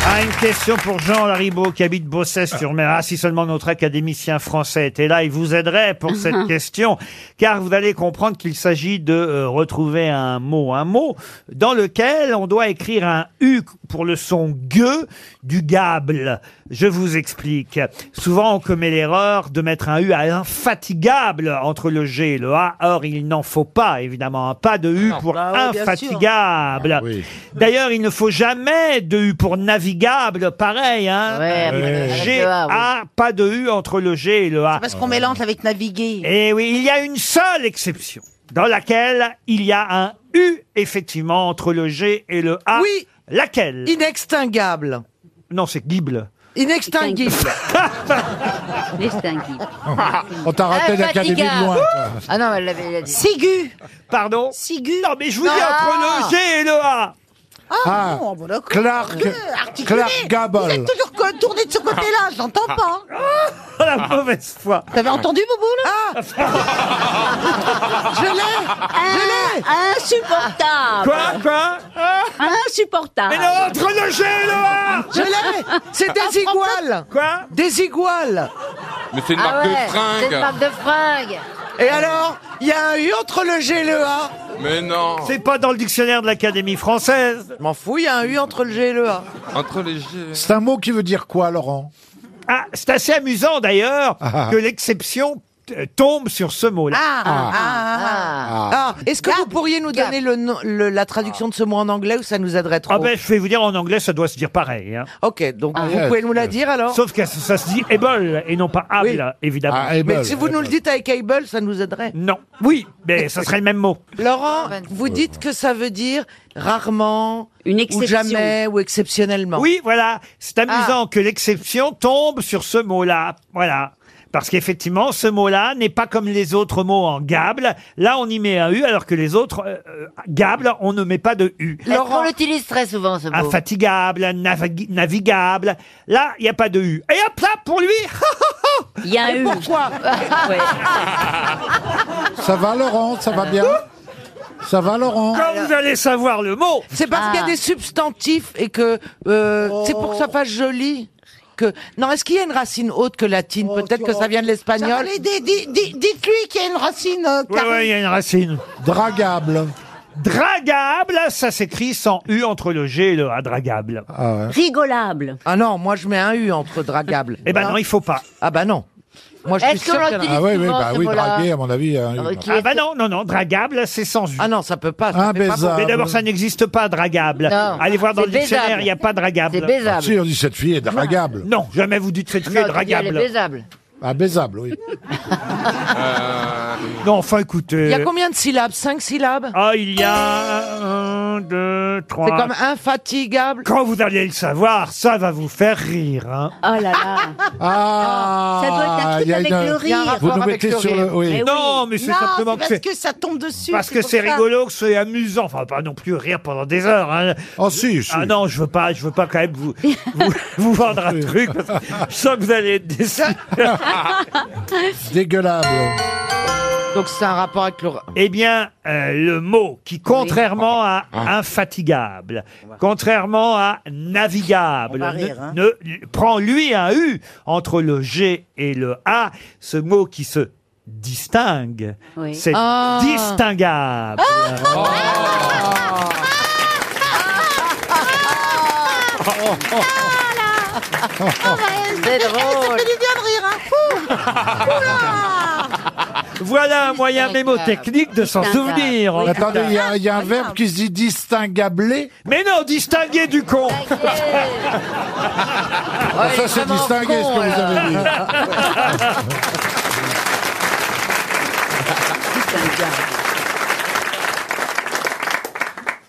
Ah, une question pour Jean Laribaud qui habite Bossès-sur-Mer. Ah, si seulement notre académicien français était là, il vous aiderait pour cette question, car vous allez comprendre qu'il s'agit de euh, retrouver un mot, un mot dans lequel on doit écrire un U pour le son gueux du gable. Je vous explique. Souvent, on commet l'erreur de mettre un U à infatigable entre le G et le A. Or, il n'en faut pas, évidemment, pas de U Non. pour Bah ouais, bien sûr. infatigable. D'ailleurs, il ne faut jamais de U pour navigable, pareil. Hein Ouais, avec le G, A, oui. A, pas de U entre le G et le A. Eh Parce qu'on mélange avec naviguer. Et oui, il y a une seule exception dans laquelle il y a un U, effectivement, entre le G et le A. Oui. Laquelle Inextinguable. Non, c'est Gible. Inextinguible. On t'a Oh, raté Ah, l'Académie de fatigant. loin, toi. Ah non, elle l'avait elle a dit. Sigu. Pardon Sigu. Non, mais je vous dis Ah. entre le G et le A. Ah, Oh, non, bah, bon, d'accord. Clark- Articulé. Clark Gable. Vous êtes toujours co- tourné de ce côté-là, je n'entends pas. Oh, La mauvaise foi. T'avais entendu, Bouboule Ah. Je l'ai Je l'ai Ah. Insupportable. Quoi, quoi Insupportable. Mais non, entre le G et le A. Je l'ai C'est désigual Quoi Désigual Mais Ah c'est une Ah marque de fringues. de fringues Et alors Il y a un U entre le G et le A Mais non. C'est pas dans le dictionnaire de l'Académie française. Je m'en fous, il y a un U entre le G et le A. Entre les G. C'est un mot qui veut dire quoi, Laurent Ah, c'est assez amusant d'ailleurs Ah. que l'exception euh, tombe sur ce mot-là. Ah, ah, ah, ah. Ah, Est-ce que vous pourriez nous donner le, nom- le- la traduction de ce mot en anglais ou ça nous aiderait trop Ah ben, je vais vous dire, en anglais, ça doit se dire pareil. hein. Ok, donc vous pouvez nous la dire alors Sauf que ça, ça se dit able et non pas able, évidemment. Mais si vous nous le dites avec Able, ça nous aiderait. Non. Oui, mais ça serait le même mot. Laurent, vous dites que ça veut dire rarement, ou jamais, ou exceptionnellement. Oui, voilà. C'est amusant Ah. que l'exception tombe sur ce mot-là. Voilà. Parce qu'effectivement, ce mot-là n'est pas comme les autres mots en gable. Là, on y met un U, alors que les autres euh, euh, gable, on ne met pas de U. On l'utilise très souvent ce mot. Infatigable, navig- navigable. Là, il n'y a pas de U. Et hop là, pour lui Il y a un U. Pourquoi Ça va, Laurent Ça va bien Ça va, Laurent Quand vous allez savoir le mot C'est parce qu'il y a des substantifs et que euh, c'est pour Oh. que ça fasse joli. Que... Non, est-ce qu'il y a une racine haute que Oh, latine Peut-être que ça vient de l'espagnol. Dites-lui qu'il y a une racine. Oui, il y a une racine. Dragable. Dragable, ça s'écrit sans U entre le G et le A, dragable. Ah Rigolable. Ah non, moi je mets un U entre dragable. Eh ben non, il faut pas. Ah ben non. Moi je suis sûr qu'il y en a- Ah oui, oui, bah oui, draguer, à mon avis. hein, oui. Ah bah non, non, non, dragable, c'est sans U. Ah non, ça peut pas. ça fait pas Imbaisable. pour- Mais d'abord, ça n'existe pas, dragable. Non. Allez voir dans C'est le dictionnaire, baisable. il n'y a pas dragable. C'est baisable. Ah si, on dit cette fille est dragable. Non, jamais vous dites cette fille est dragable. Ah, baisable, oui. Non, enfin, écoutez. Il y a combien de syllabes Cinq syllabes Euh, Ah, il y a un, deux, trois. C'est comme infatigable. Quand vous allez le savoir, ça va vous faire rire. hein. Oh là là. Ah, Ça doit être un il truc y a avec une- le il y a un rire. Vous rapport nous avec mettez le sur le- rire. oui. Mais Non, oui. mais c'est Non, simplement c'est parce que ça tombe dessus. Parce que c'est rigolo, que c'est amusant. Enfin, pas non plus rire pendant des heures. Hein. si, Ah non, je veux pas, je veux pas quand même vous vous, vous vendre un truc. Parce que je sens que vous allez être déçus. Dégueulable. Donc c'est un rapport avec le. Eh bien, euh, le mot qui, contrairement à Ah. infatigable, contrairement à navigable, On va rire, ne- hein. ne, prend lui un U entre le G et le A, ce mot qui se distingue, Oui. c'est Ah. Ah, distinguable. Ah, Ah Oh, Oh, bah, C'est drôle. hein. Voilà un moyen mémotechnique de s'en souvenir. Attendez, il y Ah, a, il y a un verbe qui se dit distingablé. Mais non, distingué du con. Ah, ça, c'est distingué ce que vous avez dit.